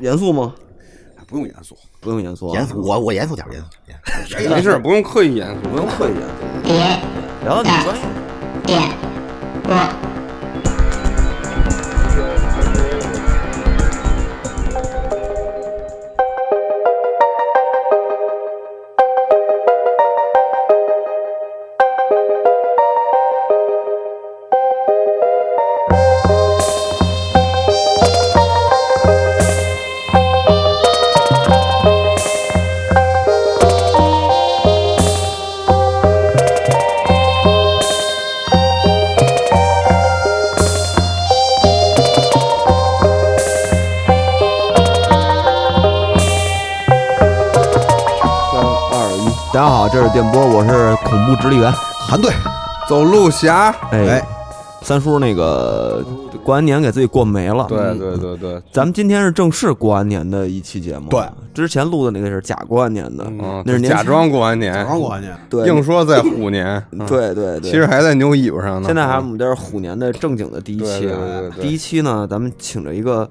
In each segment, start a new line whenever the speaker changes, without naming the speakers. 严肃吗？
不用严肃，
不用严肃、啊，
严肃，我我严肃点，严肃点。 哎
没事，不用刻意严肃，
不用刻意严肃。
别
然后你专业，
点播。
三二一，
大家好，这是电波，我是恐怖直立员。
韩队，
走路侠。
哎
哎，
三叔，那个过完年给自己过没了。
对对对对，
咱们今天是正式过完年的一期节目。啊
对，
之前录的那个是假过完年的，
嗯，
那是年轻
假装过完年，
刚过去，
对
硬说在虎年，嗯，
对对对。
其实还在牛尾巴上呢。
现在还我们这是虎年的正经的第一期
对对对
啊
对，对
第一期呢，咱们请着一个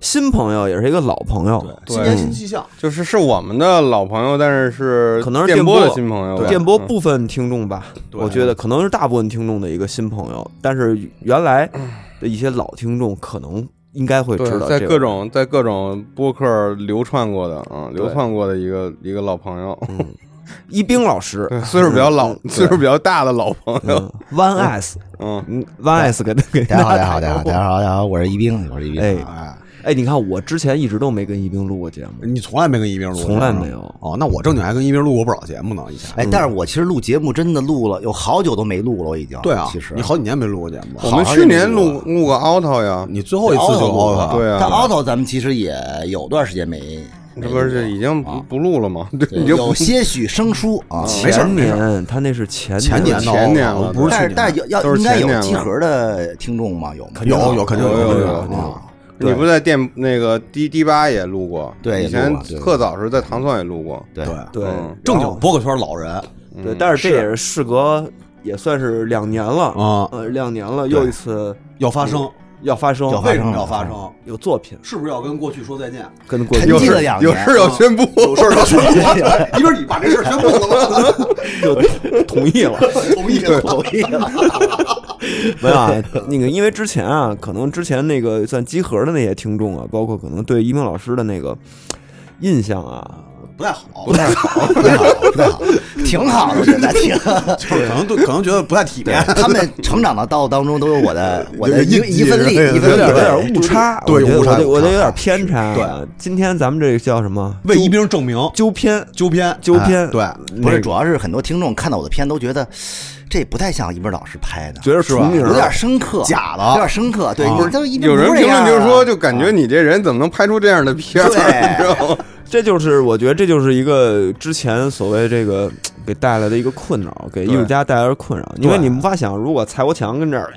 新朋友，也是一个老朋友，
新年新气象，
嗯就是是我们的老朋友，但是是
可能是
电
波
的新朋友吧，
电波
嗯
部分听众吧，
对
我觉得可能是大部分听众的一个新朋友，但是原来的一些老听众可能应该会知
对，
道
在
这
各
个。
种在各种播客流窜过的，嗯，流窜过的一个一个老朋友，
一冰老师，
对，岁数比较老
嗯嗯，对
岁数比较大的老朋友，
嗯，One S，
嗯，
嗯，One S 给给
大家好，大家
打
好，大家好，大家好，大家好，我是一冰，我是一冰。
哎
哎，
哎，你看我之前一直都没跟一冰录过节
嗯
目，
你从来没跟一冰录，
从来没。有。
哦，那我正经还跟一冰录过不少节目呢，以前。
哎，但是我其实录节目真的录了，有好久都没录了，我已经。
对啊，
其实
你好几年没录过节目
我
了，
们
好
去年录
啊
好
录个 auto 呀，
你最后一次就
录
了，
对啊
但 auto 咱们其实也有段时间没，
这不是已
啊
经不不录了吗？这
对
已经
有些许生疏啊。
没事儿
前年他那是前
前
年
年
的
呢，
前年了
不是去年
但是但是有
都
要
是
应该
前年
有
了
集合的听众嘛，有吗？
有有肯定
哦有
有
有有
肯定有。
你不在电那个 D D 八也录过，
对也
以
录
前
过对
特早时在糖蒜也录过，
对
对，
对
嗯
正
然
经
后
播客圈老人，
对，但是这也是事隔也算是两年了
啊
呃，两年了，又一次
要发声，
要发生，
要发
为
声
什么要
了
发声？
有作品
是不是要跟过去说再见？
跟过去
沉
有
寂
事
了两年
有事要宣布，
啊有事儿要宣布，一会儿你把这事儿宣布了，
就同意了。
同意了，同意了。
没有啊，那个因为之前啊，可能之前那个算集合的那些听众啊，包括可能对一鸣老师的那个印象啊，
不太好，
不太好，不太好，不太好，挺好的，现在挺。
就是可能对，可能觉得不太体
对
面，
他们成长的道路当中都有我的我的一
有印记
一份力，
对
一
有
份
点
力
有点误差，
对
我觉得
有误差
我得我得
有
有
误差
点偏差。啊
对，
今天咱们这个叫什么？
为一冰证明
纠偏，
纠偏
纠偏，
对，
不是，
那
主要是很多听众看到我的片都觉得 这不太像一鸣老师拍的，
觉得重名
有
儿
点深刻，
假的
有点深刻。对，就是都一鸣
有人
不是
评
这样啊
论就说，就感觉你这人怎么能拍出这样的片儿，
对
你知道吗？
这就是我觉得这就是一个之前所谓这个给带来的一个困扰，给艺术家带来的困扰，因为你无法想，如果蔡国强跟这儿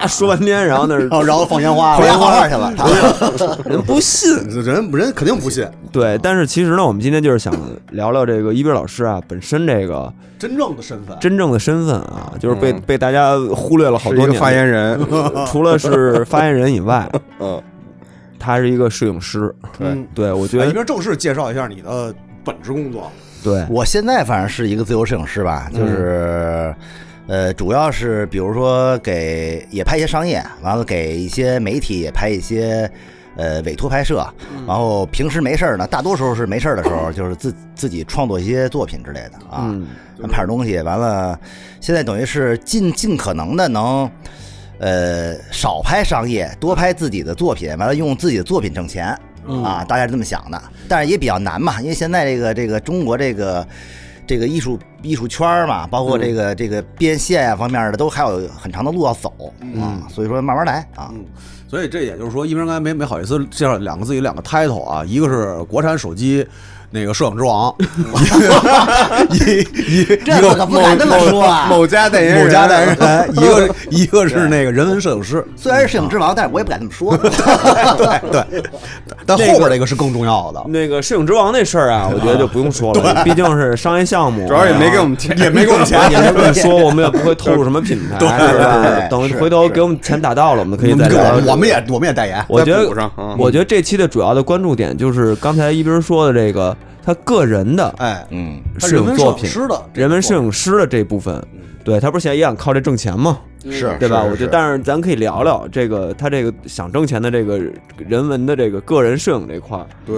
啊说半天，然后 那是
哦然后然后放烟花
回家
了，
画画去了，他
人哦不信。
人人肯定不信，
对，但是其实呢，我们今天就是想聊聊这个一斌老师啊，本身这个
真正的身份，
真正的身份啊，就是被被大家忽略了好
嗯是一
多
个
年。
发 言人，
除了是发言人以外，
嗯，
他是一个摄影师。
对，
对，我觉
哎一冰
得
正式介绍一下你的本职工作，
对，嗯
我现在反正是一个自由摄影师吧，就是，呃，主要是比如说给也拍一些商业，完了给一些媒体也拍一些，呃，委托拍摄，
嗯
然后平时没事儿呢，大多时候是没事儿的时候， 就是自自己创作一些作品之类的啊，
嗯，
拍点东西，完了，现在等于是尽尽可能的能。呃，少拍商业，多拍自己的作品，完了用自己的作品挣钱、
嗯
啊，大家是这么想的。但是也比较难嘛，因为现在这个这个中国这个这个艺术艺术圈儿嘛，包括这
嗯
个、这个变现啊方面的，都还有很长的路要走
嗯
啊。所以说慢慢来啊。
嗯，所以这也就是说，一鸣刚才没没好意思介绍两个自己两个 title 啊，一个是国产手机那个摄影之王，一一
这
一
我
个
可不敢这么说啊！
某家代言
嗯
人，
某家代言人，一 个一个是那个人文摄影师，
虽然是摄影之王，但是我也不敢这么 说。
对对，但后边这个是更重要的，
那个摄影之王那事儿啊，我觉得就不用说了，毕竟是商业项目，啊
主要也没没给我们钱，
也没给我们 钱，
你们 这么说，我们也不会透露什么 品牌，是吧？
对
等
是
回头给我们钱打到了，我们可以再
给我
聊
们。我们也我们也代言，
我觉
再补上
得
嗯，
我觉得这期的主要的关注点就是刚才一斌说的这个他个人的
哎，
嗯，
他
摄
人
影
文
作
摄影
品，
师的这个
人文摄影师的这部分，对他不是现在也想靠这挣钱吗？
是
对吧？
是
我觉
是
得，但嗯是咱可以聊聊这个他这个想挣钱的这个人文的这个个人摄影这块儿，
对，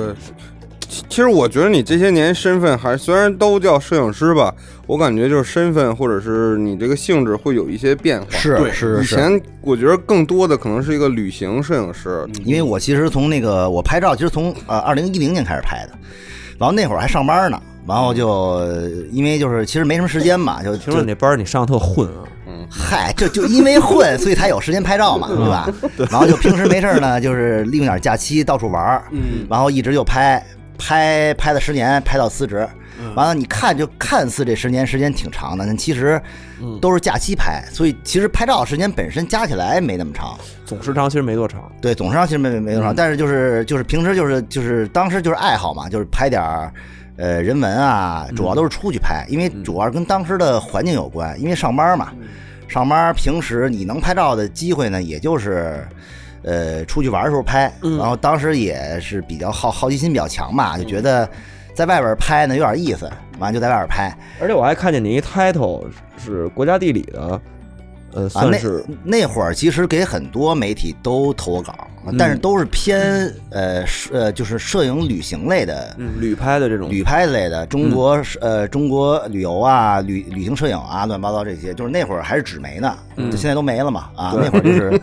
其其实我觉得你这些年身份还虽然都叫摄影师吧，我感觉就是身份或者是你这个性质会有一些变化。
是是
以
是。
前我觉得更多的可能是一个旅行摄影师，，
因为我其实从那个我拍照，其实从呃二零一零年开始拍的，然后那会儿还上班呢，然后就呃因为就是其实没什么时间嘛，就
听说
就
你那班儿你上得特混啊，
嗨，就就因为混，所以才有时间拍照嘛，对吧？然后就平时没事儿呢，就是利用点假期到处玩儿，
嗯，
然后一直就拍，拍拍了十年，拍到辞职。完了，你看就看似这十年时间挺长的，但其实都是假期拍，所以其实拍照时间本身加起来没那么长。
总时长其实没多长，
对，总时长其实没没没多少，但是就是就是平时就是就是当时就是爱好嘛，就是拍点儿。呃，人文啊，主要都是出去拍，因为主要是跟当时的环境有关，因为上班嘛，上班平时你能拍照的机会呢，也就是，呃，出去玩的时候拍，然后当时也是比较好好奇心比较强吧，就觉得在外边拍呢有点意思，完了就在外边拍
而且我还看见你一 title 是国家地理的，呃，
啊。
算
那
是
那会儿其实给很多媒体都投过稿，但是都是偏呃摄呃就是摄影旅行类的
嗯旅拍的这种
旅拍类的，中国、呃中国旅游啊、旅旅行摄影啊、乱七八糟这些，就是那会儿还是纸媒呢，就现在都没了嘛啊，那会儿就是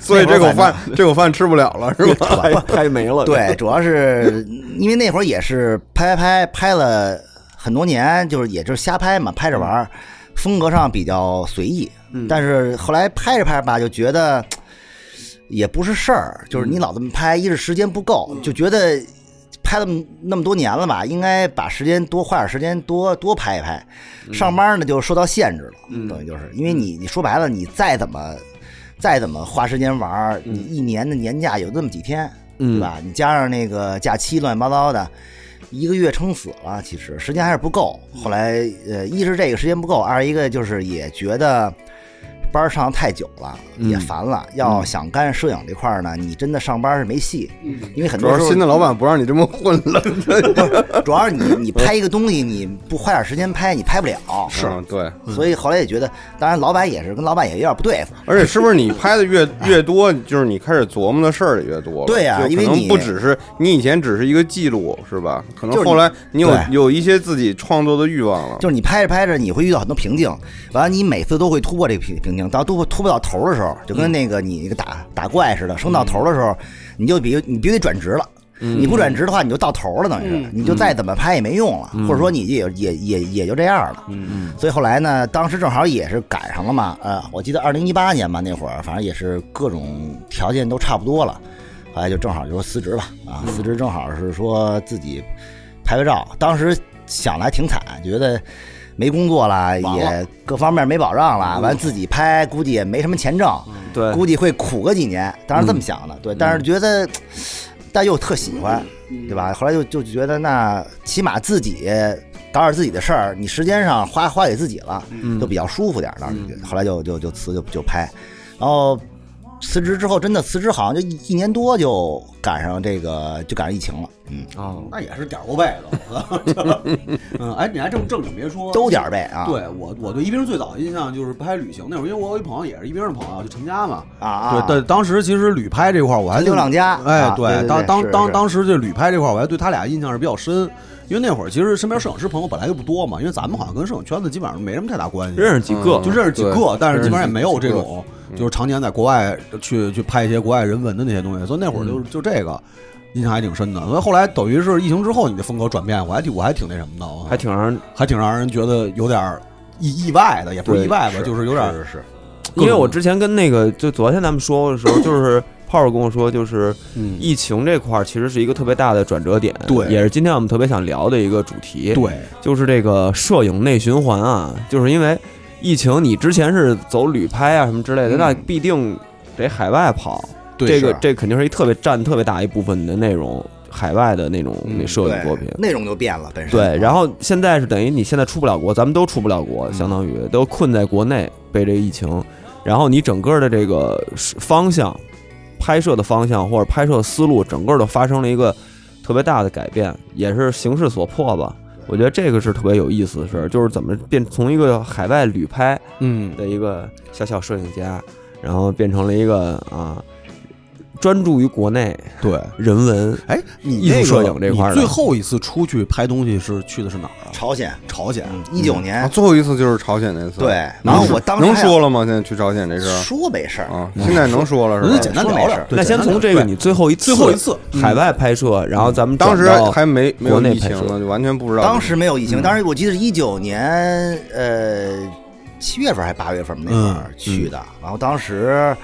所以这口
那会儿
饭这口饭吃不了 了，是吧？
拍 拍没了，
对，主要是因为那会儿也是拍拍拍拍了很多年，就是也就是瞎拍嘛，拍着玩儿，风格上比较随意。但是后来拍着拍着吧，就觉得也不是事儿，就是你老这么拍，一是时间不够，就觉得拍了那么多年了吧，应该把时间多花点时间多多拍一拍。上班呢就受到限制了，等于就是因为你你说白了，你再怎么。再怎么花时间玩儿，你一年的年假有那么几天，对吧？你加上那个假期乱七八糟的，一个月撑死了，其实时间还是不够。后来呃，一是这个时间不够，二一个就是也觉得班儿上太久了，也烦了。要想干摄影这块儿呢，你真的上班是没戏，因为很
主
多
要
时
是
候
新的老板不让你这么混 了，
主要是你你拍一个东西，你不花点时间拍，你拍不了。
嗯对，
所以后来也觉得，当然老板也是跟老板也有点不对付，
而且是不是你拍的越越多，就是你开始琢磨的事儿也越多了？
对呀
就可
因为
能
你
不只是你以前只是一个记录，是吧？可
就
能
是
后来你有
对
有一些自己创作的欲望了。
就是你拍着拍着，你会遇到很多瓶颈，完了你每次都会突破这个瓶瓶颈，到突破突破到头的时候，就跟那个你那个打打怪似的，升到头的时候，你就比你必须得转职了。你不转职的话，你就到头了，等于是，你就再怎么拍也没用了，或者说你也也也也就这样了。嗯，所以后来呢，当时正好也是赶上了嘛，呃，我记得二零一八年吧，那会儿反正也是各种条件都差不多了，后来就正好就说辞职吧，啊，辞职正好是说自己拍拍照，当时想的还挺惨，觉得没工作啦，也各方面没保障啦，完自己拍估计也没什么钱挣，
对，
估计会苦个几年，当时这么想的，对，但是觉得，但又特喜欢，对吧？后来就就觉得那起码自己搞点自己的事儿，你时间上花花给自己了，
嗯
就比较舒服点儿。当时觉得，后来就就就辞就就拍，然后辞职之后，真的辞职好像就一一年多就赶上这个就赶上疫情了，嗯，
哦，
那也是点儿过背的。 嗯，哎，你还正正经别说，
都点儿背啊，
对我，我对一冰最早的印象就是拍旅行那会儿，因为我有一朋友也是一冰的朋友，就陈家嘛。
啊啊，
对，但当时其实旅拍这块儿我还
流浪家
哎
啊，对
对，
对
当
对
当
是
当
是
当时这旅拍这块儿，我还对他俩印象是比较深，因为那会儿其实身边摄影师朋友本来就不多嘛，因为咱们好像跟摄影圈子基本上没什么太大关系，
认识几个
嗯
就认识几个
对，
但是基本上也没有这
认识几个
种就是常年在国外去去拍一些国外人文的那些东西，所以那会儿就就这个印象还挺深的。所以后来等于是疫情之后，你的风格转变，我还挺我还挺那什么的，我啊
还挺让人，
还挺让人觉得有点儿意意外的，也不是
对
意外吧，就是有点
是
儿
是是
因为我之前跟那个就昨天咱们说的时候，就是泡泡跟我说，就是
嗯
疫情这块儿其实是一个特别大的转折点，
对
也是今天我们特别想聊的一个主题，
对，
就是这个摄影内循环啊，就是因为疫情，你之前是走旅拍啊什么之类的，那必定得海外跑，
嗯对啊
这个
是
这肯定是一特别占特别大一部分你的内容。海外的那种
嗯
那摄影作品。
对内容就变了，本身
对，然后现在是等于你现在出不了国，咱们都出不了国，相当于都困在国内被这个疫情，然后你整个的这个是方向、拍摄的方向或者拍摄思路，整个都发生了一个特别大的改变，也是形势所迫吧。我觉得这个是特别有意思的事儿，就是怎么变从一个海外旅拍
嗯，
的一个小小摄影家，然后变成了一个啊专注于国内
对。
人文，
哎，你
艺
那
术
个
摄影这块儿
你
的
最后一次出去拍东西是去的是哪儿啊？
朝鲜
朝鲜。
一九年
啊，最后一次就是朝鲜那次。
对然
能
后
说
我当时
能
还有
说了吗？现在去朝鲜这事儿
说没事儿，
啊，现在能说了
嗯
人家
是
嗯简
吧？
单聊聊。对
那先从这个，你最后一次
最后一次
海外拍摄，然后咱们
当时
转到
还没没有
国内
疫情
拍摄
呢，就完全不知道。
当时没有疫情，当时我记得是一九年呃七月份还八月份那会儿去的，然后当时。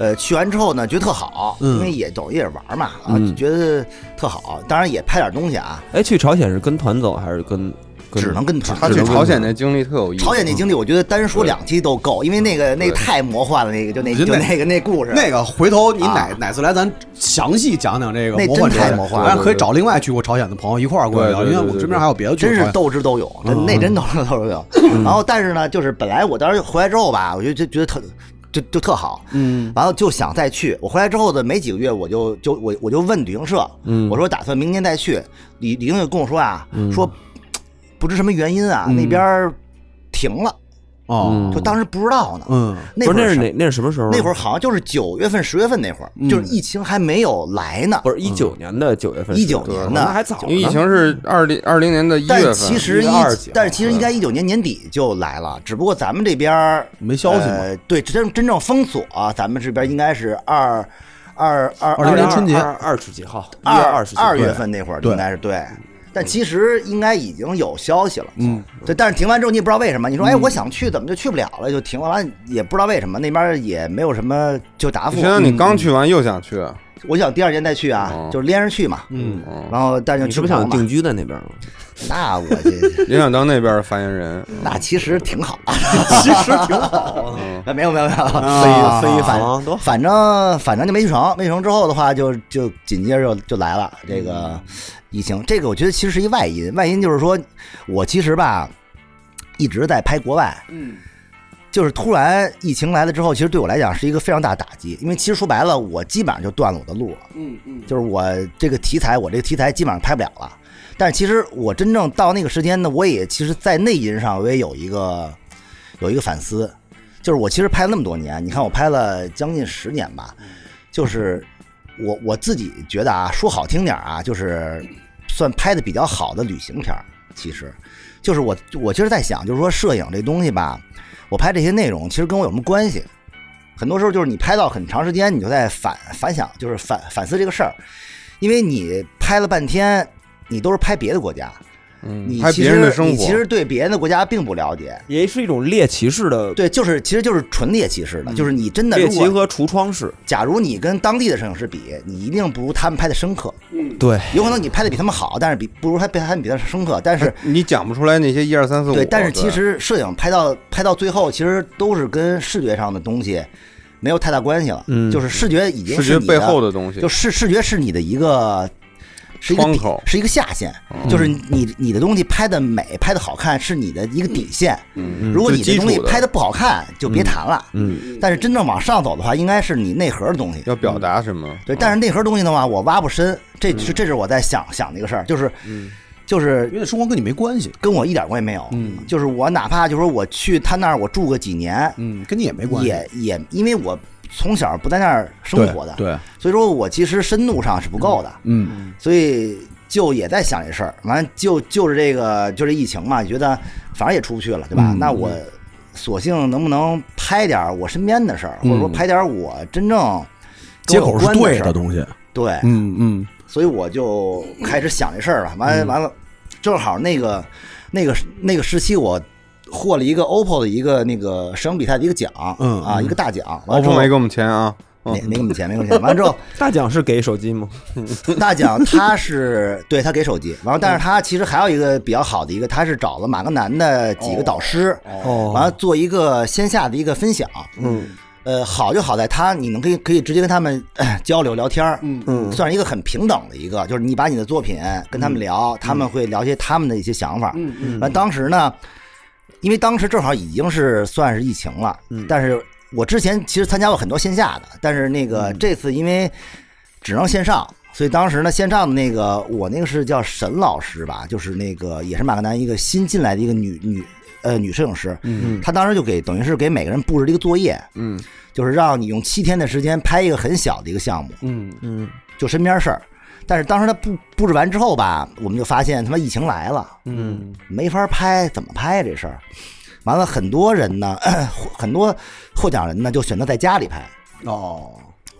呃，去完之后呢，觉得特好，
嗯
因为也等于也是玩嘛啊，
嗯
觉得特好。当然也拍点东西啊，
哎，去朝鲜是跟团走还是跟？跟
只能跟团。
他去朝鲜那经历特有意思。
朝鲜那经历，我觉得单说两期都够，因为那个那个太魔幻了，那个就那
真
就
的
那个那故事，
那个回头你哪
啊
哪次来，咱详细讲讲这个
那
魔幻
真
朝鲜
太魔幻
咱
了
可以找另外去过朝鲜的朋友一块儿过来聊，因
对对对
为我们身边还有别的去
真
过朝
是
鲜。
斗智斗勇，
嗯
真那真斗智斗勇。然后但是呢，就是本来我当时回来之后吧，我就就觉得特就就特好，嗯，完了就想再去。我回来之后的没几个月，我就就我我就问旅行社，嗯，我说打算明年再去。李李行社跟我说啊，
嗯
说不知什么原因啊，那边儿停了，
哦，
就当时不知道呢。
嗯，
那
嗯不
会
是那
儿
是哪那嗯是什么时候？啊
那会儿好像就是九月份、十月份那会儿，就是疫情还没有来呢。
不是一九年的九月份，
19
对
年的
那还早呢。
因为疫情是二零二零年的一月
但
份，
其实
一
一
月二十几号，嗯
但是其实应该一九年年底就来了，只不过咱们这边儿
没消息嘛。
呃，对，真真正封锁、啊咱们这边应该是二二二
2020年春节
二二十几号，一月
二
二十几号
二月份那会儿
对
应该是对。但其实应该已经有消息了，嗯，对。但是停完之后，你也不知道为什么，你说，哎，我想去，怎么就去不了了？就停了，完了也不知道为什么，那边也没有什么就答复嗯
相。当于你刚去完又想去，
我想第二年再去啊，
哦
就是连着去嘛，嗯。然后但是
你是不是
去了
想
嘛
定？居在那边吗？
那我这
也想当那边的发言人。
那其实 挺好，
其实挺好，
啊没有没有没有，
啊
飞飞
好
反
啊多好
反正反正就没去成，没去成之后的话就，就紧接着就就来了这
嗯
个疫情。这个我觉得其实是一外因，外因就是说我其实吧一直在拍国外，嗯，就是突然疫情来了之后，其实对我来讲是一个非常大的打击，因为其实说白了，我基本上就断了我的路了，嗯嗯，就是我这个题材，我这个题材基本上拍不了了。但是其实我真正到那个时间呢，我也其实，在内因上我也有一个有一个反思，就是我其实拍了那么多年，你看我拍了将近十年吧，就是我我自己觉得啊，说好听点儿啊，就是算拍的比较好的旅行片儿。其实，就是我我其实在想，就是说摄影这东西吧，我拍这些内容其实跟我有什么关系？很多时候就是你拍到很长时间，你就在反反想，就是反反思这个事儿，因为你拍了半天，你都是拍别的国家，
嗯，
你
拍
其
别人的
实
生活，
你其实对别人的国家并不了解，
也是一种猎奇式的，
对，就是其实就是纯猎奇式的，就是你真的
猎
如
奇
果
和橱窗式。
假如你跟当地的摄影师比，你一定不如他们拍的深刻，
对，
有可能你拍的比他们好，但是比不如他拍他们比他们深刻，但是。
你讲不出来那些一二三四五。
对，但是其实摄影拍到拍到最后，其实都是跟视觉上的东西没有太大关系了。
嗯
就是视觉已
对
经
视
是
觉
你
背后的东西
就，视视觉是你的一个是一个
窗
底
口嗯
是一个下限，就是你你的东西拍的美、拍的好看是你的一个底线。
嗯
如果
最
你的
基
东西
础的
拍的不好看，就别谈了。
嗯，
但是真正往上走的话，应该是你内核的东西。
要表达什么？
嗯对，但是内核东西的话，我挖不深，这
嗯
是这是我在想想的一个事儿，就是就是
因为生活跟你没关系，
跟我一点关系没有。
嗯
就是我哪怕就是说我去他那儿，我住个几年，
嗯，跟你也没关系。
也也因为我从小不在那儿生活的，
对，
所以说我其实深度上是不够的，
嗯，
所以就也在想这事儿。完了就就是这个就是疫情嘛，觉得反正也出不去了，对吧？
嗯
那我索性能不能拍点儿我身边的事儿，或者说拍点儿我真正
嗯接
跟我
口
有
是
关
对
事儿
的东西。
对，
嗯嗯，
所以我就开始想这事儿了。完了完了，正好那个那个那个时期，我获了一个 OPPO 的一个那个摄影比赛的一个奖，
嗯
啊，
嗯
一个大奖。完了之
OPPO
后
没给我们钱啊，
没没给我们钱，没给我们钱。完了之后，
大奖是给手机吗？
大奖他是对他给手机，完了，但是他其实还有一个比较好的一个，他是找了马格南的几个导师，
哦
完了做一个线下的一个分享。
嗯，
呃，好就好在他你能可以可以直接跟他们、呃交流聊天儿，
嗯
嗯
算是一个很平等的一个，就是你把你的作品跟他们聊，他们会聊一些他们的一些想法。
嗯嗯
完、当时呢，因为当时正好已经是算是疫情了，
嗯
但是我之前其实参加过很多线下的，但是那个、
嗯
这次因为只能线上。所以当时呢，线上的那个我那个是叫沈老师吧，就是那个也是马格南一个新进来的一个女女呃女摄影师，
嗯
她当时就给等于是给每个人布置了一个作业，
嗯
就是让你用七天的时间拍一个很小的一个项目，
嗯
嗯
就身边事儿。但是当时他布布置完之后吧，我们就发现他妈疫情来了，
嗯
没法拍，怎么拍这事儿？完了，很多人呢， 很多获奖人呢就选择在家里拍，
哦，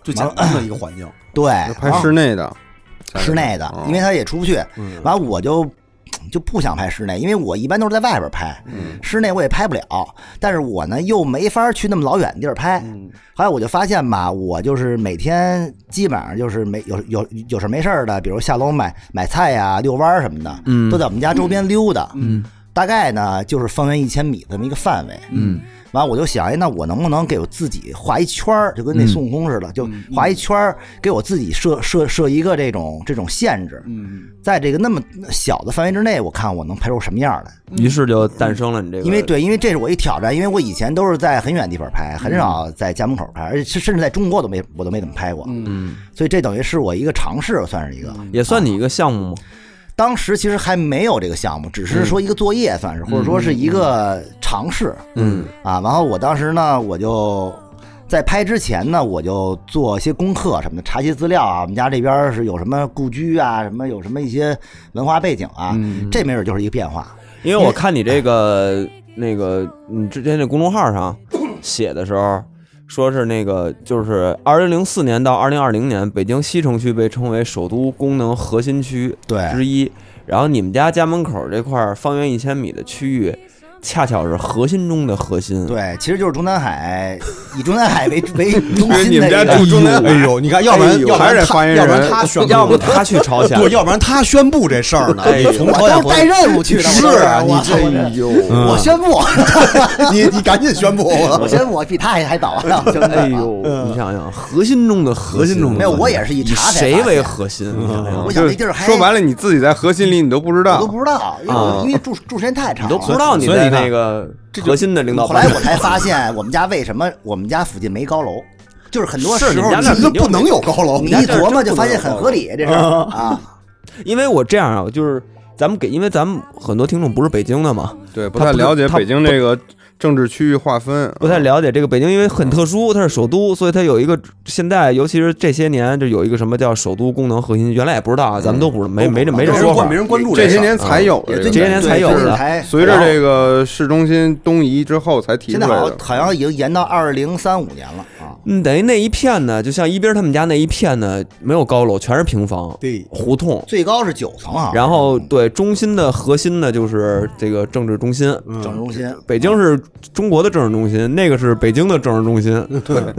最简单的一个环境，
对，
要拍
然后
室内的，
哎
嗯
室内的，因为他也出不去。
嗯
完了，我就就不想拍室内，因为我一般都是在外边拍，
嗯
室内我也拍不了。但是我呢又没法去那么老远的地儿拍。
嗯
后来我就发现吧，我就是每天基本上就是没有有有事没事儿的，比如下楼买买菜呀、遛弯儿什么的，
嗯
都在我们家周边溜达。
嗯
大概呢就是方圆一千米这么一个范围。
嗯
完，我就想，哎，那我能不能给我自己画一圈儿，就跟那
嗯
孙悟空似的，就画一圈儿，给我自己设设设一个这种这种限制，
嗯，
在这个那么小的范围之内，我看我能拍出什么样来。
于是就诞生了你这个，
因为对，因为这是我一挑战，因为我以前都是在很远地方拍，很少在家门口拍，而且甚甚至在中国都没我都没怎么拍过，
嗯，
所以这等于是我一个尝试，算是一个。
也算你一个项目嘛，
当时其实还没有这个项目，只是说一个作业，算是或者说是一个尝试。
嗯
啊，然后我当时呢，我就在拍之前呢，我就做一些功课什么的，查一些资料啊。我们家这边儿是有什么故居啊，什么有什么一些文化背景啊，这没准就是一个变化。
因为我看你这个那个你之前那公众号上写的时候，说是那个就是二零零四年到二零二零年，北京西城区被称为首都功能核心区
对
之一，
哎
然后你们家家门口这块儿方圆一千米的区域，恰巧是核心中的核心。，
对，其实就是中南海，以中南海为为中
因为
心
你
的
们
一
家
个
住中南
哎
海，
呦，你看，要不然
哎呦
要不
还
然
是
他
发言人
要不然他宣布，
要不他去朝 鲜，
对，要不然他宣布这事儿呢，
哎呦
你从朝
我
鲜
都是
回来。
带任务去的，
是
我都
啊
我
你这
我
哎呦，
我宣布，
你你赶紧宣布！
我宣布我比他还还早呢。我宣布
哎呦，你想想，核心中的核心中的核心，
嗯没有，我也是一
以
查才
谁
发
为
现嗯
核心？你想想
我想
嗯就
这地儿还
说白了，你自己在核心里你都不知
我
道
都，不知道，因为
啊
我因为住住时间太长
你
了，
都不知道你
所以
在
你看
那个核心的领导
后来
班子
我才发现，我们家为什么我们家附近没高楼，就是很多时
是你
候
们家那
这这不能有高楼，
你一琢磨就发现很合理，这事儿啊，
因为我这样啊，就是咱们给，因为咱们很多听众不是北京的嘛，
对，不
他
太
不
了解
他
北京这个政治区域划分，啊
不太了解这个北京，因为很特殊，它是首都，所以它有一个现在，尤其是这些年，就有一个什么叫首都功能核心，原来也不知道啊，咱们都不是没没这没
嗯
这说法
没。人关注
这
事
些
儿
年才有的
啊也
这
最
个，
这些年才有的
对最近才
随着这个市中心东移之后才提
现
出
在
来
好
的
像。好像已经延到二零三五年了啊。
嗯，等于那一片呢，就像一斌他们家那一片呢，没有高楼，全是平房、
对
胡同。
最高是九层啊，
然后对中心的核心呢，就是这个政治中心。
整治中心，
北京是中国的政治中心，那个是北京的政治中心。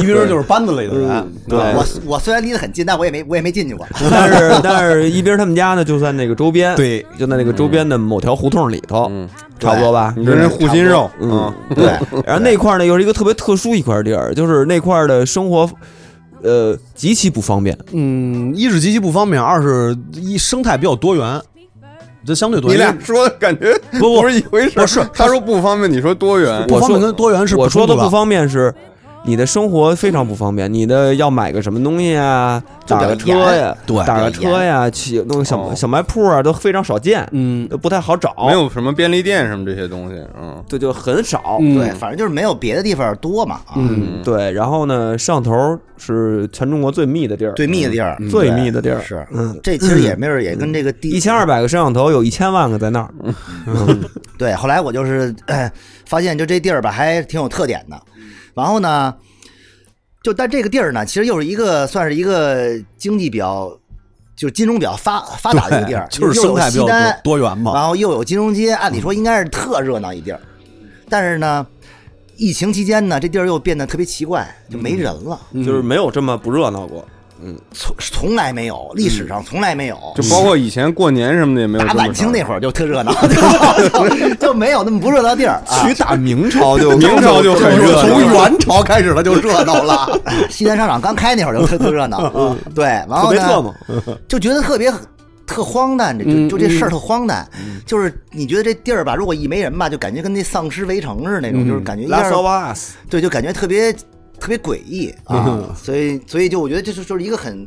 一兵就是班子里的人，
对，
我我虽然离得很近，但我也没我也没进去 过。
但是但是一斌他们家呢，就在那个周边，
对，
就在那个周边的某条胡同里头，
嗯
差不多吧。
你跟人护心肉，
嗯
嗯，
对，
然后那块儿呢，又是一个特别特殊一块地儿，就是那块儿的生活，呃，极其不方便。
嗯，一是极其不方便，二是一生态比较多元，这相对多
你
元
俩。说的感觉
不不
嗯不是一回事儿。
不是
他说不方便，你说多远？
不
我
方
说
便跟多元是
我
冲
说
突
的
的
不方便是，你的生活非常不方便，你的要买个什么东西啊，
就
打
比较
个车呀，
对
打个
比较严
车呀，去弄个小
哦
小卖铺啊，都非常少见，
嗯，
都不太好找，
没有什么便利店什么这些东西，嗯，
对，就很少。
对，反正就是没有别的地方多嘛啊，
嗯
对，然后呢，上头是全中国最密的地儿，嗯
最密的地儿，嗯
最
对
密的地儿
是，
嗯，
这其实也没准也跟这个地
一千二百个摄像头有一千万个在那儿，
对，后来我就是、呃发现，就这地儿吧，还挺有特点的。然后呢，就但这个地儿呢，其实又是一个算是一个经济比较，就是金融比较发发达的一个地儿，
对哎就是
又
生
有
态比
西
较
单啊
多，多元嘛。嗯
然后又有金融街，按理说应该是特热闹一地儿，但是呢，
嗯
疫情期间呢，这地儿又变得特别奇怪，就没人了。
就是没有这么不热闹过。
嗯，
从从来没有，历
嗯
史上从来没有，
就包括以前过年什么的也没有。
打晚清那
儿，
会儿就特 热闹，就就没有那么不热闹地儿啊。
去打明朝就
哦明朝就很热闹
从元朝开始它就热闹了。 嗯
西单商场刚开那会儿就特特热闹，啊对，然
特
后
别特嘛
呢，，就觉得特别特荒诞，这
嗯
就就这事儿特荒诞，就是你觉得这地儿吧，如果一没人吧，就感觉跟那丧尸围城似的那种，
嗯
就是感觉一下
Last of Us，
对，就感觉特别特别诡异
嗯
啊，所以所以就我觉得这就就是一个很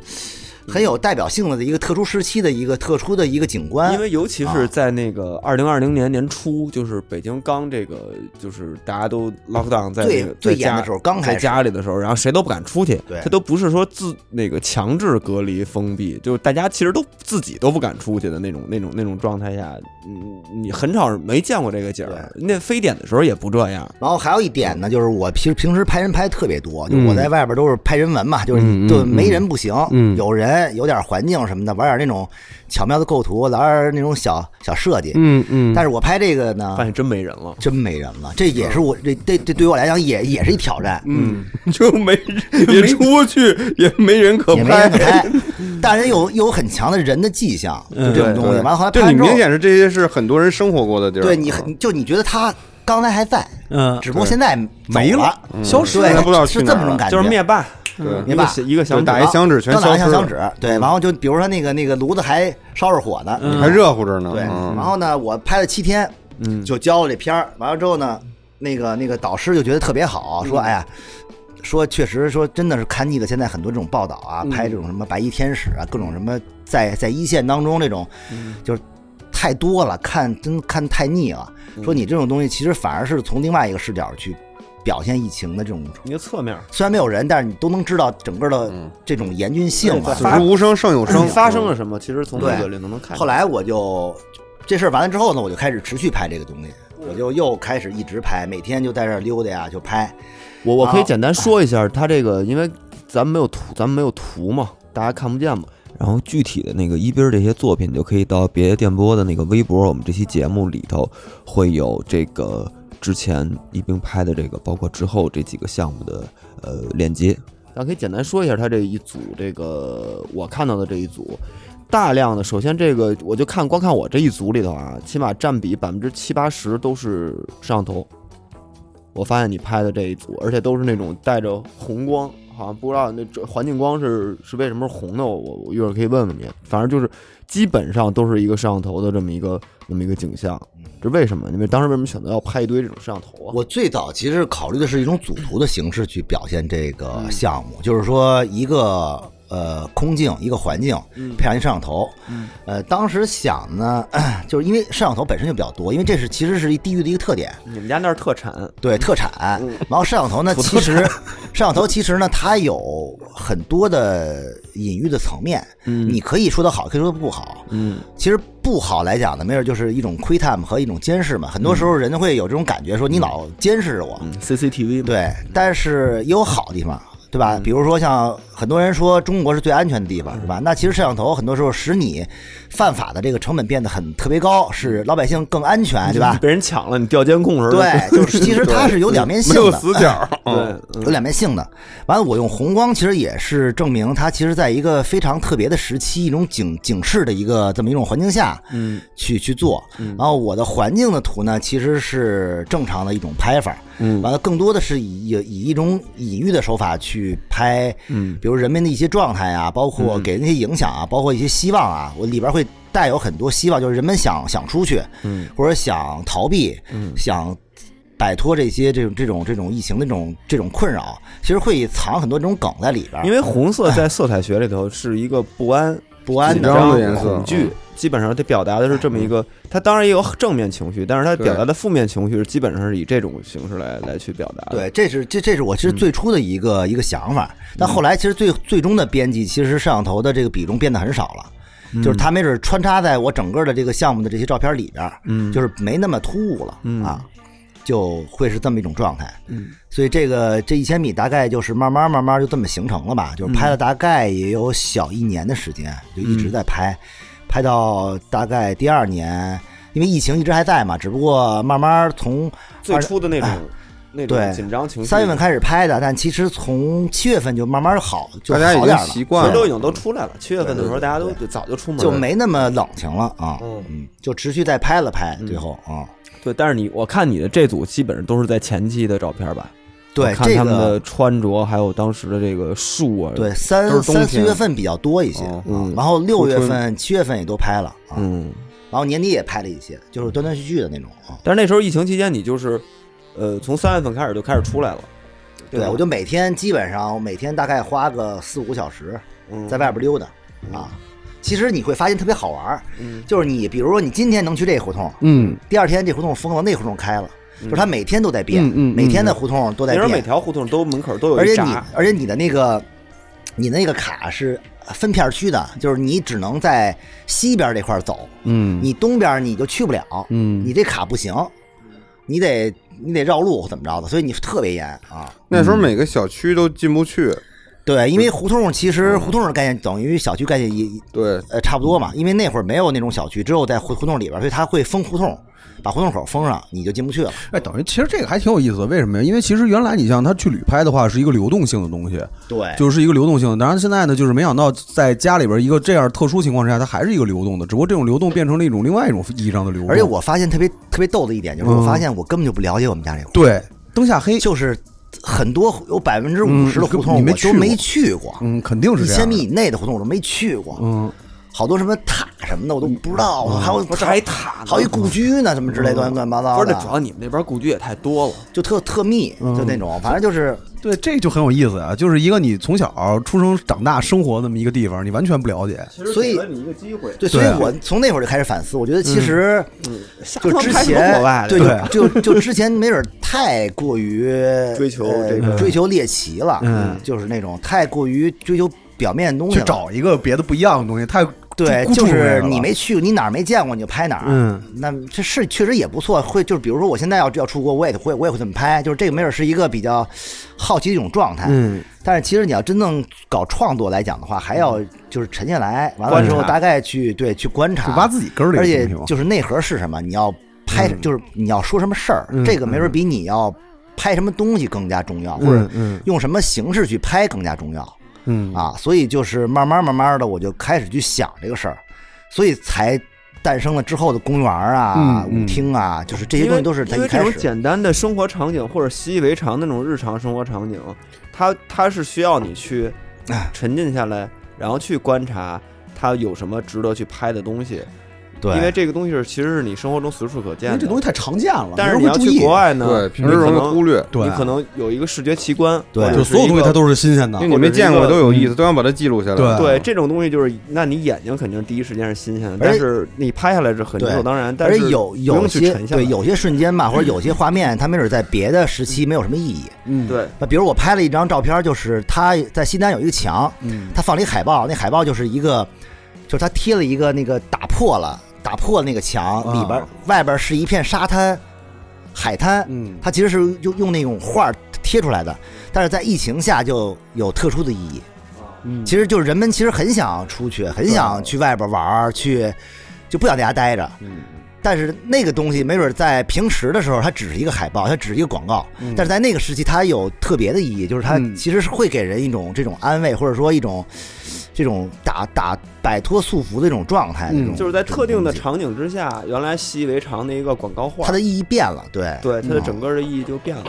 很有代表性的一个特殊时期的一个特殊的一个景观，
因为尤其
啊
是在那个二零二零年年初，就是北京刚这个就是大家都 lockdown 在
最
那个
最
在家
严的时候刚
在
开始
家里的时候，然后谁都不敢出去
对，
他都不是说自那个强制隔离封闭，就是大家其实都自己都不敢出去的那种那种那种状态下，嗯，你很少没见过这个景儿。那非典的时候也不这样，
然后还有一点呢，就是我平平时拍人拍得特别多，就
嗯
我在外边都是拍人文嘛，就是
嗯嗯
就
嗯
没人不行，
嗯
有人有点环境什么的，玩点那种巧妙的构图，玩点那种小小设计。
嗯嗯，
但是我拍这个呢
发，现真没人 了。
真没人了，这也是我这这这对于我来讲也也是一挑战，
嗯，就没人也出去，也没人可
也没人可。
拍
拍，但是有有很强的人的迹象，就这种东西。
嗯对
完了后来拍
就
完
你
之后
明显是这些是很多人生活过的地儿，
对你很就你觉得他刚才还在，
嗯，
只不过现在
没
走
了
了，
嗯
消失
对
了不知道
是
去哪
这
儿
么种
了
感觉，
就是灭霸，
嗯
对
一
灭霸
个一个响
就打
指，
一响指全
刚打
消
完
失
像响，
了
指，对，然后就比如说那个那个炉子还烧着火呢，
还热乎着呢。
对，
嗯
然后呢，我拍了七天，嗯，就交了这片儿，完了之后呢，那个那个导师就觉得特别好，说哎呀。说确实，说真的是看腻了。现在很多这种报道啊，拍这种什么白衣天使啊，各种什么在在一线当中这种，就是太多了，看真看太腻了。说你这种东西其实反而是从另外一个视角去表现疫情的这种，
一个侧面。
虽然没有人，但是你都能知道整个的
嗯
这种严峻性啊。
对
此时无声胜有声，
发生了什么？其实从
对
这个里头能看。
后来我就这事儿完了之后呢，我就开始持续拍这个东西，我就又开始一直拍，每天就在这儿溜达呀，就拍。
我我可以
啊
简单说一下，它这个因为咱们没有图，咱们没有图嘛，大家看不见嘛。然后具体的那个一斌儿这些作品，就可以到别的电波的那个微博，我们这期节目里头会有这个之前一冰拍的这个，包括之后这几个项目的呃链接。大家可以简单说一下他这一组，这个我看到的这一组，大量的，首先这个我就看光看我这一组里头啊，起码占比百分之七八十都是摄像头，我发现你拍的这一组，而且都是那种带着红光，好像不知道那这环境光是是为什么是红的，我我我一会儿可以问问你。反正就是基本上都是一个摄像头的这么一个这么一个景象，这为什么？你们当时为什么选择要拍一堆这种摄像头啊？
我最早其实考虑的是一种组图的形式去表现这个项目，就是说一个呃空镜，一个环境，配上一摄像头。呃，当时想呢， 就是因为摄像头本身就比较多，因为这是其实是一地域的一个特点。
你们家那儿特 产，
对特产，
嗯
然后摄像头呢，其实 摄像头其实呢，它有很多的隐喻的层面，
嗯
你可以说它好，可以说它不好，
嗯，
其实不好来讲呢，没准就是一种窥探嘛和一种监视嘛，很多时候
嗯
人会有这种感觉，说你老监视着我，
，CCTV 嘛，
对，
嗯
但是也有好地方，对吧？比如说像很多人说中国是最安全的地方，是吧？
嗯
那其实摄像头很多时候使你犯法的这个成本变得很特别高，使老百姓更安全，对
嗯
吧？
被人抢了，你调监控时候 就
对，就是其实它是有两面性
没有
的，
死角。嗯
对，
有两面性的。完了，我用红光其实也是证明它其实在一个非常特别的时期，一种警警示的一个这么一种环境下，嗯，去去做。然后我的环境的图呢，其实是正常的一种拍法。嗯，完了，更多的是以以以一种隐喻的手法去拍，嗯，比如人们的一些状态啊，包括给人一些影响啊，包括一些希望啊，我里边会带有很多希望，就是人们想想出去，嗯，或者想逃避，嗯，想摆脱这些这种这种这种疫情的这种这种困扰，其实会藏很多这种梗在里边儿，
因为红色在色彩学里头是一个不安、
不安
紧
的嗯
紧张的颜
张、
色
恐惧，基本上它表达的是这么一个。它当然也有正面情绪，但是它表达的负面情绪是基本上是以这种形式来来去表达的。嗯
对，这是这这是我其实最初的一个、一个想法，但后来其实最最终的编辑，其实摄像头的这个比重变得很少了。
嗯
就是它没准穿插在我整个的这个项目的这些照片里边儿，
嗯
就是没那么突兀了、
嗯
啊，就会是这么一种状态。
嗯，
所以这个这一千米大概就是慢慢慢慢就这么形成了吧，就
嗯
是拍了大概也有小一年的时间，就一直在拍，拍到大概第二年，因为疫情一直还在嘛，只不过慢慢从
最初的那种那种
哎对
紧张情绪，
三月份开始拍的，但其实从七月份就慢慢好，就
大家已
好
经
点
习
了，
其
惯
实都已
了，
经都出来了。七月份的时候，大家都早就出门了，
就没那么冷情了啊。
嗯
嗯，就持续再拍了拍，
嗯
最后啊，
对。但是你，我看你的这组基本上都是在前期的照片吧？
对
我看
这
他们的
个
穿着，还有当时的这个树啊，
对，三
都是冬
三四
天
月份比较多一些，
哦
啊然后六月份、七月份也都拍了啊，
嗯。
然后年底也拍了一些，就是断断续续的那种啊。
但是那时候疫情期间，你就是，呃，从三月份开始就开始出来了，
对，
吧
我就每天基本上每天大概花个四五个小时
嗯
在外边溜达啊。其实你会发现特别好玩儿，
嗯
就是你比如说你今天能去这胡同，
嗯，
第二天这胡同封了，那胡同开了，就是它每天都在变，
嗯嗯嗯
每天的胡同都在
那时候每
变，
条胡同都门口都有
而
一
且你
闸，
而且你的那个你那个卡是分片区的，就是你只能在西边这块儿走，
嗯
你东边你就去不了，
嗯
你这卡不行，你得你得绕路或怎么着的，所以你特别严啊。
那时候每个小区都进不去，
对，因为胡同其
嗯
实胡同的概念等于小区概念也
对，
呃差不多嘛，因为那会儿没有那种小区，只有在胡胡同里边，所以它会封胡同，把胡同口封上，你就进不去了。
哎，等于其实这个还挺有意思的，为什么呀？因为其实原来你像他去旅拍的话，是一个流动性的东西，
对
就是一个流动性的。当然现在呢，就是没想到在家里边一个这样特殊情况之下，它还是一个流动的，只不过这种流动变成了一种另外一种意义上的流动。
而且我发现特别特别逗的一点就是，
嗯
我发现我根本就不了解我们家这户，
对灯下黑，
就是很多有百分之五十的
嗯
胡
你
同
没
我
去
都
过
没去过，
嗯，肯定是
一
这样的。
千米以内的胡同我都没去过，
嗯，
好多什么塔什么的我都不知道，还有
不是还塔呢
还有一
嗯
故居呢，什么之类的乱乱七八
不
糟
是，那主
的，
要你们那边故居也太多了，
就特特密，就
嗯
那种，反正就是
对，这就很有意思啊，就是一个你从小出生长大生活那么一个地方，你完全不了解。
所以
你一个机会，
对，所以
对啊嗯
我从那会儿就开始反思，我觉得其实
嗯
就之
下
前
多国外
对
对
对
就就就之前没准太过于
追求
呃
这个
追求猎奇了，
嗯
就是那种太过于追求表面的东西
去
了。
找一个别的不一样的东西，太
对，
孤注
就
这
是
个了
你没去过，你哪儿没见过你就拍哪儿。
嗯，
那这是确实也不错。会就是比如说我现在要要出国，我也会我也会这么拍。就是这个没准是一个比较好奇的一种状态。
嗯，
但是其实你要真正搞创作来讲的话，还要
嗯
就是沉下来，完了之后
观察
大概去对去观察，
就挖自己根儿里
而
的
且
东西嘛。
就是内核是什么，你要拍，
嗯
就是你要说什么事儿，
嗯
这个没准比你要拍什么东西更加重要，或者
嗯
用什么形式去拍更加重要
嗯
啊。所以就是慢慢慢慢的，我就开始去想这个事儿，所以才诞生了之后的公园啊、
嗯嗯
舞厅啊，就是这
因
些
为
东西都是在
因
一
为这
开
种
始。
简单的生活场景或者习以为常的那种日常生活场景，它它是需要你去
哎
沉浸下来，然后去观察它有什么值得去拍的东西，因为
对，
这个东西是其实是你生活中随处可
因
见
为
的。
这东西太常见了，
但是
没
你
人
要
会注
去
意
国，外呢，
对，平时
你可
容易
能
忽略，
对
你可能有一个视觉奇观，
对
或者
就是所有东西
一个
它都是新鲜的
因为。你没见过都有
嗯
意思，都想把它记录下来。
对
对这种东西就是，那你眼睛肯定第一时间是新鲜的，
而
但是你拍下来是很理所
对
当然，但
而且
是
有
不
有
用去
些
沉下来
对有些瞬间吧，或者有些画面，它没准在别的时期没有什么意义。
嗯，
对
那比如我拍了一张照片，就是他在西单有一个墙，
嗯
他放了一海报，那海报就是一个，就是他贴了一个那个打破了打破那个墙，
啊
里边、外边是一片沙滩海滩，
嗯，
它其实是用用那种画贴出来的，但是在疫情下就有特殊的意义。
嗯
其实就是人们其实很想出去，很想去外边玩儿，去就不想在家待着。
嗯
但是那个东西没准在平时的时候，它只是一个海报，它只是一个广告，
嗯
但是在那个时期，它有特别的意义，就是它
嗯
其实是会给人一种这种安慰，或者说一种这种打打摆脱束缚的一种状态，
嗯
那种
就是在特定的
这种
场
东
景之下，原来习以为常的一个广告
西，
画
它，的意义变了，对
对它的整
嗯
个的意义就变了。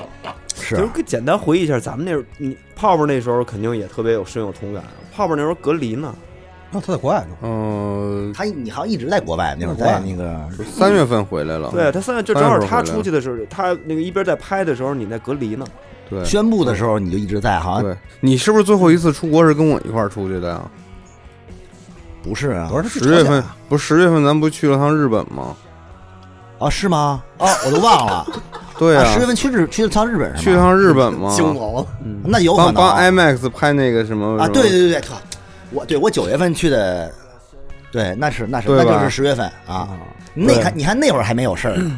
就是是简单回忆一下，咱们那时候，你泡泡那时候肯定也特别有深有同感。泡泡那时候隔离呢，
那他在国外
啊
呢，
嗯，
它你好像一直在国外，那会儿
国外
在那个
三月份回
嗯
来了。
对他现在就
当
正好
然不是
他
回来
出去的时候，他那个一边在拍的时候，你在隔离呢。
对
宣布的时候，你就一直在，好像
对，你是不是最后一次出国是跟我一块儿出去的呀？
不是啊
我说他去
十月
朝鲜
份
啊
不是十月份，咱不去了趟日本吗？
啊是吗？哦，我都忘了，
对
啊十月份去日去了趟日本
去
是吗？哦
趟日本 吗？
惊毛了，
那有可
帮
能
帮
啊，
IMAX 拍那个什么
对对
什么
对对，靠我对我九月份去的。对，那是那是
对
那
吧嗯
就是十月份啊，那看你看那会儿还没有事儿呢，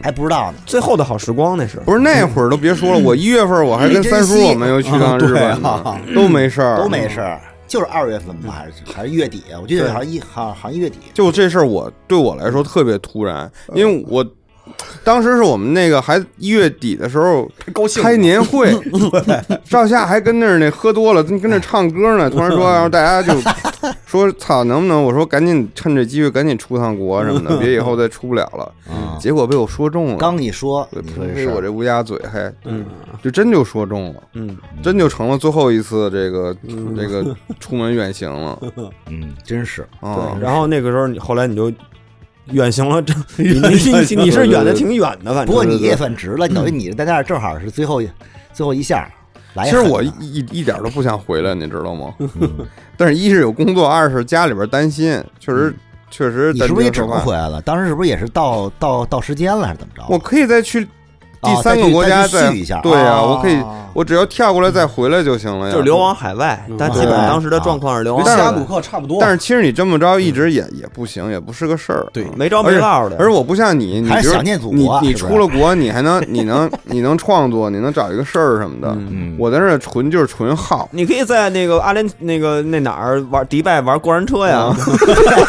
还不知道呢。
最后的好时光那是，
不是那会儿都别说了，我一月份我还
嗯
跟三叔我们又去趟日本呢，都没事儿，
啊都没事儿，就是二月份吧，还是还是月底？啊我记得好像一好像好像一月底。嗯
就这事儿，我对我来说特别突然，因为我当时是我们那个还一月底的时候
高
开年会，赵夏还跟那儿那喝多了，跟跟那儿唱歌呢。突然
嗯
说，然后大家就说：“操，能不能？”我说：“赶紧趁这机会赶紧出趟国什么 的，别以后再出不了了。”结果被我说中了。
啊嗯刚一说，
嗯对
你说这
呸！
事
我
儿啊
这乌鸦嘴，嘿，嗯，就真就说中了，嗯，真就成了最后一次这个这个出门远 行了
嗯，真是
啊。
然后那个时候你后来你就远行了， 这你你你是远的挺远的，反正
不过你也算值了，你等于你在那儿正好是最后一最后一下来
嗯其
狠
实
了。
我一一一点都不想回来，你知 道吗？嗯但是一是有工作，二是家里边担心，确实确实
嗯你
担
是不是也
心
只
说
能
话。
回来了？当时是不是也是到到到时间了，还是怎么着？
我可以再去第
哦
三
啊再
个
去
国家
再去
再
续一下
对呀，
哦
我可以，我只要跳过来再回来就行了
啊
呀。
就是流亡海外，但基本
对
当时的状啊况是流
跟
亡
但
海
是
峡
外
谷。课差不多，
但是其实你这么着一直也
嗯
也不行，也不是个事儿。啊
对
没着没落的
而且而且我不像你，你
还是
比如
想念祖
你
国啊
你
是不是
出了国，你还能你能你能创作，你能找一个事儿什么的。
嗯
我在那儿纯就是纯耗，
你可以在那个阿联那个那哪儿玩迪拜玩过山车呀，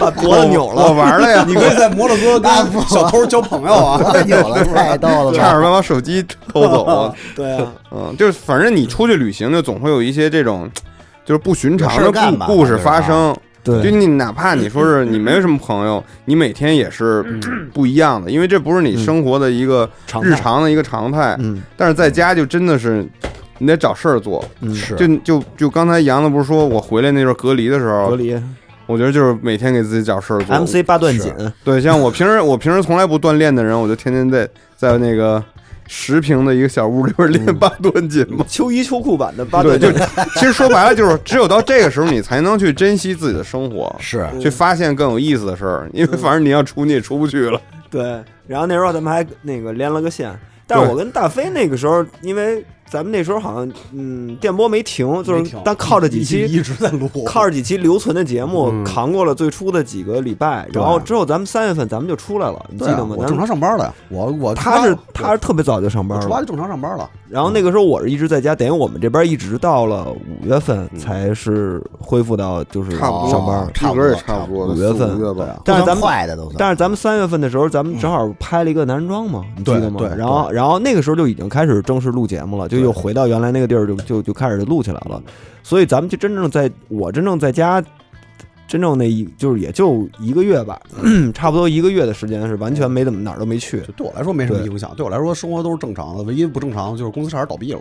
把脖子扭
我
了，
玩了呀，
你可以在摩洛哥跟小偷交朋友啊，
太牛 了，太逗了
差
吧！
点把我手机偷走了。
对啊，
嗯，就是反正你出去旅行，就总会有一些这种就是不寻常
有事
的
儿干吧
故故事发生。
啊对
就你哪怕你说是你没有什么朋友，你每天也是不一样的，因为这不是你生活的一个
嗯常态
日常的一个常态。
嗯
但是在家就真的是你得找事儿做。
嗯，
是
就就就刚才杨子不是说我回来那阵儿隔离的时候，
隔离
我觉得就是每天给自己找事儿做。
MC 哦八段锦，
对，像我平时我平时从来不锻炼的人，我就天天在在那个十平的一个小屋里边
嗯
练八段锦嘛。
秋衣秋裤版的八
啊对，
段
就
锦，
其实说白了就是，只有到这个时候，你才能去珍惜自己的生活，
是
去发现更有意思的事儿。因
嗯
为反正你要出，你也出不去了。
对，然后那时候咱们还那个连了个线，但是
对
我跟大飞那个时候，因为咱们那时候好像嗯电波没停， 就是但靠着几期
一直在录，
靠着几期留存的节目、扛过了最初的几个礼拜，然后之后咱们三月份咱们就出来了，你记
对啊
得吗？
我
咱
正常
们
上班了呀，我我
他是
出发
他是特别早就上班
我出发
了
就，正常上班了，
然后那个时候我是一直在家，等于我们这边一直到了五月份才是恢复到就是
差不多
上班。
差不
歌
多
也差不多，
五月份
四五月
对
吧
啊。
但是
不
咱
算
们
快的都算，
但是咱们三月份的时候，咱们正好拍了一个男人装嘛，你记得吗？
嗯对对
然后，然后那个时候就已经开始正式录节目了，就又回到原来那个地儿就，就就开始录起来
嗯
了。所以咱们就真正在我真正在家，真正那一就是也就一个月吧，
嗯
差不多一个月的时间是完全没怎么哪儿都没去
就。对我来说没什么影响，对我来说生活都是正常的，唯一不正常的就是公司差点倒闭了，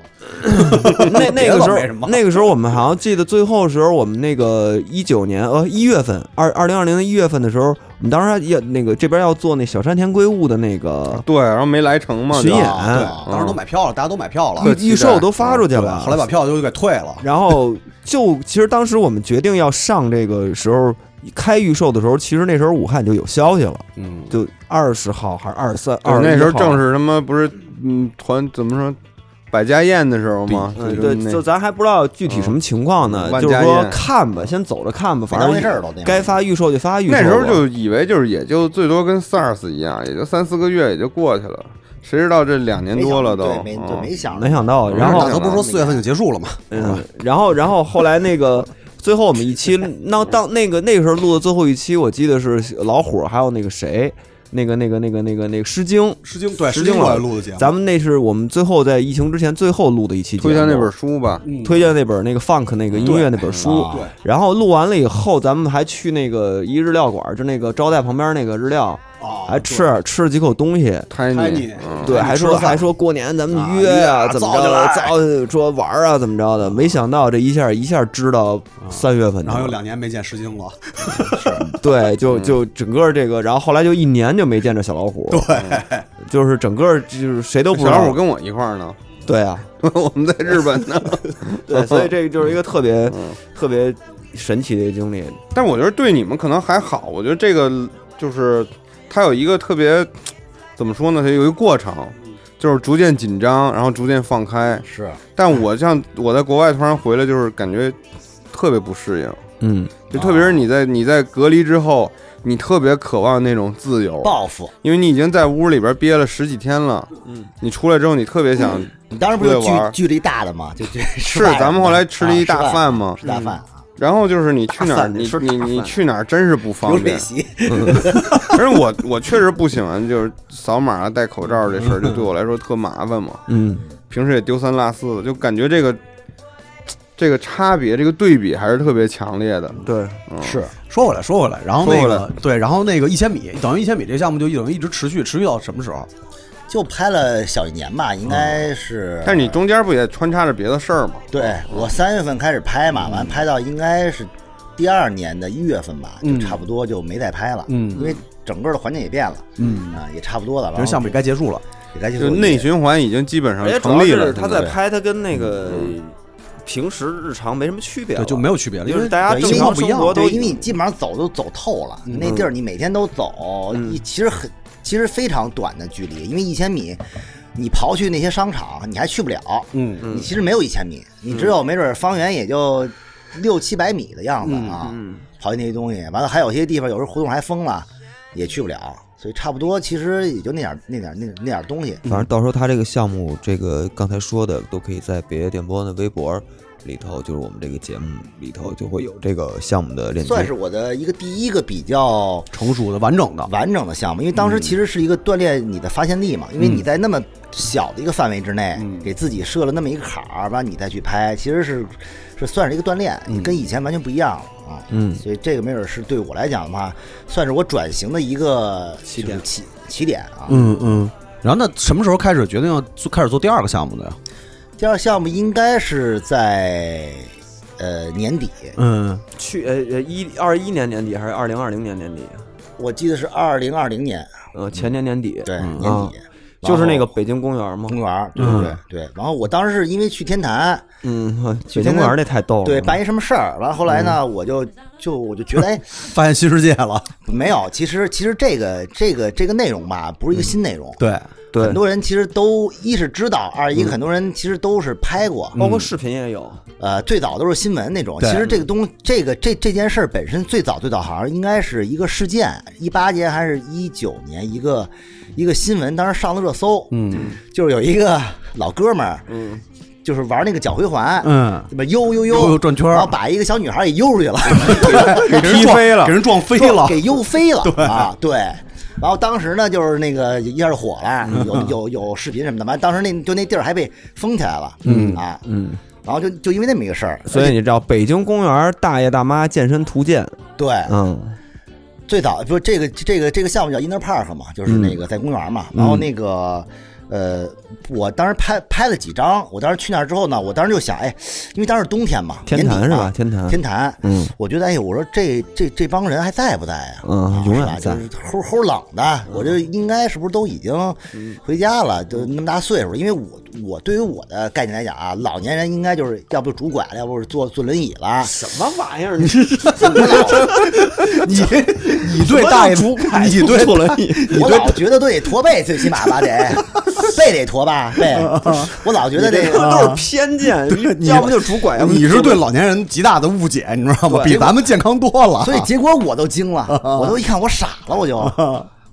那那个时
没什么
候，那个时候我们好像记得最后时候，我们那个一九年呃一月份二二零二零年一月份的时候，我们当时还也那个这边要做那小山田圭吾的那个
啊对，然后没来成嘛，
巡演
就
对，啊当时都买票了，大家都买票了，
对
预预售都发出去
嗯对
嗯了，
后来把票就给退 了，
然后就其实当时我们决定要上这个时候开预售的时候，其实那时候武汉就有消息了，
嗯，
就二十号还是二十三，
对
二
那时候正是他妈不是嗯团怎么说百家宴的时候嘛，
嗯
就
对
是，那
就咱还不知道具体什么情况呢，
嗯万
就是
家
说
宴
看吧，先走着看吧，
没
反
当回事
正
儿都那
该发预售就发预售吧。
那时候就以为就是也就最多跟 SARS 一样，也就三四个月也就过去了，谁知道这两年
没
多了都
对，没就
嗯
没想
没想到，然后
大哥不是说四月份就结束了吗？
嗯，然后然后后来那个。最后我们一期，那到那个那个时候录的最后一期，我记得是老虎，还有那个谁，那个那个那个那个那个诗经，
诗经对
石
诗
经
经
老
我
师
也录的节目，
咱们那是我们最后在疫情之前最后录的一期节目，
推荐那本书吧，
推荐那本那个 funk 那个音乐那本书
啊，
对
然后录完了以后，咱们还去那个一日料馆，就那个招待旁边那个日料，
啊，
还吃吃了几口东西。
拍
拍
你
你，
嗯
对，
还
还
吃
说
了饭
还说过年咱们约啊，
啊
怎么
造
着
起
的，
来
造说玩啊，怎么着的？没想到这一下一下知道三月份去
嗯
了，
然后有两年没见诗经了，
对，就就整个这个，然后后来就一年就没见着小老虎，对，就是整个就是谁都不知
小
道。
老虎跟我一块儿呢，
对啊，
我们在日本呢。
对，所以这个就是一个特别、
嗯
特别神奇的一个经历。
但我觉得对你们可能还好，我觉得这个就是它有一个特别怎么说呢，它有一个过程，就是逐渐紧张，然后逐渐放开。
是
但我像我在国外突然回来，就是感觉特别不适应，
嗯，
就特别是你在你在隔离之后，你特别渴望那种自由，
报复。
因为你已经在屋里边憋了十几天了。嗯，你出来之后，你特别想
你当时不是
出去玩儿
距距离大的吗？就是啊
是咱们后来吃了一大饭嘛嗯
吃大饭啊，
然后就是你去哪
大
儿，
饭
你
吃
你
大
你
饭
去哪儿真是不
流
方便
水。席，
而且我我确实不喜欢就是扫码啊、戴口罩这事儿，就对我来说特麻烦嘛。
嗯，
平时也丢三落四的，就感觉这个这个差别、这个对比还是特别强烈的。
对，
嗯、
是说回来，说回来，然后那
说回
个对，然后那个一千米，等于一千米这项目就一等于一直持续，持续到什么时候？
就拍了小一年吧，应该是。
嗯但是你中间不也穿插着别的事儿吗？
对我三月份开始拍嘛，
嗯
完拍到应该是第二年的一月份吧，
嗯
就差不多就没再拍了，
嗯
因为整个的环境也变了，
嗯
啊，也差不多了，
其
然
实
后
项目也该结束了。
也该结束
就
了
内循环已经基本上
而且主
成
要
立了。
是他在
对
拍，他跟那个
嗯
平时日常没什么区别了，
对，就没有区别了，因
就
为
是大家
对
正
因为
常
不一嗯
生
样
活都
哦对，因为你基本上走都走透了，那地儿你每天都走，
嗯
你其实很其实非常短的距离，因为一千米，你刨去那些商场，你还去不了，
嗯
你其实没有一千米，你只有没准方圆也就六七百米的样
嗯
子啊，刨去那些东西，完了还有些地方有时候胡同还封了，也去不了，所以差不多其实也就那点儿那点儿那那点儿东西，
反正到时候他这个项目，这个刚才说的都可以在别的电波的微博里头，就是我们这个节目里头就会有这个项目的链接。
算是我的一个第一个比较。
成熟的、完整的。
完整的项目，因为
嗯
当时其实是一个锻炼你的发现力嘛，因为你在那么小的一个范围之内，
嗯
给自己设了那么一个坎儿，完你再去拍，其实是是算是一个锻炼，
嗯
跟以前完全不一样了啊。
嗯
所以这个没准是对我来讲的话，算是我转型的一个
起点
就是起起点啊。
嗯嗯。然后那什么时候开始决定要做开始做第二个项目的呀？
第二项目应该是在呃年底，
嗯，
去呃呃一二一年年底还是二零二零年年底？啊
我记得是二零二零年，
嗯
呃，前年年底，
对年
啊嗯
底。
就是那
然
个
后
北京公园嘛。
嗯
公园儿，对对对、对。然后我当时是因为去天坛，
嗯，呵
去
北京
天
公
坛
园那太逗了。
对，办一什么事儿，完了后来呢，
嗯
我就就我就觉得，哎，
发现新世界了。
没有，其实其实这个这个这个内容吧，不是一个新内容，
嗯对，嗯
对
很，多人其实都一是知道，二一个很多人其实都是拍过，
嗯包
嗯
括视频也有。
呃，最早都是新闻那种。
对
其实这个东这个这这件事儿本身最早最早好像应该是一个事件，一八年还是一九年一个一个新闻，当时上了热搜，
嗯
就是有一个老哥们儿，嗯，就是玩那个脚回环，
嗯，
怎么悠悠
悠悠转圈儿
然后把一个小女孩给悠出 去了。
给人
踢飞了
给人撞飞
撞
了。
给悠飞了啊，对。然后当时呢，就是那个一下就火了，有有有视频什么的，完当时那就那地儿还被封起来了，嗯啊，嗯，然后就就因为那么一个事儿，
所以你知道北京公园大爷大妈健身图鉴，
对，
嗯，
最早不是这个这个这个项目叫 Inner Park 嘛，就是
嗯
那个在公园嘛，然后那个。呃，我当时拍拍了几张，我当时去那儿之后呢，我当时就想，哎，因为当时冬天嘛，
天坛
年
是
底
吧？
嘛
天坛，
天坛，
嗯，
我觉得哎呦，我说这这这帮人还在不在啊？
嗯
啊
永远
是吧
在嗯
就是齁齁冷的，我这应该是不是都已经回家了？都那么大岁数，因为我我对于我的概念来讲啊，老年人应该就是要不拄拐了，要不是坐坐轮椅了，
什么玩 意儿？你
你你对大爷，你对
错了你，
我老觉得都得驼背，最起码吧得背得驼吧背，我老觉得啊这个。
都是偏见，
你
要不就拄拐，要不就
你是
拄拐
对老年人极大的误解，你知道吗？比咱们健康多了。
所以结果我都惊了，我都一看我傻了，我就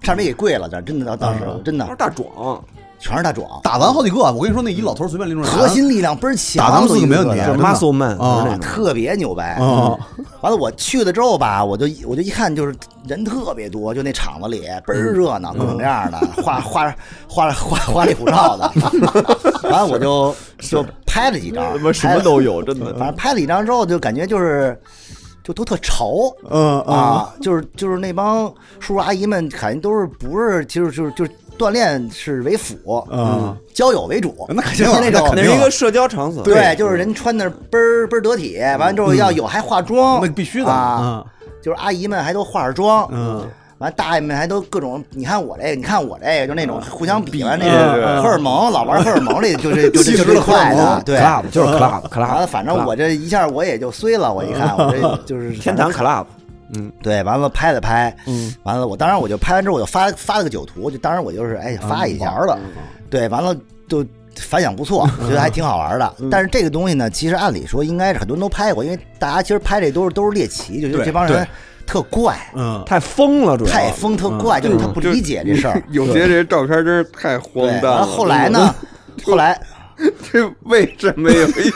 差点给跪了，这真的当时真
都是
的
大壮，
全是大壮，
打完好几个，我跟你说，那一老头随便拎出来，
核心力量倍儿强，
打咱们四个没问题
都一个
就
个
是
的
真的
muscle man，
啊
就是那种
特别牛掰。
啊
完了，我去了之后吧，我就一我就一看就是人特别多，就那场子里
嗯
倍儿热闹，各种各样的，花花花花花里胡哨 的。完了，我就就拍了几张，拍了，
有，真的
反正拍了几张之后，就感觉就是就都特潮。
嗯啊，
啊，就是就是那帮叔叔阿姨们，肯定都是不是，其实就是就是锻炼是为辅，
嗯，
交友为主，
那肯定
就是
那
那种
肯
那
定
是一个社交场所，
对，就是人穿的倍儿倍儿得体，完了之后要有还化妆，
嗯那必须的
啊，。就是阿姨们还都化着妆，
嗯，
完了大爷们还都各种，你看我这个，你看我这个，就那种
嗯
互相比完那
对
个
对
荷尔蒙，老玩荷尔蒙 这就这就这
吸食
就这
了荷尔
快的
蒙，
对。
哦 club 就是 club
完
club，
了，反正我这一下我也就衰了，我一看 我这就是
天坛 club，
对，完了拍了拍，嗯，完了我当然我就拍完之后我就发发了个酒图，就当然我就是哎发一下、玩了，对，完了就反响不错，觉得还挺好玩的。但是这个东西呢，其实按理说应该是很多人都拍过，因为大家其实拍这都是都是猎奇，就觉得
对
这帮
对
人特怪，
嗯，
太疯了，主要
太疯特怪，就是他不理解这事儿。
有些这照片真是太荒
对，
诞
完了
了。嗯
后来呢，后来
这为什么 有一？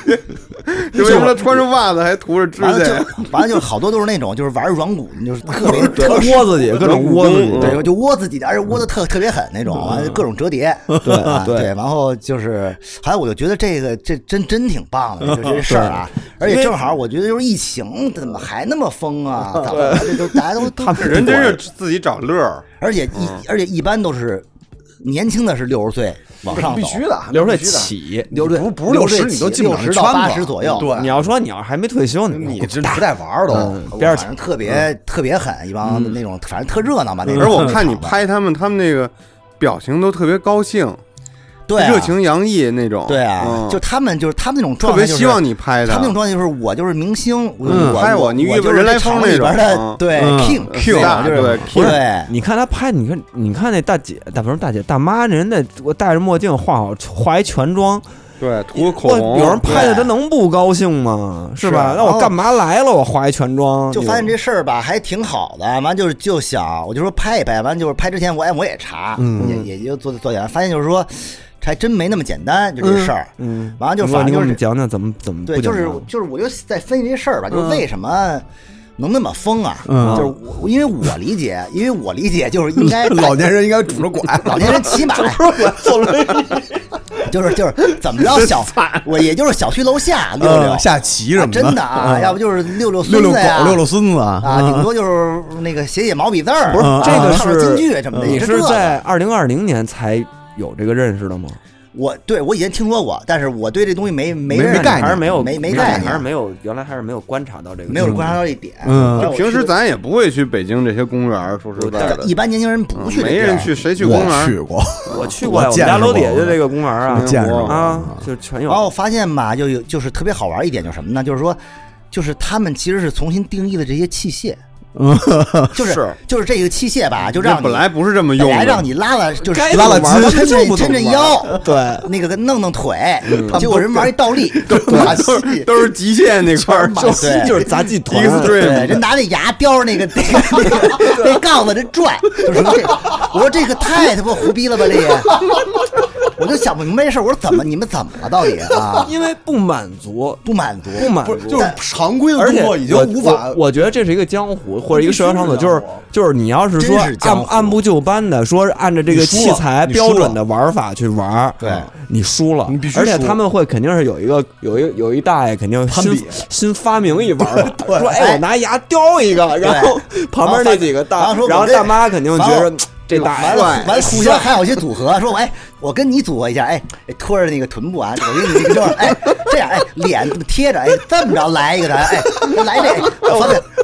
这为什么他穿着袜子还涂着指
完了
甲呀？
就完了就好多都是那种就是玩软骨，就是特别特别
窝自己，各种窝自
嗯
己。
对，就窝自己，而且窝的特特别狠那种，完了各种折叠，对啊对，然后就是，后来我就觉得这个这真真挺棒的，就这事儿
嗯
啊， 而且正好我觉得就是疫情怎么还那么疯 啊，怎么这都大家都他们
人嗯真是自己找乐儿。
而且一而且一般都是年轻的是六十岁往上走
必，须的，
流水
必须的
起。
六十
不不是六十你都进不了
六十
圈
到
子
八十左右，
对
你要说你要是还没退休，你
你这不带玩儿都。
嗯
我
边儿
反正特别特别狠，一帮那种反正特热闹嘛，那种
嗯而我看你
场子
拍他们，他们那个表情都特别高兴，
对啊
热情洋溢那种。
对啊
嗯，
就他们就是他们那种
特
状态，
别
就是
希望你拍的。
他们那种状态就是我就是明星，我
嗯
我
拍我
我
你
我
日本
就是
人来
这场
疯
里
那
边
种
的
嗯
对
嗯
king
King，
那种啊就是
啊对，king
对
你看他拍，你看，你看那大姐，大不是大姐，大妈，人家我戴着墨镜，化好，化一全妆，
对涂口
我
红，
有人拍的，他
对
能不高兴吗？是
是
吧
啊？
那我干嘛来了？我化一全妆，
就
你
发现这事儿吧，还挺好的。完就是就想，我就说拍一拍，完就是拍之前我哎我也查，也也就做做检查，发现就是说还真没那么简单，就这事儿。
嗯，
完了就
你给我
反
你给
正
我
就
们
是
讲讲怎么怎么
对，
不
就是
简单
就是我就在分析这事儿吧，就是为什么。能那么疯啊？
嗯
就是我，因为我理解，因为我理解就是应该
老年人应该拄着拐，
老年人骑马， 就是就是怎么着小，我也就是小区楼下溜溜、
嗯下棋什
啊
么的，
真的啊，
嗯
要不就是溜溜
遛
孙
遛
子
狗
呀，，
遛遛孙子啊
啊，顶多就是那个写写毛笔字儿，
不是
啊
这个
唱唱
是嗯
京剧什么的，
你
也这
是
个
在二零二零年才有这个认识的吗？
我对我以前听说过，但是我对这东西没没认识
那你还是没有
没没
你
概
还是
念，
没有原来还是没有观察到这个，
没有观察到这点。
嗯
后来我
平时
去
咱也不会去北京这些公园儿，说实在的
一，般年轻人不去这
嗯没
地儿，
人去，谁去公园
我去
儿？
过，
我去过呀，
我
我
见
们家
识
楼
过
底下就这个公园啊
嗯
见识过
啊，就全有
然后我发现吧，就有就是特别好玩一点，就是什么呢？就是说，就是他们其实是重新定义了这些器械，就是
是
就是这个器械吧，就
这
让你
本来不是这么
本
用
来
的，
让 你拉拉，就是
该
拉拉
怎么玩
筋
儿
抻
就
抻
不懂
抻着
玩儿嗯
腰，
对，
那个弄弄腿，结果人玩一倒立，
都是都是极限那块儿，
就对
就是杂技团
啊
儿。
对，人
extreme。
拿那牙叼着那个那个那个那杠子，这拽，就是这。我说这个太他妈胡逼了吧，这也。 我就想不明白这事儿，我说怎么你们怎么了到底啊？
因为不满足，
不满足，
不满
不
足
是， 就是常规的
而
动
且
作已经
我
无法
我，我觉得这是一个江湖或者一个社交场所，
必须
就是是就是你要是说
真是江
按
湖
按部就班的，说是按照这个
你输了
器材
你输了
标准的玩法去玩，啊
对
你输了，
你必须
而且
输
他们会肯定是有一个有一有一大爷肯定
攀
新
比
新发明一玩法，
对
说哎我拿牙叼一个，然后旁边那几个
然
大
后说，我
然后
这
大妈肯定觉
然
得
后
这大
完
爷
了，完了，互相还有一些组合，说哎，我跟你组合一下，哎，拖着那个臀部啊，我给你这样，哎，这样，哎，脸这么贴着，哎，这么着来一个咱，哎，来这发病，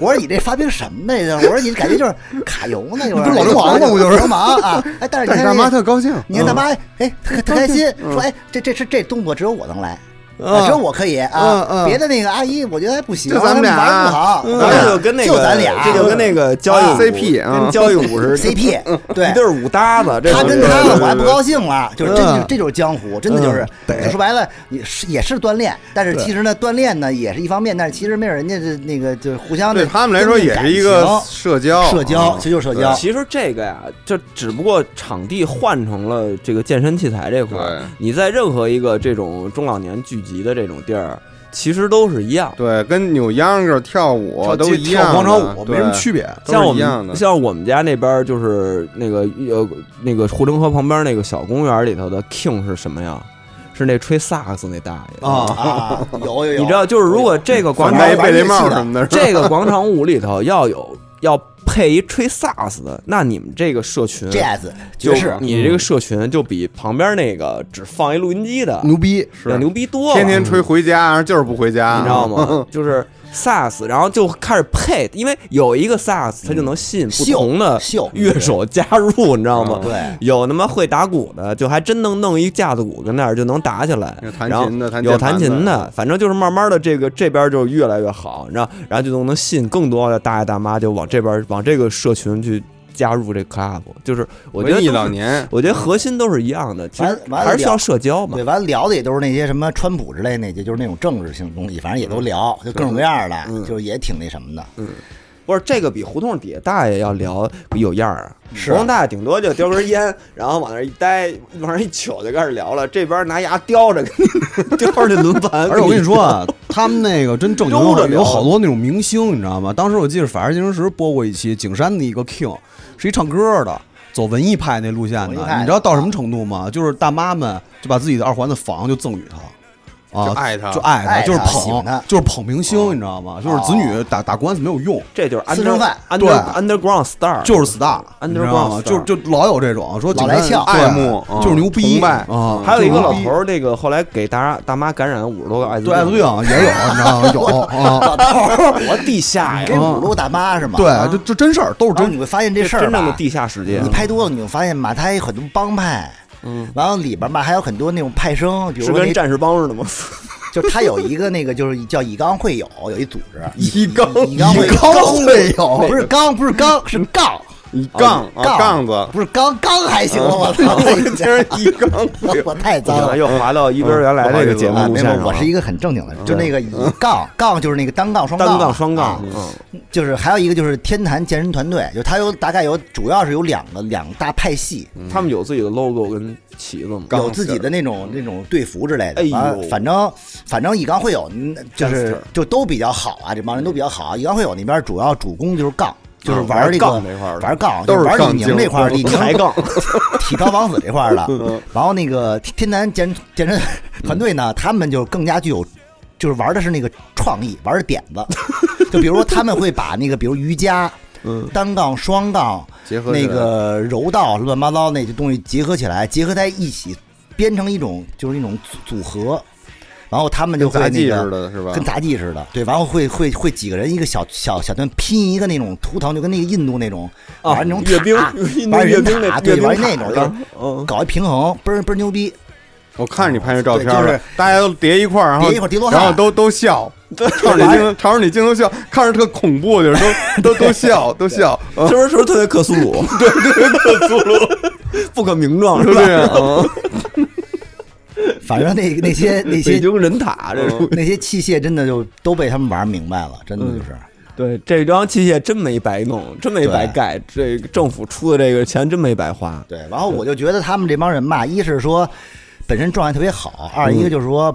我说你这发病什么呢？我说你感觉就是卡油呢，就是
你不是老流氓吗不就是
流氓啊？哎，但是你 看
但是
这
大妈特高兴，嗯
你看大妈，哎，特特开心，说哎，这这是这动作只有我能来。啊只有我可以啊，
嗯嗯嗯
别的那个阿姨我觉得还不行，
就咱们俩
玩得不好，
嗯
咱们俩
这就跟那个
就咱俩，
这就跟那个交
啊
谊舞
CP 啊
跟交谊舞似的，
CP，对，
一对儿舞搭子，这
他
都
跟
是
他
对
了，
对
我还不
对嗯
高兴了，就是这就
嗯
这就是江湖，真的就是，就说白了也是也是锻炼，但是其实呢，锻炼呢也是一方面，但是其实没有人家这那个就是互相
对
的
他们来说也是一
感
个
情
社交，
社交，
嗯
其实就是社交，
其实这个呀，这只不过场地换成了这个健身器材这块儿
对。
你在任何一个这种中老年聚集的这种地儿，其实都是一样。
对，跟扭秧歌、跳舞
跳
都
街
一样的，
跳广场舞没什么
对
区别。
都是
像我
一样的
们像我们家那边儿就是那个呃那个护城河旁边那个小公园里头的 King 是什么呀？是那吹萨克斯那大爷
啊
啊，有
哎
有有，
你知道，就是如果这个广
反
场
戴
舞
一贝雷帽什么的，是吧
这个广场舞里头要有要配一吹萨克斯的，那你们这个社群
jazz
就
爵士，
啊
你这个社群就比旁边那个只放一录音机的
牛逼，
要牛逼多了，
嗯天
哦
天吹啊回家，然后就是不回家，
你知道？ 吗？就是 SARS，然后就开始配，因为有一个 SARS，它就
嗯
能吸引不
秀
同的
秀
乐手加入，你知
嗯
道吗？
对
有他妈会打鼓的，就还真能弄一架子鼓跟那儿就能打起来。
啊有弹
然后
琴的嗯弹
有
键
弹
盘
琴
的
的，反正就是慢慢的这个这边就越来越好，你知道，然后就能能吸引更多的大爷大妈就往这边往这个社群去加入这 club，就是我觉得
文艺
都
老
是
年，
我觉得核心都是一样的，其
完
实
完了
还是需
聊
要社交嘛
对，。完了聊的也都是那些什么川普之
嗯
类那些，就是那种政治性的东西，反正也都聊，就各种各样的，就是也挺那什么的。
不是这个比胡同底下大爷要聊有样儿啊。
是
胡同大爷顶多就叼根烟，然后往那儿一待，往那儿一杵就开始聊了。这边拿牙叼着， 叼着那轮 盘。
而且我跟你说啊，他们那个真正经
悠着聊
有好多那种明星，你知道吗？当时我记得《法制进行时》播过一期，景山的一个 king 是一唱歌的，走文艺派那路线
文艺派
的。你知道到什么程度吗？就是大妈们就把自己的二环的房就赠予他，啊，
就爱他
就爱
爱他
就是
喜欢他
捧，就是捧明星，你知道吗？就是子女打打官司没有用，
这就是
私生
under
饭
under underground star，
就是 star，你知道
Underground
吗？
star
就就老有这种说景
老
山
来俏
对
爱慕嗯
就是牛逼
崇拜
啊，
还有一个老
就是牛逼
头儿，那个后来给大家大妈感染五十多个艾滋
对艾滋病也有，你知道吗？有啊，
多地下
哎
给
呀，哦
五路大妈是吗？
对，就就真事儿，都是
然后
真
你会发现这事儿
真正的
吧
地下世界
你。拍多了，你就发现吧，它还有很多帮派。嗯，完了里边吧还有很多那种派生，比如
是
说那
跟战士帮似的 吗？
就是他有一个那个就是叫以刚会友，有一组织。
一杠
以刚会
以刚会友
不是刚，不是刚，是杠
一 杠
哦
啊杠子，
不是刚刚还行，我操！
竟然一杠
我 我太脏了。
又滑到一边原来这个节目
啊，
路
没
线
有
上，了。
我是一个很正经的人，就那个以杠杠就是那个单杠双
单杠
杠
双
啊
杠，嗯，
就是还有一个就是天坛健身团队，就是它有大概有主要是有两个两大派系，
他们有自己的 logo 跟旗子吗？
有自己的那种那种队服之类
哎
的。
呦
完了反正反正以刚会友嗯就是就都比较好啊，这帮人都比较好。以刚会友那边主要主攻就是杠，就是
嗯
玩这个
玩杠这块儿的
玩杠，
都是
玩
杠
李
精
宁
嗯
这 块儿，李宁
抬杠，
体操王子这块儿的。然后那个天坛健健身团队呢，他们就更加具有，就是玩的是那个创意，玩的点子。就比如说他们会把那个，比如瑜伽。
嗯
单杠、双杠，
结合起
那
来
个柔道乱七八糟那些东西结合起来，结合在一起，编成一种就是一种组组合，然后他们就会
杂
那
技
个
似的，是吧？
跟杂技似的，对，然后会会会几个人一个小小小团拼一个那种图腾，就跟那个印度那种
啊
玩那种
阅兵
塔
印度
玩
阅
人
兵那
塔，
阅
对，
兵
玩那
塔
种
似
就
的
是
嗯
搞一平衡，倍儿倍儿 牛逼。
我看着你拍那照片了，
对就是
大家都叠一块儿，然后
叠一块儿叠罗汉
然后都都笑， 朝着你镜，朝着你镜头笑，看着特恐怖，就是 都都都笑，都笑，嗯
是不是是不是特别克苏鲁？对，特别克苏鲁，不可名 状
就是这
啊
吧？
样。嗯
反正那那些那
北
些
京人塔这是。
那些器械真的就都被他们玩明白了，真的就是。
对，这张器械真没白弄，真没白
对
盖，这个政府出的这个钱真没白花。
对，然后我就觉得他们这帮人吧，一是说本身状态特别好，二
嗯
一个就是说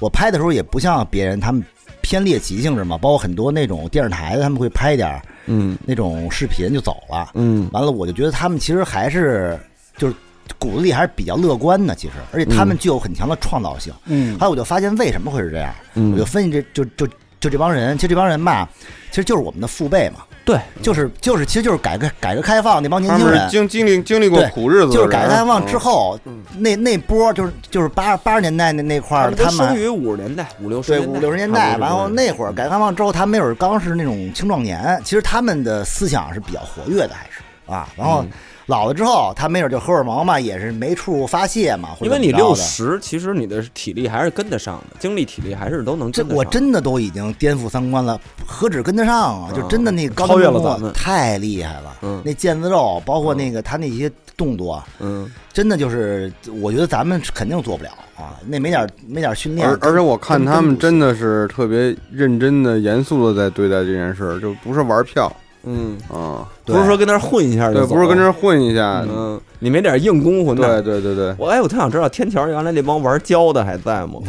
我拍的时候也不像别人，他们偏猎奇性质嘛，包括很多那种电视台的，他们会拍点儿
嗯
那种视频就走了。
嗯，
完了，我就觉得他们其实还是就是骨子里还是比较乐观的，其实，而且他
嗯
们具有很强的创造性。
嗯
还有我就发现为什么会是这样，
嗯
我就分析这就就就这帮人，其实这帮人吧，其实就是我们的父辈嘛，
对，
就是就是其实就是改革改革开放那帮年
他
轻
们是
人。
经经历经历过
对
苦日子的人，
就是改革开放之
嗯，
后，那那波就是就是八八十年代那那块儿，
他
他
们都生
们
于五十年代，五六十
对
年代
五六十年代，然后那
嗯
会儿改革开放之后，他们那会儿刚是那种青壮年，其实他们的思想是比较活跃的，还是啊。然
嗯
后老了之后，他没准就荷尔蒙嘛，也是没处发泄嘛，或
因
者
为
怎么
你
着的
六，十，其实你的体力还是跟得上的，精力体力还是都能
这
跟得上。
我真的都已经颠覆三观了，何止跟得上啊？就真的那个高
嗯超越了
中
咱们
太厉害了
嗯，
那腱子肉，包括那个他那些动作，
嗯，
真的就是，我觉得咱们肯定做不了啊，那没点没点训练哎
而。而且我看他们
真
真的是特别认真的、严肃的在对待这件事儿，就不是玩票
嗯，
啊，
对
不是说跟那儿混一下就
对，
走
不是跟这儿混一下，嗯
嗯，你没点硬功夫
对
呢。
对对对，
我哎，我特想知道天桥原来那帮玩胶的还在吗？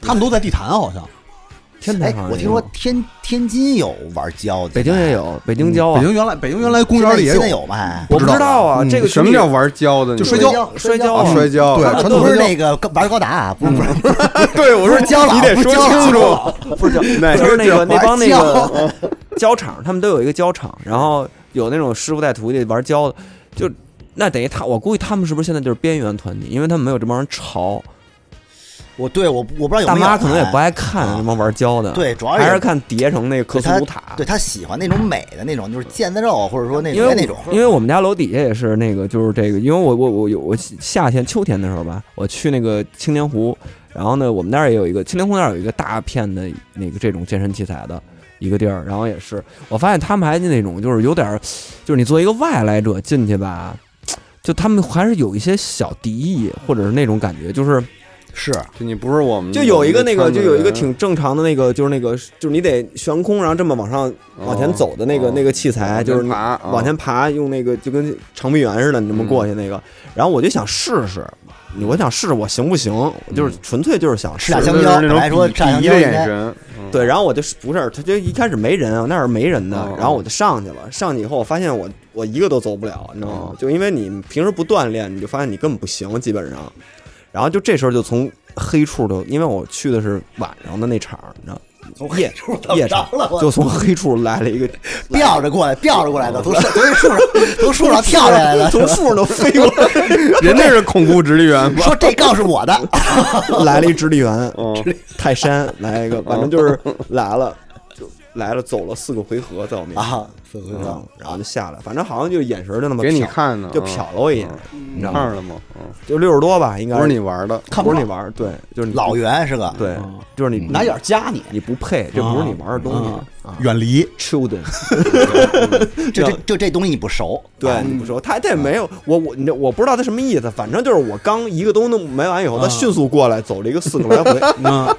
他们都在地坛好像，
天台
哎
好像，
我听
有
说天天津有玩胶的，
北京也
有，
有北京胶
嗯北
啊，
京原来北京原来公
现在
园里也
现在
有，
有哎吧？还
我不知道啊，
嗯
这个
什么叫玩胶的？
就
你
摔跤
摔跤
啊，摔跤，
对，传统
不
摔
是
跤
那个高玩高达啊，不是不
嗯
是不是
对，我
不
说
是胶了
你得
不是
说
胶了
清楚，不是 哪
就是那个
叫
那帮那个 胶场，他们都有一个胶场，然后有那种师傅带徒弟玩胶的，就那等于他，我估计他们是不是现在就是边缘团体，因为他们没有这帮人潮，
我对我我不知道有没有
大妈可能也不
哎
爱看
啊
那帮玩胶的，
对主要是
还是看叠成那个克
对
苏
他
鲁塔，
对他喜欢那种美的那种，就是腱子肉或者说那
因
种
为
哎那种
我因为我们家楼底下也是那个，就是这个，因为我我我有我夏天秋天的时候吧，我去那个青年湖，然后呢，我们那儿也有一个青年湖那儿有一个大片的那个这种健身器材的一个地儿，然后也是我发现他们还那种就是有点儿，就是你作为一个外来者进去吧，就他们还是有一些小敌意或者是那种感觉，就是
是
就你不是我们，
就有一个那个，
我们
就
这
有一个
圈子
挺正常的那个，就是那个，就是你得悬空，然后这么往上
哦
往前走的那个
哦
那个器材，
往前
就是你
爬嗯哦
往前爬，用那个就跟长臂猿似的，你这么过去那个。然后我就想试试，我想试试我行不行，我就是纯粹就是想
吃
试
俩。香
人
蕉，
嗯
本
就是那种
来说
鄙
吃俩香
鄙夷
蕉
的
应
眼
该
神，嗯，
对，然后我就不是，他就一开始没人啊，那儿没人的
哦，
然后我就上去了。上去以后，我发现我我一个都走不了，你知道吗？
哦
就因为你平时不锻炼，你就发现你根本不行，基本上。然后就这时候就从黑处就，因为我去的是晚上的那场，你知道吗。
从
夜
处怎么
夜
着
场
了？我
就从黑处来了一个，
吊着过来，吊着过来的，从上从树上从树上跳下来的。
啊从树 上都飞过
人家是恐怖直立员吧？
说这杠是我的，
来，来了一直立员，
嗯，
泰山来一个，反正就是 来了，就来了，走了四个回合在我面前
啊四个回合
嗯然后就下来，反正好像就眼神就那么
给你
瞟
看呢
就
嗯
瞟了我一眼，你
你
知道
看
吗？
着了吗？嗯，
就六十多吧，应该
不是你玩的，
看
不嗯是
不
你玩儿，对，就是你
老袁是个，
对，就是
嗯
你
拿眼夹你，
你不配，这不是你玩的东西啊
啊远离，
，children。
就这就这东西你不熟，
对，
嗯
你不说，他他也没有我我你这我不知道他什么意思，反正就是我刚一个东西没完以
嗯
后，他迅速过来走了一个四个 来回，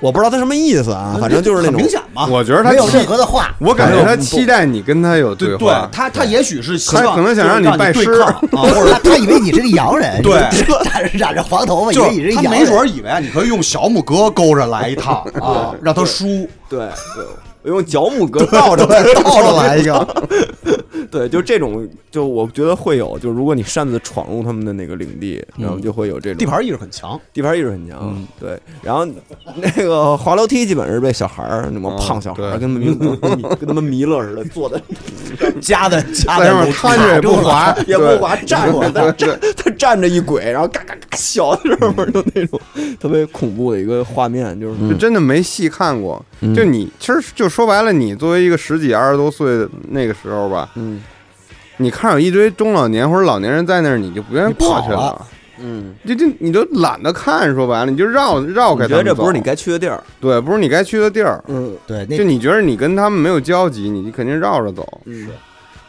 我不知道他什么意思啊，反正就是
嗯
那
很
种
明显嘛。
我觉得他
没有
期
任，何的话，
我感觉他期待你跟他有
对
话，
他，他也许是希
他
望
可能想让
就是
你
让
拜
对
师
抗 啊，或者
他他以为你是个洋 人，
对
你染染着黄头发，以
就
为你是
是
个
他
洋
没
人，
准儿以为啊，你可以用小拇哥勾着来一趟啊，让他输，
对对，我用脚拇哥倒着
倒着来一个。
对，就这种，就我觉得会有，就如果你擅自闯入他们的那个领地，然后就会有这种
嗯地盘意嗯识很强，
地盘意识很强，对。然后那个滑楼梯基本是被小孩儿，那
啊
么
嗯
胖小孩儿跟
对
他们 迷跟他们弥勒似的坐在，
夹的夹
在
的
上面
他
看着也不滑，
也不
对
滑，站着的站 他站着一鬼，然后嘎嘎嘎笑，知道吗？就那种特别恐怖的一个画面，就是 嗯
就真的没细看过。就你其实就说白了，你作为一个十几二十多岁的那个时候吧，
嗯
你看有一堆中老年或者老年人在那儿，你就不愿意过去
你跑
了
了。
嗯，
这这你都懒得看，说白了，你就绕绕
我
开
觉
他
得
们
这不是
走
你该去的地儿，
对，不是你该去的地儿。
嗯。
对，那
就你觉得你跟他们没有交集，你肯定绕着走。
嗯，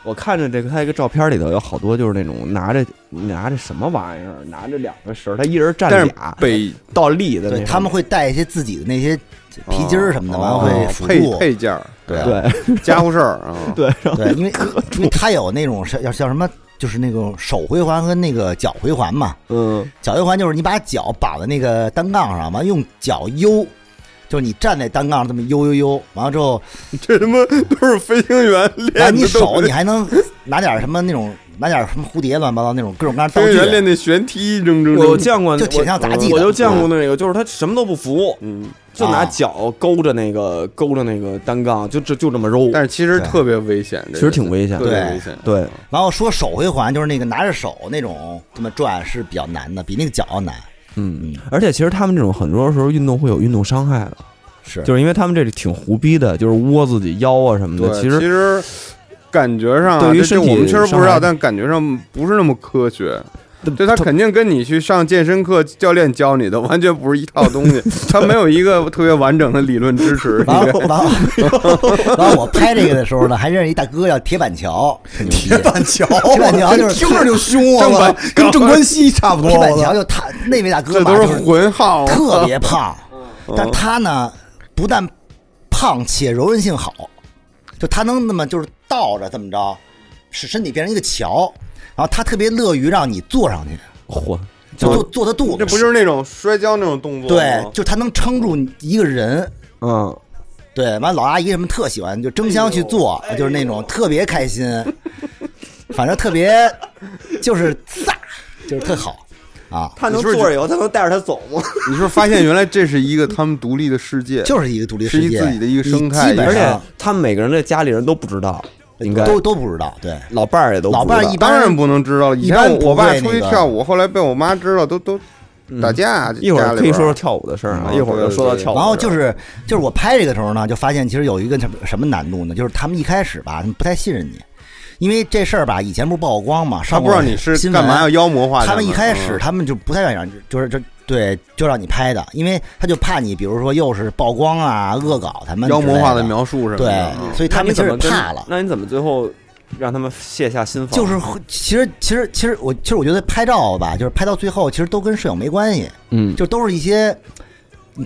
我看着这个他一个照片里头有好多就是那种拿着拿着什么玩意儿，拿着两个绳儿，他一人站
但是
俩
北
倒立的那
对
种
他们会带一些自己的那些哎皮筋儿什么的，完了
哦
会辅
配
助，
配件儿，
对啊
对
家伙事儿啊。
对，然后
对，因为因为他有那种是要叫什么，就是那种手回环和那个脚回环嘛，
嗯
脚回环就是你把脚绑在那个单杠上，完了用脚悠，就是你站在单杠上这么悠悠悠，完了之后，
这他妈都是飞行员
然后
练
你
的
手
都，
你还能拿点什么那种拿点什么蝴蝶乱七八糟那种各种各样道
飞行员
具，
练那悬梯，扔扔
我
扔。
见过，
就挺像杂技的嗯
我就见过那个，就是他什么都不服，
嗯，
就拿
啊
脚勾着那个勾着那个单杠，就就就这么揉，
但是其实
对
特别危险，这
嗯其实
个
挺危险
特别
的，
对
危险。
对，
然后说手回环就是那个拿着手那种这么转是比较难的，比那个脚要难，
嗯，而且其实他们这种很多时候运动会有运动伤害的，
是
就是因为他们这里挺胡逼的，就是窝自己腰啊什么的，
对，
其
其
实
实感觉上啊
对于
这
身体
这我们确实不
伤害
知道，但感觉上不是那么科学。
对
就他肯定跟你去上健身课，教练教你的完全不是一套 东西，他没有一个特别完整的理论支持。
然后，然 后，然后我拍这个的时候呢，还认识一大哥叫铁板桥，
铁板桥，
铁板桥就是
听着就凶啊，
正
我
版
操跟郑关西差不多。
铁板
我操
桥就他那位大哥
这
吧，
都
就是
浑号，
特别胖，
嗯
但他呢不但胖且柔韧性好，就他能那么就是倒着这么着，使身体变成一个桥，然后他特别乐于让你坐上去，
嚯，
就
嗯
坐坐他肚子，
这不就是那种摔跤那种动作
对
吗？，
就他能撑住一个人。
嗯，
对，完老阿姨什么特喜欢，就争相去做，就是那种特别开心，反正特别就是飒，就是特好啊，
他
能
能
坐
坐
着
着以后，他能带着他走吗？
你是不是发现原来这是一个他们独立的 世界，
就是一个独立
是
世
一
界，
自己的一个生态
你基
而
本
且
上
他们每个人的家里人都不知道，应该
都都不知道，啊对，
老伴儿也都不
老
知道
伴儿一
当
般
然不能知道了。以
一
前
般
我
不
我爸
会
出
那
去
个嗯
跳舞，后来被我妈知道，都都打架。
一会
家
儿
里
可以
边
说说跳舞的事儿啊，
嗯
一会儿就说到跳舞的事儿。
然后就是就是我拍这个时候呢，就发现其实有一个什么什么难度呢？就是他们一开始吧，他们不太信任你，因为这事儿吧，以前不是曝光嘛，
他
上
不知道你是
新闻啊
干嘛要妖魔化
他
们
们一开始
嗯
他们就不太愿意让，就是这对，就让你拍的，因为他就怕你，比如说又是曝光啊、恶搞他们
妖魔化
之类
的
的
描述什么的，
对，
嗯
所以他
那你
们就
怎
是
么跟
怕了。
那你怎么最后让他们卸下心防。
就是会其实其实其实我其实我觉得拍照吧，就是拍到最后，其实都跟摄影没关系，
嗯，
就都是一些，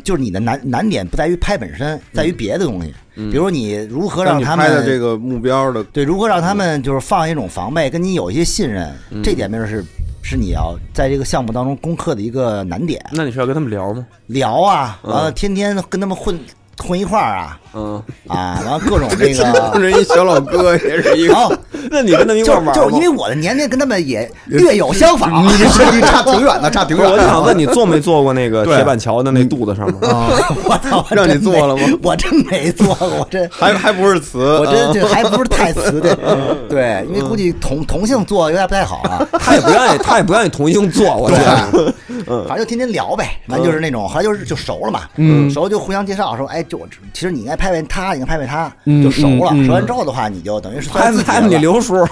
就是你的难难点不在于拍本身，在于别的东西，比如你如何
但
让
嗯你
他
拍的
们
这个嗯目 标的
对，如何让他们就是放一种防备，跟你有一些信任，
嗯
这点面是是你要在这个项目当中攻克的一个难点。
那你是要跟他们聊吗？
聊啊，完了天天跟他们混混一块儿啊
嗯，
啊，完了各种这个，
人一小老哥也是一
然
个，
后
那你跟他们一块
就
玩吗？
就是因为我的年龄跟他们也略有相仿，
你这你差挺远的，差挺
不
远
是，
的。
我就想问 你坐没坐过那个
对
铁板桥的那肚子上 面？
我操，我
让你
真
做
没
了吗？
我真没做，我真。
还还不是词，啊
我真这还不是太词的， 对，因为估计同同性做有点不太好啊，
他也不愿意，他也不愿意同性做，我觉得。
对，反正就天天聊呗，反正就是那种，后来就是就熟了嘛，嗯，熟就互相介绍说，哎，就我其实你应该拍拍他，你应该拍拍他，就熟了。熟完之后的话，你就等于是算
拍
是自己
拍
人
你
了，
刘叔，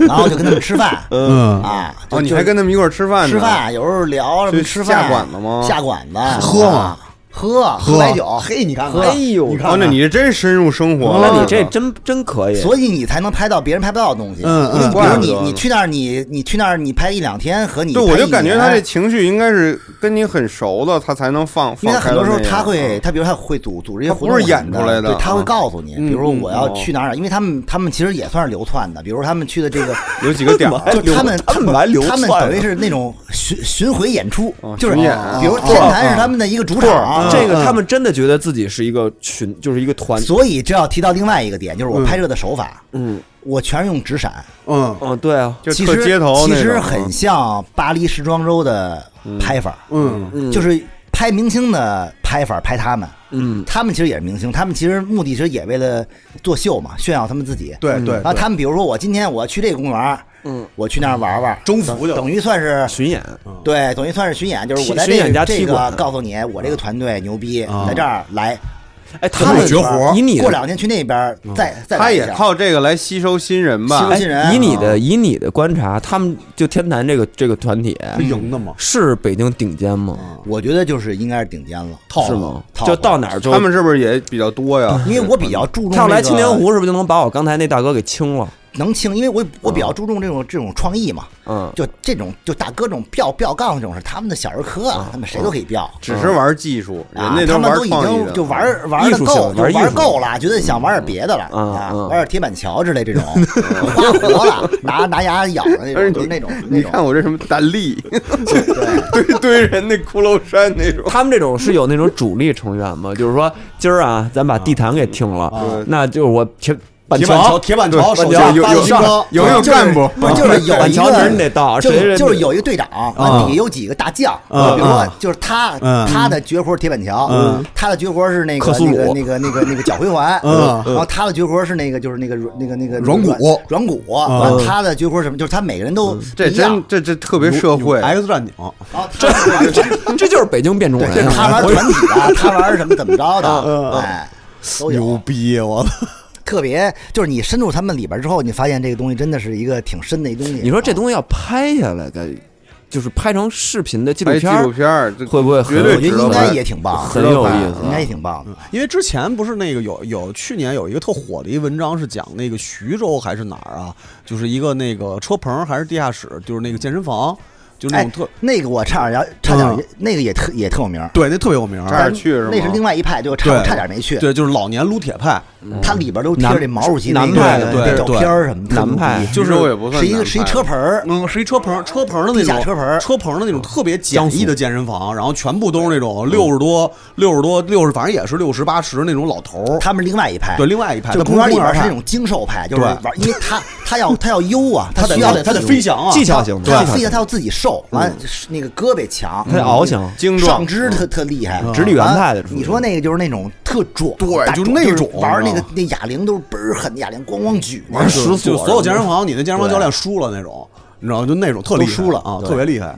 然后就跟他们吃饭，
嗯，
啊，就
哦，你还跟他们一块儿吃饭呢？
吃饭，有时候聊什么吃饭，
下馆子吗
下馆子，
喝吗
啊？喝
喝
白酒，嘿，你看
哎呦，哦
哦，那你这真深入生活
哦
了，
那你这真真可以。
所以你才能拍到别人拍不到的东西。
嗯嗯
因为比
怪
如
不
你
得呢
你去那儿，你你去那儿，你拍一两天和你
对，
拍
我就
一
感觉
年
他这情绪应该是跟你很熟了，他才能放
因为
放
他
开
很
了
多时候
那样啊
他会，他比如他会组组织一些
他
活动
不
什
是
么
演出来的
对，他
嗯哦
会告诉你，比如说我要去哪儿，因为他们他们其实也算是流窜的，比如他们去的这个，
有几个点 儿，
就他们
他们来流窜
他们等于是那种巡巡回演出，就是
巡演
比如天坛是他们的一个主场，啊
这个他们真的觉得自己是一个群，就是一个团。
所以这要提到另外一个点，就是我拍摄的手法，
嗯
我全是用纸闪，
嗯
嗯，对啊，
就
其
特
实
街头
其
那
实
种啊
很像巴黎时装周的拍法，
嗯
嗯
就是拍明星的拍法，拍他们。
嗯，
他们其实也是明星，他们其实目的其实也为了做秀嘛，炫耀他们自己。
对对
然后啊他们比如说我今天我要去这个公园，嗯，我去那儿玩玩，
征服去了
等于算是
巡演，
对，等于算是巡演，就是我在
啊巡巡
这
演加
个
踢
这
馆啊
个告诉你，我这个团队牛逼，在这儿来，
哎，他们
绝活
以你
过
的啊
两天去那边再再
他
来一
也
下
靠这个来吸收新人吧
吸收？新人，
哎以你的以你的观察，他们就天坛这个这个团体
不赢的嘛，
是北京顶尖吗？
我觉得就是应该是顶尖了，
是吗？
套
就
了
到哪儿就
他们是不是也比较多呀？
因为我比较注重
跳来
这
青
个
年湖是不啊是就能把我刚才那大哥给清了？
能清，因为我我比较注重这种这种创意嘛，
嗯，
就这种就大哥这种飙飙杠这种是他们的小儿科啊，他们谁都可以飙。
只是玩技术，人
啊
家，
他
玩
们都已
创意
经
的，啊
就玩玩的
艺术性
够，就
玩艺术
玩够了，觉得想玩点别的了
嗯
啊，
嗯
玩点铁板桥之类这种，花活了，拿拿牙咬的那
但是
种，就是
你
那种那
你看
种。
我这什么大力， 堆堆人那骷髅山那 种，
他们这种是有那种主力成员吗？就是说，今儿啊，咱把地坛给听了
啊，
那就是我铁板
铁板桥
桥
铁板桥
对
手
板
下
桥有
八
有
路军高
有没有干部？
不是就是 有
板
一
桥人得
个，
到，
就
谁
是
人
就是有一个队长，啊，底下有几个大将，
嗯
比如说
嗯
就是他，
嗯
他的绝活是铁板桥
嗯，
他的绝活是那个
克苏
那
鲁
个那个那个那个脚回环，
嗯
然后他的绝活是那个就是那个那个那个
软骨
软骨，然后他的绝活是什么？就是他每个人都不
这
一样
真这这特别社会，
X 战警，
然后他是软骨
这就是北京变种
对，
人
他
啊。
玩团体的，他玩什么怎么着的，哎，都
牛
有。
逼！我操，
特别就是你深入他们里边之后，你发现这个东西真的是一个挺深的一东西。
你说这东西要拍下来的，就是拍成视频的纪录
拍纪
片儿
录，片儿，这
会不会很
绝
啊我
对
觉
值
得
得
应该
拍
也挺棒，
很有意思
应该也挺棒的。
因为之前不是那个有有去年有一个特火的一文章是讲那个徐州还是哪儿啊，就是一个那个车棚还是地下室，就是那个健身房，就是那
哎
种特，
那个我差点要，差点
嗯
也那个也特也特有名儿，
对，那特别有名儿。
这儿去是吗？
那是另外一派，就差
对
差点没去。
对，就是老年撸铁派，
它里边都贴着这毛主席那
南
个
派的
那
对
照
对
片儿什么的，
南派
徐
就是
州也不算
是一个
南
是一
派
车盆儿，
嗯，是一车棚，车棚的那
地下
种
车棚
车棚的那种特别简易的健身房，然后全部都是那种六十多、六十多、六十，反正也是六十八十那种老头儿。
他们是另外一派。
对，另外一派，他
就
不
公
是
园里边是
派
那种精瘦派，就是
对
玩，因为他他要他要优啊，
他得
需
他
要
得他得
自己
飞翔啊，
技巧型，
他要
技巧
飞翔，
型
他要自己瘦，完了是那个胳膊强，嗯
他得翱翔
精壮
上肢特特厉害，啊
直立原派的
完了你说那个就是那种特壮，
对
大
就
壮
那
是
种
玩那
你知
个
道
那哑铃都是倍儿狠，哑铃咣咣举那
就
种，
是就所有健身房，你那健身房教练输了那种，你知道吗就那种特厉害
都输了
啊，
对嗯
特别厉害。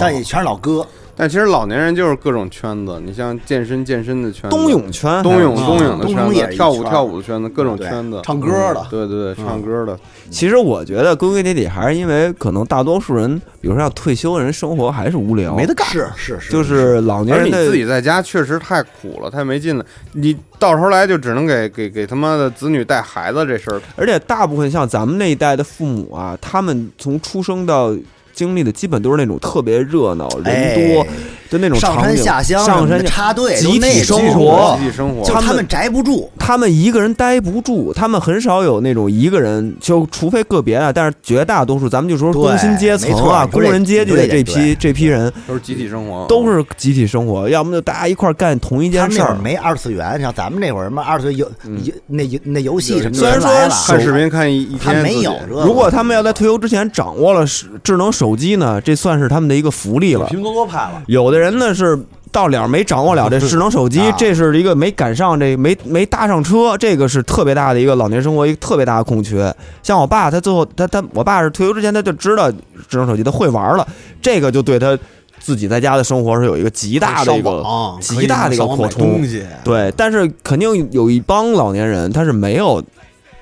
但也全是老哥，
但其实老年人就是各种圈子，你像健身健身的圈子，
冬泳圈，
冬泳
啊
冬泳的
冬
圈
泳也
子，
是一
跳舞
圈儿
跳舞的圈子，各种
对
圈子，
唱歌的
对对对，
嗯
唱歌的，
其实我觉得归根结底还是因为可能大多数人，比如说像退休人，生活还是无聊，
没得干，
是是是，
就是老年
而
人
你
的
自己在家确实太苦了，太没劲了。你到头来就只能给给给他妈的子女带孩子这事儿，
而且大部分像咱们那一代的父母啊，他们从出生到经历的基本都是那种特别热闹、人
哎
多的那种
上
场
山
景，
下乡什
上
么的
山下
插队，
集
就那
体
种啊
生
集
活
体集体生活
就。
他
他
们
们宅不住，
他们一个人待不住，他们很少有那种一个人，就除非个别啊，但是绝大多数，咱们就说
对
工薪阶层啊、
没错
工人阶级的
你说
这
这
批这批人
都是集体生活，
都是集体生活，要么就大家一块儿干同一
他
件
们
事
那会儿
儿。
没二次元，像咱们那会儿什么二次元游游那游那游戏什么
虽然
全来了
说，
看视频看一一
他
天，
没有
自己
这个。
如果他们要在退休之前掌握了手智能手机呢，这算是他们的一个福利了。
拼多多派了，
有的人呢是到了没掌握了 这智能手机
啊，
这是一个没赶上这没没搭上车，这个是特别大的一个老年生活一个特别大的空缺。像我爸，他最后他他我爸是退休之前他就知道智能手机，他会玩了，这个就对他自己在家的生活是有一个极大的一
可以上
个
网
极大的一个扩
可以上网买
充
东。西，
对，但是肯定有一帮老年人他是没有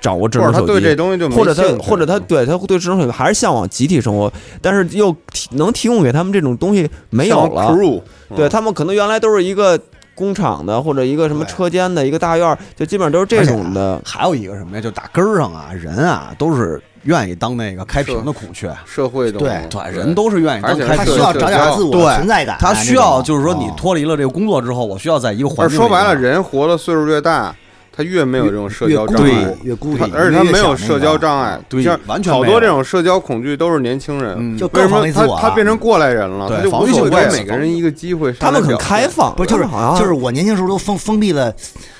掌握智
或
能
者他
手机，
对这东西就没
或者他
兴趣
或者他对他对这种还是向往集体生活，但是又提能提供给他们这种东西没有
像
了。
crew，嗯
对他们可能原来都是一个工厂的或者一个什么车间的一个大院儿，就基本上都是这种的。
还有一个什么呀？就打根儿上啊，人啊都是愿意当那个开屏的孔雀，
社会的
对
对，人都是愿意当
而且
开
他
屏
是
需
的
要
孔雀。
社
找点
交
自我的
对，
存在感啊，
他需要就是说，
那
你
种
脱离了这个工作之后，我需要在一个环
而
境。
说白了，，人活的岁数越大，他越没有这种社
越
交
孤
障碍
独，，越孤
他
僻，
而且他
越
没有
想那
社
个
交障碍，
对
像
完全
好
没
多
有
这种社交恐惧都是年轻人，
嗯
就
为什
更
么
防御自
他
我 啊。
他变成过来人了，
对
他就
防
无
御
所
性
谓
就，是
每个人一个机会，
他们
上来
很
表
开
现，
放，
不是，就是
他们好像
就是我年轻时候都封封闭了，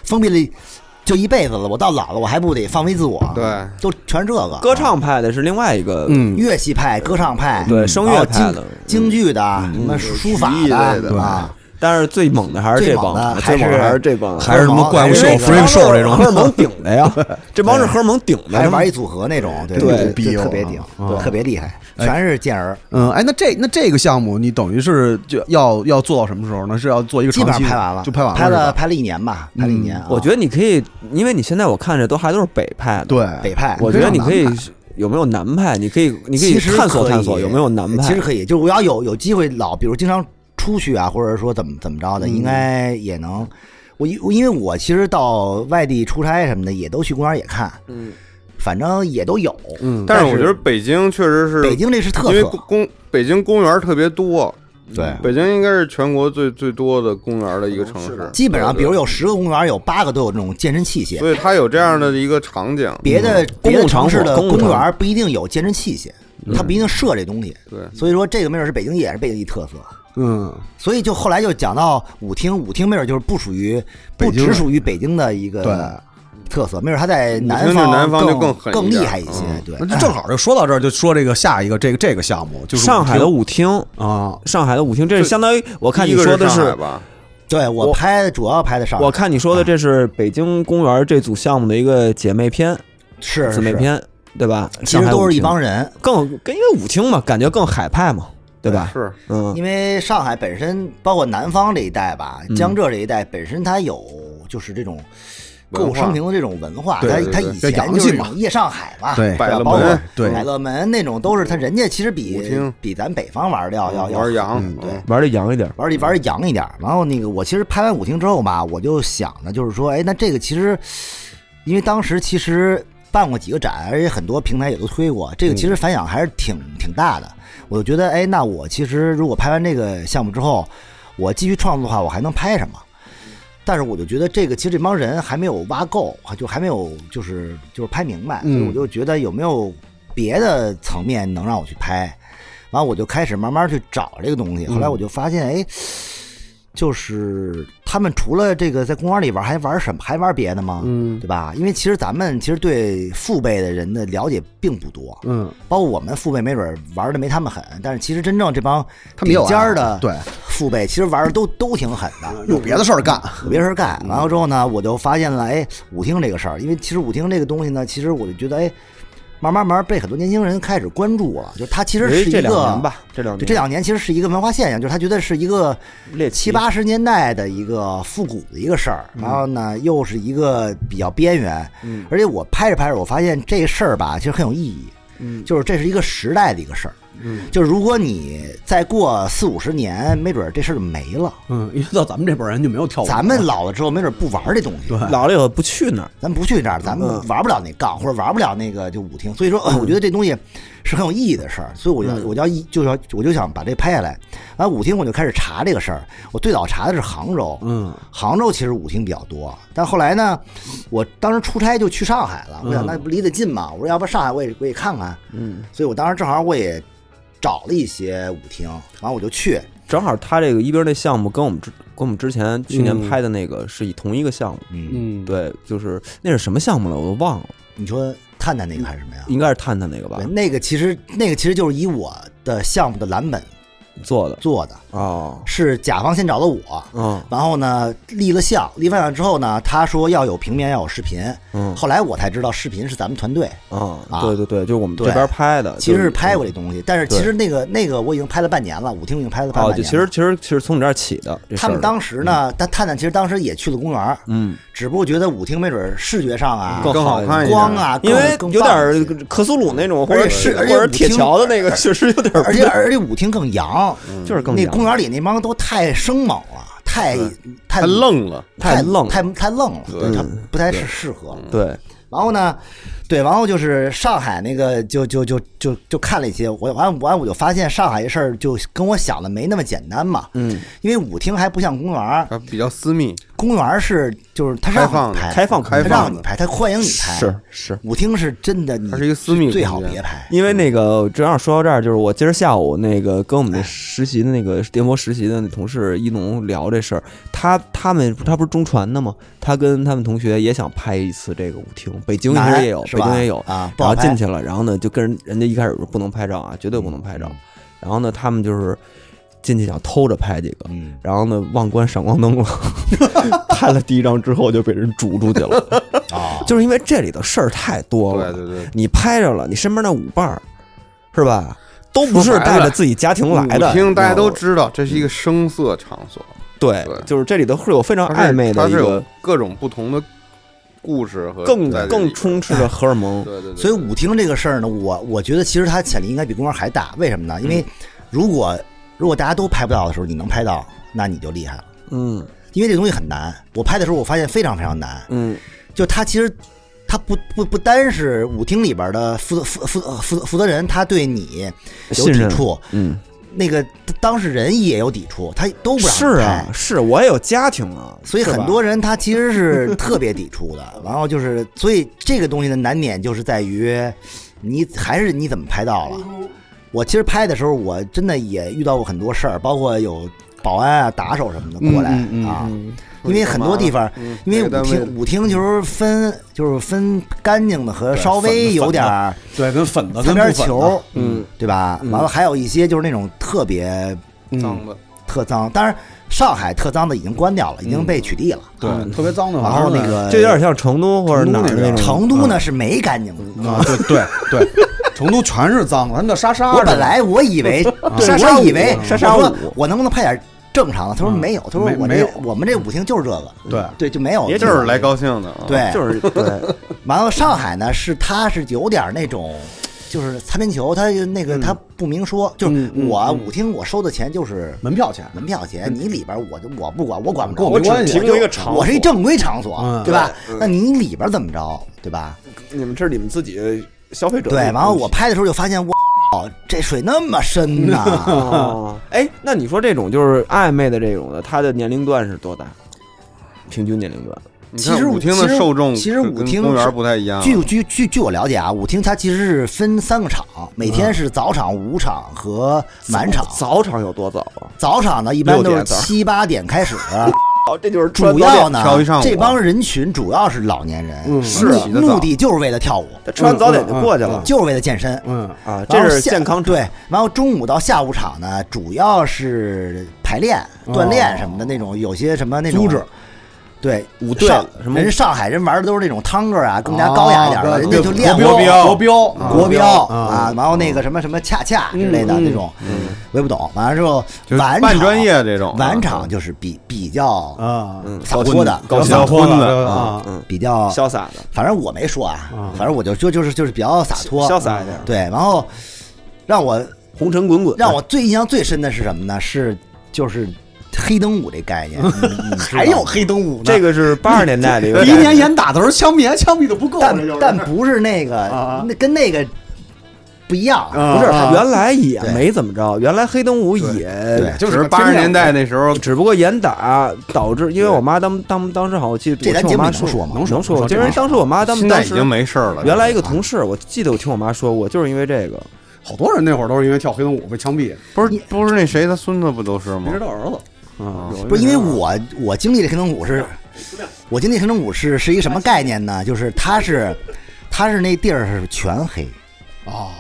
封闭了就一辈子了。我到老了，我还不得放飞自我？
对，
就全是这个啊
歌、唱派的是另外一个，
嗯，
乐器派、歌唱派，嗯
对声乐
然
派
后
的。
京京剧的，什么书法
曲艺类的
啊，
但是最猛的还是这帮
最
最猛
猛的，
的
还
还
是
是这帮，
还是什么怪物
因
秀
为、
freak show 这
荷尔
种，
蒙顶
哎
的呀， 这帮是荷尔蒙顶的，
还
他
玩
们
一组合那种，对
对
就
逼
就
我
特别
啊
顶
啊，
特别厉害，全是健儿，
嗯，哎，那这那这个项目，你等于是就要要做到什么时候呢？是要做一个
基
长
本上
期的
拍完了，
就拍完
拍了
了是吧，嗯
拍了一年吧，拍了一年啊。
我觉得你可以，因为你现在我看着都还都是北派的，
对，
北派，
我觉得你可以
非常
有没有南派？你可以你可以
其实
探索
可以
探索有没有南派。
其实可以，就是我要有有机会老，比如经常出去啊，或者说怎么怎么着的，
嗯
应该也能。我因因为我其实到外地出差什么的，也都去公园也看，
嗯，
反正也都有。嗯
但是我觉得北京确实是
北京这是特
因为
色
公，公北京公园特别多，
对
北京应该是全国最最多的公园的一个城市，
基本上
对
比如有十个公园，有八个都有这种健身器械。
所以它有这样的一个场景，
别的
公
别的
共场
城市
所
的
公共
公
场
园不一定有健身器械，它不一定设这东西。
对
所以说这个没准是北京也是北京一特色。
嗯，
所以就后来就讲到舞厅，舞厅没准就是不属于，
北
不
京的
只属于北京的一个特色，没准它在
舞厅就是
方
南方就更
更
狠一
更
点
厉害一些。
嗯
对，
那就正好就说到这儿，就说这个下一个这个这个项目，就是
上海的
舞
舞厅，
厅啊，
上海的舞厅，这是
这
相当于我看
第
你
一个
说的
上海
是，
吧，
对我
我
拍的主要拍的上海，
我看你说的这是北京公园这组项目的一个姐妹篇、
是
姊妹
是，
篇，对吧？
其实都是一帮
人，
人，
更跟因为舞厅嘛，感觉更海派嘛，对吧？
是
嗯，
因为上海本身包括南方这一带吧，
嗯
江浙这一带本身它有就是这种。歌
文
舞
化
升平的这种文化，
对
它
对
它
对
以前
要洋
就是
气
这
嘛
种夜上海嘛，
对
吧
百乐
包括
门
对
百乐门那种都是它，人家其实
舞
比
厅
比咱北方玩的要要要
玩羊，
嗯
对
嗯
玩的洋一点，
玩儿玩儿洋一点儿。然后那个我其实拍完舞厅之后吧，我就想呢，就是说，哎，那这个其实，因为当时其实办过几个展，而且很多平台也都推过，这个其实反响还是挺挺大的。我就觉得，哎，那我其实如果拍完这个项目之后，我继续创作的话，我还能拍什么？但是我就觉得这个其实这帮人还没有挖够，啊就还没有就是就是拍明白，
嗯
所以我就觉得有没有别的层面能让我去拍，完我就开始慢慢去找这个东
嗯
西。后来我就发现，哎，就是他们除了这个在公园里玩，还玩什么？还玩别的吗？
嗯
对吧？因为其实咱们其实对父辈的人的了解并不多，
嗯，
包括我们父辈没准玩的没他们狠，但是其实真正这帮
他们也有
顶尖
爱好
儿的
对，
父辈，其实玩的都都挺狠
嗯
的，
有别的事儿干，
有别事儿干。完了之后呢，我就发现了，哎，舞厅这个事儿，因为其实舞厅这个东西呢，其实我就觉得，哎，慢慢慢慢被很多年轻人开始关注了。就它其实
因为
是一
这
个
两年吧，这两
对
年
这两年其实是一个文化现象，就是他觉得是一个
猎奇
七八十年代的一个复古的一个事儿，然后呢又是一个比较边缘，
嗯
而且我拍着拍着，我发现这事儿吧，其实很有意义，
嗯
就是这是一个时代的一个事儿，
嗯，
就是如果你再过四五十年，没准儿这事儿就没了，
嗯，因为到咱们这辈儿人就没有跳舞了，
咱们老了之后，没准儿不玩儿这东西，
老了以后不去那儿，
咱不去那儿，咱们玩不了那杠，或者玩不了那个就舞厅。所以说，我觉得这东西是很有意义的事儿，所以我就我就要一就要我就想把这拍下来。完舞厅我就开始查这个事儿，我最早查的是杭州，
嗯
杭州其实舞厅比较多，但后来呢，我当时出差就去上海了，我想
嗯
那不离得近嘛，我说要不上海我也我也看看，嗯，所以我当时正好我也找了一些舞厅，完我就去，
正好他这个一边那项目跟我们之跟我们之前去年
嗯
拍的那个是以同一个项目，
嗯，
嗯，
对，就是那是什么项目了，我都忘了，
你说探探那个还是什么呀？
应该是探探那个吧
对，那个其实那个其实就是以我的项目的蓝本
做的
做的。
哦，
是甲方先找的我，
嗯
然后呢立了项，立完项之后呢，他说要有平面，要有视频。
嗯
后来我才知道视频是咱们团队，
嗯，
啊
对对对，就是我们这
对
边拍的，
其实
就是
拍过这东西，但是
对
其实那个那个我已经拍了半年了，舞厅已经拍了半
哦，
半
就
年了。
其实其实其实从你这儿起的，这事
他
儿啊
们当时呢，但探探其实当时也去了公园，
嗯，
只不过觉得舞厅没准儿视觉上啊、
更
更
好
好看一点，
光啊，
因为
更
有点儿
更棒一些
克苏鲁那种，或
而
者
且是而且
或者
舞
铁
厅
桥的那个，确实有 点儿
而且而且舞厅更洋，
就是更
那
洋
公园里那帮都太生猛了，太太
太愣了。
太
太
愣
太太愣了，对他不太适适合。
对，嗯
然后呢，对，然后就是上海那个，就就就就就看了一些，我完完我就发现上海这事儿就跟我想的没那么简单嘛，
嗯，
因为舞厅还不像公园儿，
它比较私密，
公园儿是就是他
嗯开
让
放
你
的
拍，
开放
他
开
让
放
你
的，
拍，他欢迎你拍，
是是，
舞厅是真的，你
它是一个私密空
最好
间
别拍，
因为那个正好说到这儿，就是我今儿下午那个跟我
哎
们那实习的那个电波实习的那同事一农聊这事儿，他他们他不是中传的吗？他跟他们同学也想拍一次这个舞厅，北京其实
难
也有，
是
北
吧
京也有
啊不
然
好
后
拍
进去了，然后呢就跟人人家一开始说不能拍照
嗯
啊，绝对不能拍照。然后呢，他们就是进去想偷着拍几个，
嗯，
然后呢忘关闪光灯了， 拍了第一张之后就被人逐出去 了，
啊，
就是因为这里的事儿太多了。
对对对，
你拍着了，你身边那舞伴儿是吧，都不是
说白了
带着自己家庭来的。
舞厅大家都
知
知道，这是一个声色场所，
对
对，
就是这里头会有非常
它
哦暧
是
昧的
它
一
是有
个
各种不同的故事和
更
呃在这里
更充斥的荷尔蒙。
对对对，
所以舞厅这个事儿呢，我我觉得其实它潜力应该比公园还大，为什么呢？
嗯
因为如果如果大家都拍不到的时候，你能拍到，那你就厉害了。
嗯
因为这东西很难。我拍的时候，我发现非常非常难。
嗯，
就它其实，它不不不单是舞厅里边的负责负负负负责人，他对你有
信
抵
任
触，
嗯，
那个当事人也有抵触，他都不让
是
你
啊
拍，
是我也有家庭啊，
所以
是吧
很多人他其实是特别抵触 的。然后就是，所以这个东西的难点就是在于，你还是你怎么拍到了。我其实拍的时候，我真的也遇到过很多事儿，包括有保安啊、打手什么的过
嗯
来、啊。因为很多地方，
嗯
因为
那个
舞
单位
厅舞厅就是分就是分干净的和稍微有点儿
对，跟粉的
擦
跟
边
不粉的
球，
嗯，
对吧？完了还有一些就是那种特别
脏的，
特脏，当然上海特脏的已经关掉了，已经被取缔了。啊
对，特别脏的
然
玩意
后
儿呢。
那个
这有点像成都或者哪儿那种
呃成都呢是没干净的。嗯
啊，对对对，成都全是脏的，他那沙沙
我
似的
本来我以为，
对
我以为
沙
我
沙
说我能不能拍点正常的？他说
嗯
没有，他说
没
我
没
这
有
我们这舞厅就是这个，
对
对，就没有，
也就是来高兴的啊，
对，
就是对，
完了，上海呢是它是有点那种，就是擦边球，它就那个它不明说，就是我舞厅我收的钱就是
门票钱，
门票钱，你里边我就我不管，我管不
跟
着，
我没关系
提供一个场所，
我是一正规场所
嗯，
对吧？那你里边怎么着，对吧？
你们这是你们自己消费者
对，完了我拍的时候就发现我。哦，这水那么深呐、
哦，哎，那你说这种就是暧昧的这种的，他的年龄段是多大？平均年龄段，
你看
其实
舞厅的受众
其实
跟
舞厅
公
是
园不太一样，啊
据据据据我了解啊，舞厅它其实是分三个场，每天是早场、午场和晚场。
早场有多早啊？
早场呢，一般都
六
是
点早
七八点开始，
哦，这就是
主要呢
跳一上，午
这帮人群主要是老年人，
是
目
啊起得早
目的嗯就是为了跳舞，
他吃完早点就过去了，
就是为了健身
嗯，
啊，
然
这
后
是
下
健康
对，然后中午到下午场呢，主要是排练、锻炼什么的那种，有些什么那种
组织，
对
舞队
上
什么
人上海人玩的都是那种汤哥啊，更加高雅一点的，人家就练过
国标，国标，
国标
啊
啊，然后那个什么什么恰恰之类的那种，我也不懂。完了之后，
就是
晚
半
场
专业这种啊
晚场就是比比较
啊，
洒脱的，
高兴
小婚
婚
的
的
啊，
比较，
潇洒的，
反正我没说啊，反正我就就就是就是比较洒脱，
潇洒一点，
对，然后让我
红尘滚滚，
嗯让我最印象最深的是什么呢？是就是黑灯舞这 概念，还
还有黑灯舞呢。
这个是八十年代的一个
第一年严打的时候，枪毙还枪毙的不够，这就是
但但不是那个，
啊
那跟那个不一样，
啊
不是他
啊
原来也
对
没怎么着，原来黑灯舞也
对，
就是
是
个
八
天
十
亮
年代那时候
只不过严打导致，因为我妈当当当时好像我记得，
这咱
我听
节
我
目
妈
里能说吗
能
能说
我
能说
因为当时我妈当
现在
当
已
时
经没事儿了。啊
原来一个同事，我记得我听我妈说过，就是因为这个，
好多人那会儿都是因为跳黑灯舞被枪毙，
不是不是那谁他孙子不都是吗
没？人到儿子。
啊
不是因为我我经历的黑灯舞是，我经历黑灯舞是是一个什么概念呢？就是它是它是那地儿是全黑，
哦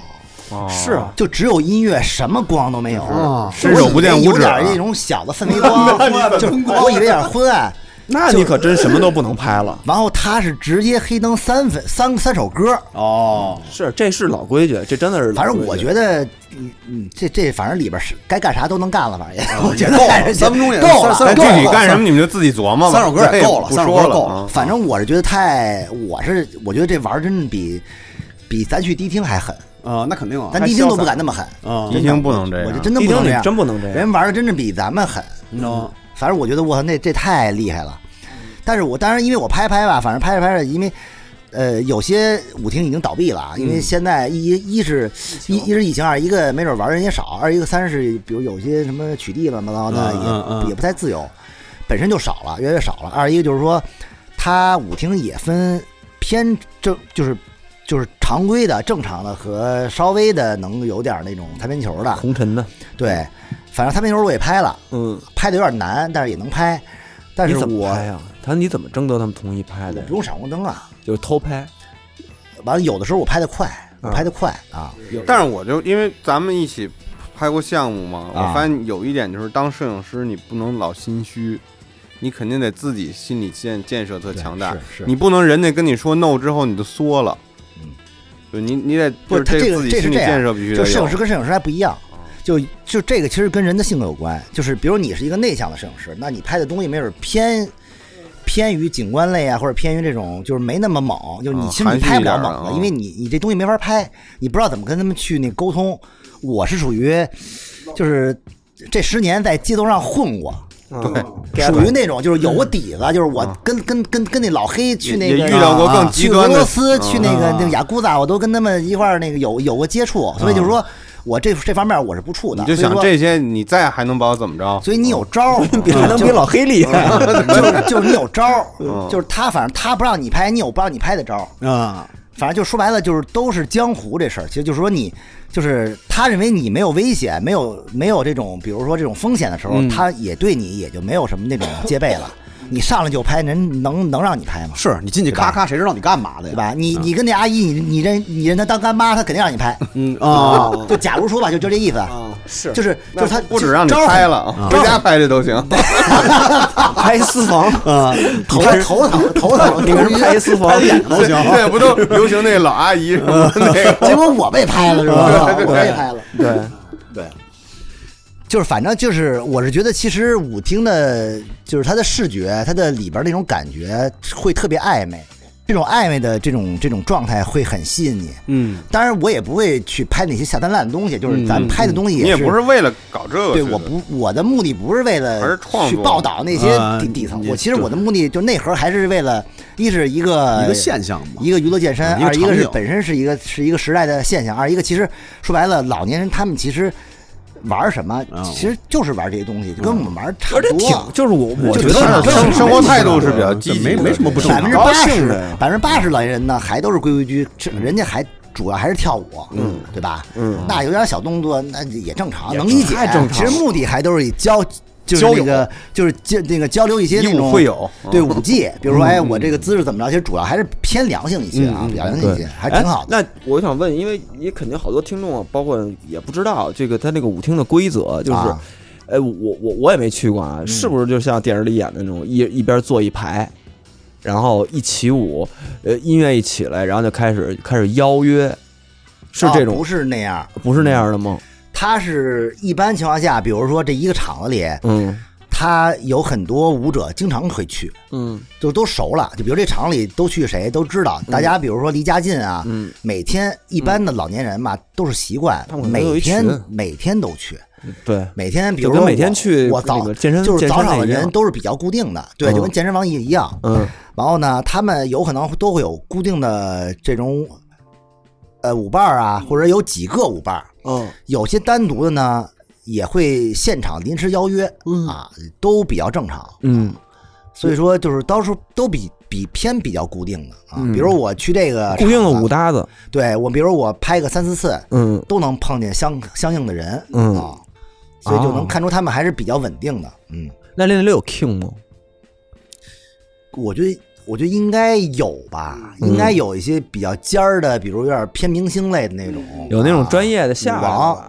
是啊，
就只有音乐，什么光都没有。
啊
伸手不见五
有
指啊
点那种小的 氛围光，就是我以为有点昏暗，
那你可真什么都不能拍了。
然后它是直接黑灯三分三三首歌，
哦，
是，这是老规矩，这真的是老
反
规矩。
正我觉得，嗯嗯，这这反正里边是该干啥都能干了，反正也，我觉
啊也
得
够了
还是
三分钟也
够了，
三
但
分
哎具
钟也
体干什么你们就自己琢磨吧。
三首歌也够了
咱
三首
不
歌
说
够了
啊
反正我是觉得太，我是我觉得这玩儿真比比咱去迪厅还狠，
啊，那肯定啊
咱迪厅都不敢那么狠，
啊，
迪厅不能这
我就
样。
真的
迪
不
厅
能这
里
样，
真不能这样。
人玩的真是比咱们狠。嗯
你知道吗？
反正我觉得我操，那这太厉害了。但是我当然因为我拍拍吧，反正拍着拍着，因为呃有些舞厅已经倒闭了啊，因为现在一一是一一是疫情，二啊一个没准玩人也少，二一个三是比如有些什么取缔乱七八糟的
嗯嗯嗯
也也不太自由，本身就少了，越来越少了。二一个就是说，它舞厅也分偏正就是。就是常规的、正常的和稍微的能有点那种擦边球的，
红尘的，
对，反正擦边球我也拍了，
嗯，
拍的有点难，但是也能拍。但
你
是
怎么
我
拍呀？他你怎么征得他们同意拍
我
的呀
不？用闪光灯啊，
就是偷拍，
完了有的时候我拍的快，
嗯
我拍的快啊，
但是我就因为咱们一起拍过项目嘛，
啊
我发现有一点就是，当摄影师你不能老心虚，你肯定得自己心理建建设特强大
是，是
你不能人家跟你说 no 之后你就缩了，
嗯，
对你你得
不
就是
他这
这
个
自己
这是
心理
这样
建设必须
就
得
摄
有
影师。跟摄影师还不一样，
哦
就就这个其实跟人的性格有关。就是比如你是一个内向的摄影师，那你拍的东西没准偏偏于景观类啊，或者偏于这种就是没那么猛，就是你
嗯
其实你
含蓄
拍不
一
了
点
猛
的
的，
嗯
因为你你这东西没法拍，你不知道怎么跟他们去那沟通。我是属于就是这十年在街头上混过。
嗯
属于那种就是有个底子，就是我跟跟跟跟那老黑去那
嗯也
个
也遇到过更极
去
端
俄
的
罗斯，去那个
嗯
那个雅库扎，我都跟他们一块儿那个有有过接触，所以就是说我这这方面我是不怵的。
嗯你
所
就
以
想
说，
这些，你再还能把我怎么着？
所以你有招 儿，
比还能比老黑厉害。
就是就是你有招儿
嗯，
就是他反正他不让你拍，你有不让你拍的招儿。
啊，
反正就说白了，就是都是江湖这事儿。其实就是说你，就是他认为你没有危险，没有没有这种，比如说这种风险的时候，
嗯
他也对你也就没有什么那种戒备了。你上来就拍，人能能让你拍吗？
是你进去咔咔，谁知道你干嘛的
对
呀？
吧？
嗯
你你跟那阿姨，你你认你认她当干妈，她肯定让你拍。
嗯 啊，
就假如说吧，就就这意思，
是
就是就
嗯那
是她
不止让你
招儿
拍了，回家拍去都行。
拍私房，
头头疼头疼，
你是拍私房，
都行。
对，不都流行那老阿姨什
嗯
么那个？
结果我被拍了是吧？我被拍了。
对，
就是反正就是，我是觉得其实舞厅的，就是它的视觉，它的里边那种感觉会特别暧昧，这种暧昧的这种这种状态会很吸引你。
嗯，
当然，我也不会去拍那些下三滥的东西，就是咱们拍的东西
你也
是。
不是为了搞这个去
对，
的，
我不，我的目的不是为了
还是创
去
作
报道那些
啊
底底层
你，
我其实
对
我的目的就内核还是为了，一是一个
哎一个现象嘛，
一个娱乐健身，
嗯一个
二一个
场
是
景
本身是一个是一个时代的现象，二一个其实说白了，老年人他们其实玩什么，
嗯
其实就是玩这些东西，就跟我们玩差
而
不
且挺
多。
就是我，我觉
就挺
得
正
生
常
生活态度是比较积极的，
啊没没什么不正
百
常
分之。
高
八
兴
十
的呀，
百分之八十老年人呢，还都是规规矩，矩，人家还主要还是跳舞，嗯，对吧？嗯，那有点小动作，那也正常，能理解。
太正常了
其实目的还都是以交，就是
交
那
友
个，就是交那个交流一些
一
那种
舞会友，
对舞技，比如说，哎，我这个姿势怎么着？其实主要还是偏良性一些啊，比较良性一些，还挺好的。
哎。那我想问，因为也肯定好多听众啊，包括也不知道这个他那个舞厅的规则，就是、
啊嗯
哎，我我我我也没去过啊，是不是就像电视里演的那种，一一边坐一排，然后一起舞，呃，音乐一起来，然后就开始开始邀约，是这
哦
种、
不是那样。
不是那样的吗？
他是一般情况下，比如说这一个场子里，
嗯
他有很多舞者经常会去，
嗯
就都熟了。就比如这厂里都去谁都知道，大家比如说离家近啊，
嗯，
每天一般的老年人嘛都是习惯
他们，可能有
每
一群
天每天都去，
对，
每天比
就
如
跟
说
每天
我
去
我
那
早
个健身
就是
健身
早场
那
的
一样
人都是比较固定的，对，
嗯
就跟健身房一一样。
嗯
然后呢，他们有可能都会有固定的这种呃舞伴儿啊，或者有几个舞伴儿，
嗯
有些单独的呢也会现场临时邀约、啊，都比较正常。
嗯
所以说就是到时候都比比偏比较固定的啊，比如我去这个
嗯固定的
场子
舞，搭子，
对我比如我拍个三四次，
嗯
都能碰见相相应的人，
嗯
啊，所以就
哦
能看出他们还是比较稳定的。嗯，
那练练有 king 吗？
我觉得我觉得应该有吧，
嗯
应该有一些比较尖儿的，比如有点偏明星类的那种，啊
有那种专
业。
业的下来的
舞
吧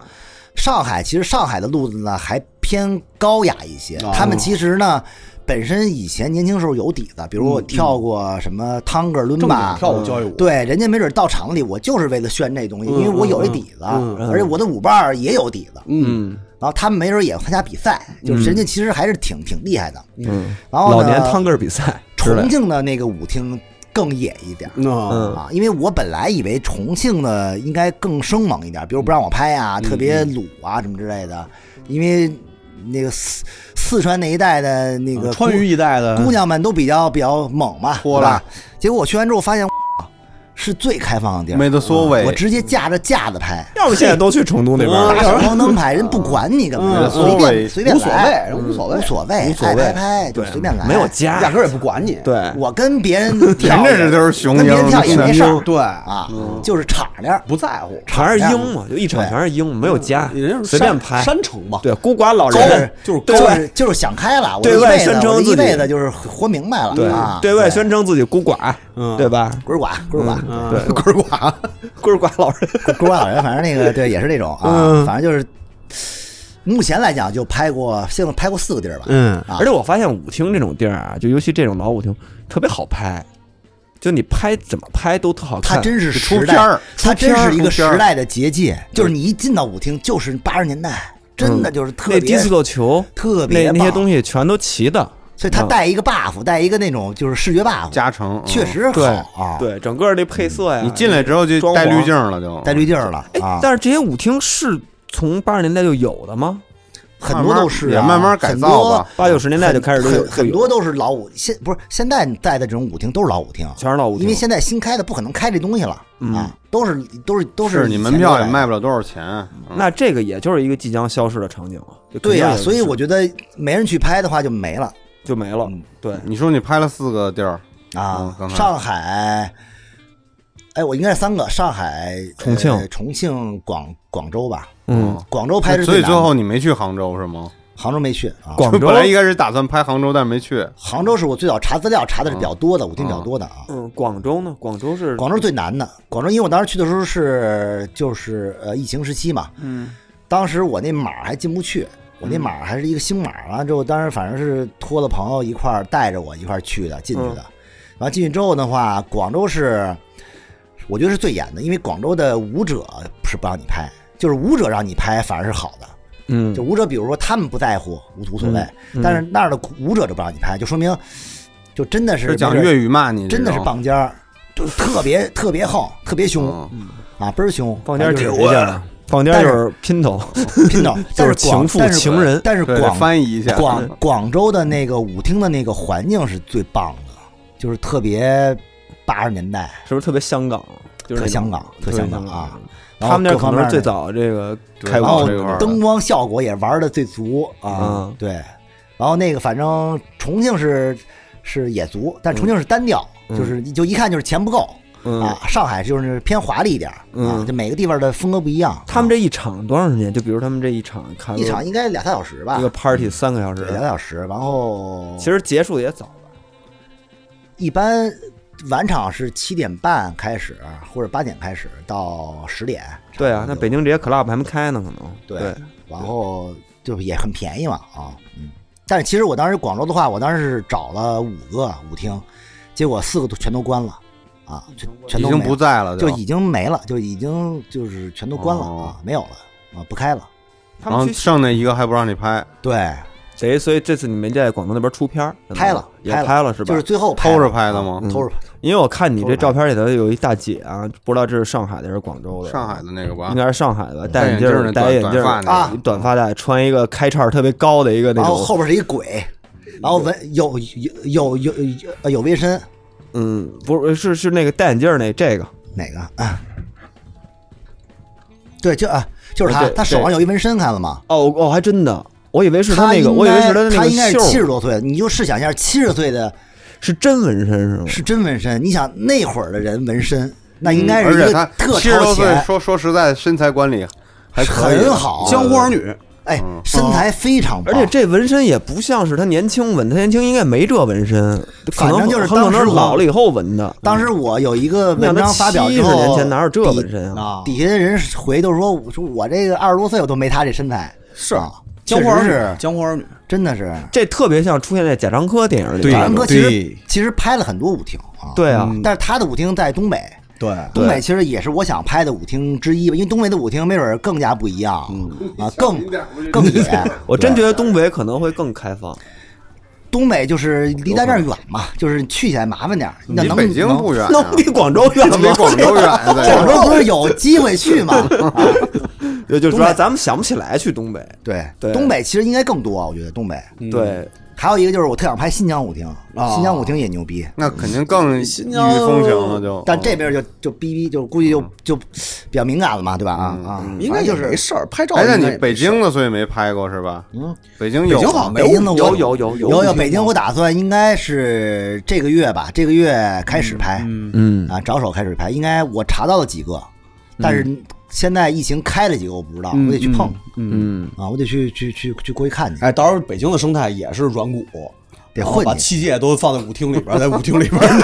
上海其实上海的路子呢还偏高雅一些，他们其实呢。本身以前年轻时候有底子，比如我跳过什么探戈、伦
正
巴
经，跳舞教育舞，
对，人家没准到场子里，我就是为了炫这东西，因为我有这底子，而且我的舞伴儿也有底子，
嗯，
然后他们没准也参加比赛，就是人家其实还是挺挺厉害的。
嗯，
然后
老
呢，
年探戈比赛之类
重庆的那个舞厅更野一点儿。
那
嗯
啊，因为我本来以为重庆的应该更生猛一点，比如不让我拍啊，
嗯
特别鲁啊什么之类的，因为那个四四川那一带的那个
川渝一带的
姑姑娘们都比较比较猛嘛，
泼
对
辣
吧？结果我去完之后发现， 是最开放的地儿，
没得
嗯
说
我
喂，
直接架着架子拍，
要不现在都去成都那边
打
了。
小光灯拍，人不管你根
嗯
本就
嗯
随
嗯
便随便
无所谓
来
人无所谓
无所谓，
无所
爱
谓
拍拍就随便来，
没有
压
家，
根儿也不管你，
对，
我跟别人
人
跳也，
这都是雄
跟别
鹰
人跳也没事儿
对，
啊，就是敞亮。
不在乎，
全是鹰嘛，就一场全是鹰，没有家
人，家是
随便
山
拍。
山城嘛，
对，孤寡老
高
人
就是高
就。是就是想开了，我
对
这一
外
辈子
宣称
我这
自己
一辈子就是活明白了，
对
啊，
对外宣称自己孤寡，
嗯
对吧？
滚瓜滚瓜
对，棍 儿寡，
孤寡老人，
滚瓜老人，反正那个对也是这种啊，反正就是目前来讲就拍过，现在拍过四个地儿吧，
嗯，
啊
而且我发现舞厅这种地儿啊，就尤其这种老舞厅，特别好拍，就你拍怎么拍都特好看。
它真是
出
时
片
代
儿，
它真是一个
出片儿
时代的结界，就是你一进到舞厅就是八十年代，真
嗯
的就是特
那
别
disco 球，
特别
那那些
棒
东西全都齐的，
所以它带一个 buff，带一个那种就是视觉 buff，
嗯加成嗯
确实
对
好啊，
对，整个那配色呀，
你进来之后就
装
带滤
潢
镜了，就
带滤镜了
哎
啊，，
但是这些舞厅是从八十年代就有的吗？
很多都是
也
啊
慢慢改
很
造
多
吧。
八九十年代就开始都有
很很
就有
多都是老舞，现不是现在带的这种舞厅都是老舞厅，
全是老舞
因为
厅。
现在新开的不可能开这东西了、啊，都是都是都
嗯是
以前
你门票
的
也卖不了多少钱，嗯
那这个也就是一个即将消失的场景了，就肯定
对呀、
也是
所以我觉得没人去拍的话就没了
就没了
嗯。
对，
你说你拍了四个地儿，嗯
啊。
刚才
上海，哎，我应该是三个，上海、
重庆
呃重庆、广广州吧。
嗯，
广州拍是
所以
难
最
的
后你没去杭州是吗？
杭州没去啊。
广州
本来一开始打算拍杭州，但是没去。
杭州是我最早查资料查的是比较多的，舞厅比较多的啊。
嗯，广州呢？广州是
广州最难的，广州因为我当时去的时候是就是呃疫情时期嘛，
嗯，
当时我那码儿还进不去，我那码儿还是一个新码儿，完了之后，当时反正是托了朋友一块儿带着我一块儿去的，进去的。完了进去之后的话，广州是我觉得是最严的，因为广州的舞者是不让你拍，就是舞者让你拍反而是好的。
嗯
就舞者，比如说他们不在乎，无无所谓，但是那儿的舞者就不让你拍，就说明就真的是
是讲
没准
粤语骂你这
真
种，
的是棒尖儿，就特别特别横，特别凶
嗯。
啊，倍儿凶。
放尖儿
反
指
正
谁
就是
家的？放尖儿就是姘头，
拼到，
就
但
是
是
情
广
妇
但是
情人
但是
对，得
广
翻译一
啊
下。
广广州的那个舞厅的那个环境是最棒的，就是特别八十年代，
是不是特别香港？啊就是
特
那种
香港，特香港啊。。然
嗯他
后
们那儿
各
可
方
能
面
是最
的，
早这个
对
开
然
往
后
这块儿的。
灯光效果也玩的最足啊
嗯，
对。然后那个反正重庆是是野足，但重庆是单调，就是就一看就是钱不够
嗯
啊。，上海就是偏华丽一点啊
嗯，
就每个地方的风格不一样。
他们
这
这一场多长时间？就比如他们这一场开
一场应该俩仨小时吧
一，个 party 三个小时
对，，俩小时。然后
其实结束的也早吧。
一般晚场是七点半开始，或者八点开始到十点。
对啊，
差
那
不多
北京这些 club 还没开呢，可能
对，然后就是也很便宜嘛啊，嗯。但是其实我当时广州的话，我当时是找了五个舞厅，结果四个都全都关了啊，全全
已
都
经
没了
不在了，
就已经没了，就已经就是全都关了、啊，没有了啊，不开了。
他
然后
们去
剩那一个还不让你拍，
对，
谁？所以这次你没在广东那边出片儿，
拍了
也
拍了
拍了是吧？
就是最后
偷着
拍
拍的吗
啊偷着拍。
因为我看你这照片里头有一大姐啊，不知道这是上海的还是广州的？
上海的那个吧
应，该是上海的，
戴
眼
眼
镜
镜
儿，
儿
戴眼镜
短
儿
短发
那个
一短发带，穿一个开叉儿特别高的一个那
然后
种，
后边是一鬼，然后纹有有有有有呃有纹身，
嗯，不是是是那个戴眼镜儿那这个，
哪个啊？对，就啊，就是
啊
他，
对
他手上有一纹身，看了吗？
哦哦，还真的，我以为是那个，
应
我以为是
该
他的那
他
个
应该是
袖
七
儿，
十多岁，你就试想一下，七十岁的
是真纹身是吗？
是真纹身，你想那会儿的人纹身，那应该
嗯
而
是一
且
个
他
特
七十
超
多岁，
前，
说说实在，身材管理还可以，
很好，
江湖儿女，
哎，身材非常
嗯
棒，
而且这纹身也不像是他年轻纹，他年轻应该没这纹身，可
反
能
正就是
很可
当
能是
时我
老了以后纹的。嗯
当时我有一个文章发表之
70年
后，
前哪有这
底
纹身啊
底下的人回都说：“我说我这个二十多岁我都没他这身材。”是啊，
江
确
湖儿
实
女，
是，
江湖儿女，
真的是。
这特别像出现在贾樟柯电影里
对
边
贾
儿
樟
的，
柯其实
对
其实拍了很多舞厅啊，
对啊，
但是他的舞厅在东北，
对，
东北其实也是我想拍的舞厅之一吧，因为东北的舞厅没准儿更加不一样啊，更更野。
我真
啊
觉得东北可能会更开放。
东北就是离咱这儿远嘛，就是去起来麻烦点儿。那
离
能
北京
能
不远、啊，
能比广 州远
比
吗？
广州远，在
广州不是有机会去吗？啊
州，就是
东
说
北
咱们想不起来去东北。
对，
对嗯
东北其实应该更多，我觉得东北。
对，
还有一个就是我特想拍新疆舞厅，
啊
新疆舞厅也牛逼，
那肯定更异域
新疆
风情了就。
但这边就就逼逼就估计就就比较敏感了嘛，对吧？啊啊，
嗯应该
反正
就
就是是
没事儿，拍照
哎，
应该
那
也没事儿。
你北京的所以没拍过是吧？嗯，北京
北
有
京好像没
北京的我
啊有有有
有
有
有北京，我打算应该是这个月吧，这个月开始拍，
嗯，
啊，着手开始拍，应该我查到了几个，但是现在疫情开了几个我不知道，我得去碰，
嗯，
啊，我得去去去去过去看去，
哎，到时候北京的生态也是软骨，
得
然后
混
把
进去。
器械都放在舞厅里边儿，在舞厅里边儿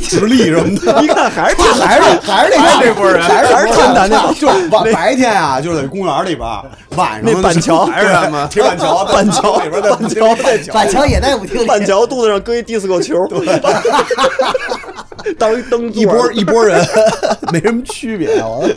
直立什么的。
一看还是
还是还是那这波人，还是
还是川南那
那，就是晚白天啊，就是在公园里边儿，晚上
那板桥
还是什么铁板桥，板桥里边儿在板桥板桥
板桥也在舞厅里，
板桥肚子上搁一 disco 球，当一灯
一波一波人， 没什么区别。我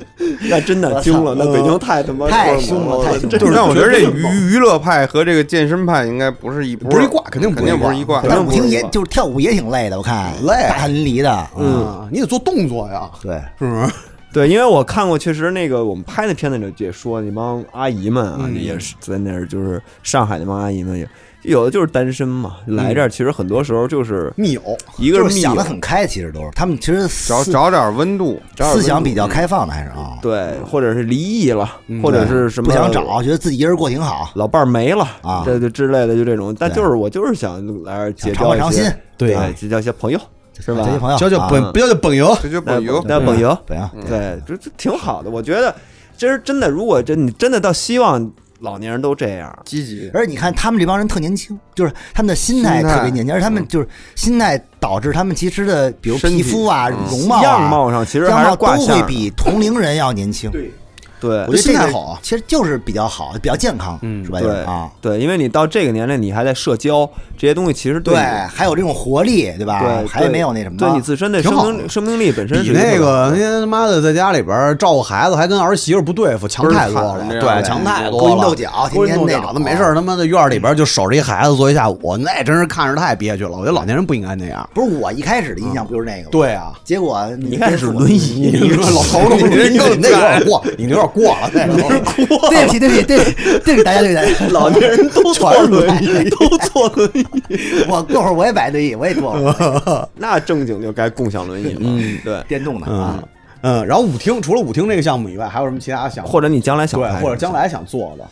那真的惊了，那北京太他妈
太凶了，太凶了。
就是，但我觉得这娱娱乐派和这个健身派应该不是一波，
不是一挂肯定不
肯
是一
定不
挂
是一挂。
但舞厅也就是跳舞也挺累的，我看
累
大汗淋漓的。嗯，
嗯，你得做动作呀，
对，
是不是？
对，因为我看过，确实那个我们拍那片子里也说，那帮阿姨们啊，
嗯
也是在那儿，就是上海那帮阿姨们也有的就是单身嘛，来这儿其实很多时候就是
密友，
一个
嗯就是
密
是想
友
的很开，其实都是他们其实思
找找点温度，
思想比
嗯
较开放的，还是啊，
对，或者是离异了，或者是什么
嗯不想找，觉得自己一人过挺好，
老伴儿没了
啊
这就之类的，就这种。但就是我就是想来这儿结
想尝
交
尝
一些
心，
对
结交一些朋友，是吧
这？些朋友
交交
啊
本不要叫本营，
这就不油。
那朋友，
对啊，
对，这这挺好的。我觉得，这是真的，如果真你真的到希望老年人都这样，
积极，
而且你看他们这帮人特年轻，就是他们的心态
心态
特别年轻，而他
嗯
们就是心态导致他们其实的，比如
身体
皮肤啊、
嗯
容貌啊、
样貌上其实
样
还
貌
是挂
都会
相。
比同龄人要年轻。
对
对
我觉得
心
这
态
个
好啊
其实就是比较好，比较健康，是吧？就是
嗯对
啊，
对，因为你到这个年龄，你还在社交这些东西，其实
对，
你
还有这种活力，对吧？
对
还没有那什么，
对你自身的
挺
生
好
命
的
生命力本身
比
是
那
一
个那天他妈的在家里边儿照顾孩子，还跟儿媳妇不对付，强太多
不
了，
是惨
对，
对
强太多
勾
了。
心斗角
勾心斗
天天那
角的，
种啊
没事儿他妈的院儿里边儿就守着一孩子坐一下午，那真是看着太憋屈了。我觉得老年人不应该那 样。
不是我一开始的印象不就是那个吗？
对啊，
结果你
嗯你看是轮椅，
你说老头儿都不是你那有点过，你那有点过了，那个
对不起，对不起，对不起对不起大家，对不起。
老年人都坐轮椅，都坐轮 椅。
我过会儿我也摆对，我 也坐会儿
那正经就该共享轮椅了。嗯，对，
电动的啊。
嗯，然后舞厅除了舞厅这个项目以外，还有什么其他想
或者你将来想
对
拍，
或者将来想做的？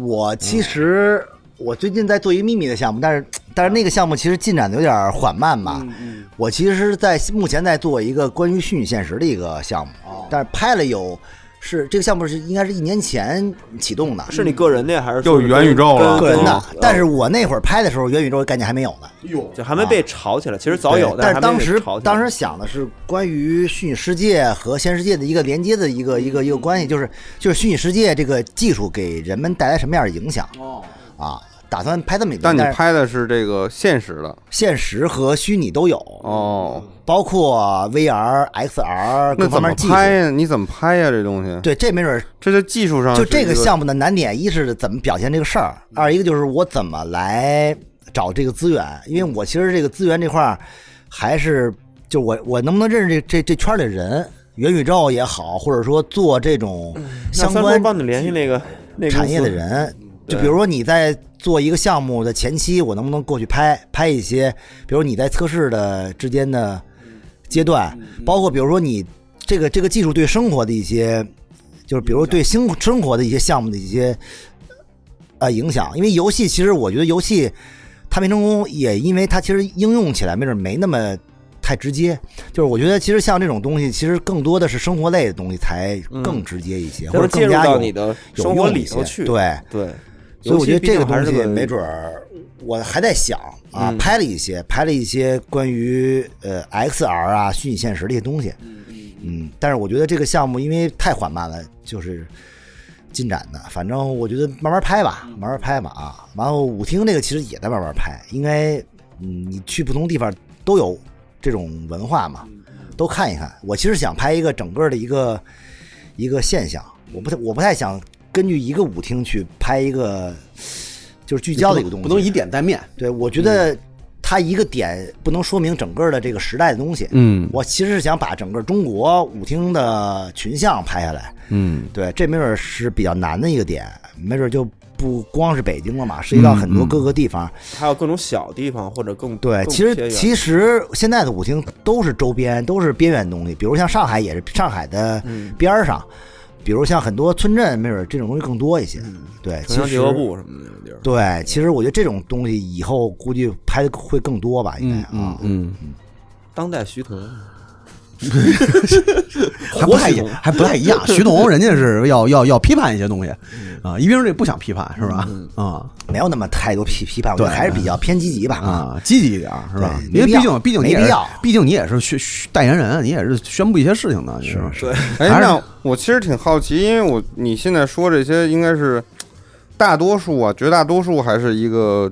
我其实我最近在做一个秘密的项目，但是但
啊
是那个项目其实进展的有点缓慢吧。
嗯哦
我其实在目前在做一个关于虚拟现实的一个项目，但是拍了有是这个项目是应该是一年前启动的，
是你个人的还是
又元宇宙了
个人的
哦。
但是我那会儿拍的时候，元宇宙概念还没有呢。
就还没被炒起来，其实早有
对，但是
还
当
没被
时
炒起来。
当时想的是关于虚拟世界和现实世界的一个连接的一个一个一个关系，就是就是虚拟世界这个技术给人们带来什么样的影响啊？打算拍这么一个，
但
但
你
是
拍的是这个现实的
现实和虚拟都有，
哦，
包括 VR、XR
那
各
怎
方
么
面技术。
拍呀？你怎么拍呀？这东西，
对，这没准儿
这在技术上
啊
就是这
一
个项目的难点，一是怎么表现这个事儿，
嗯
二一个就是我怎么来找这个资源，因为我其实这个资源这块儿还是就我我能不能认识这这这圈儿里人，元宇宙也好，或者说做这种
那
相
嗯三叔
关
帮你联系那个那
产业的
公司嗯
人，就比如说你在做一个项目的前期，我能不能过去拍拍一些，比如你在测试的之间的阶段，
嗯
包括比如说你这个这个技术对生活的一些，就是比如对生生活的一些项目的一些呃影响，因为游戏其实我觉得游戏它没成功，也因为它其实应用起来没准没那么。太直接，就是我觉得其实像这种东西，其实更多的是生活类的东西才更直接一些，或
或
者
者嗯介
更
入
加
到
有
你的
有
生活
用一
里
些
头去。
对，
对，
所以我觉
尤其
得这
毕竟还
东
是
西
个
没准儿，我还在想啊，拍了一些，拍了一些关于呃 XR 啊虚拟现实这些东西，嗯，但是我觉得这个项目因为太缓慢了，就是进展的，反正我觉得慢慢拍吧，慢慢拍吧啊。然后舞厅这个其实也在慢慢拍，应该嗯，你去不同地方都有这种文化嘛，都看一看。我其实想拍一个整个的一个一个现象，我不太我不太想根据一个舞厅去拍一个就是聚焦的一个东西，
不能以点带面。
对，我觉得它一个点不能说明整个的这个时代的东西。
嗯
我其实是想把整个中国舞厅的群像拍下来，
嗯，
对，这没准儿是比较难的一个点，没准儿就不光是北京了嘛，涉及到很多各个地方。
还有各种小地方或者更
对，
更
其
偏
实
远
其实现在的舞厅都是周边，都是边缘东西，比如像上海也是上海的
嗯
边儿上，比如像很多村镇，没准儿这种东西更多一些。对，其
嗯城乡
实
结合部什嗯么的那种地儿。
对，其实我觉得这种东西以后估计拍的会更多吧，应该啊。
嗯，当代徐桐，
还不太一还不太一样。徐总人家是要要要批判一些东西啊，一冰这不想批判是吧？啊
没有那么太多批批判，我觉得
对
还是比较偏积极吧。，
嗯
啊，积极一点是吧？
对
因为
没必
毕
要
竟毕竟你
没
也
必
是
要
毕竟你也是宣宣代言人，你也是宣布一些事情的，是是。
哎，
还是
那我其实挺好奇，因为我你现在说这些，应该是大多数啊，绝大多数还是一个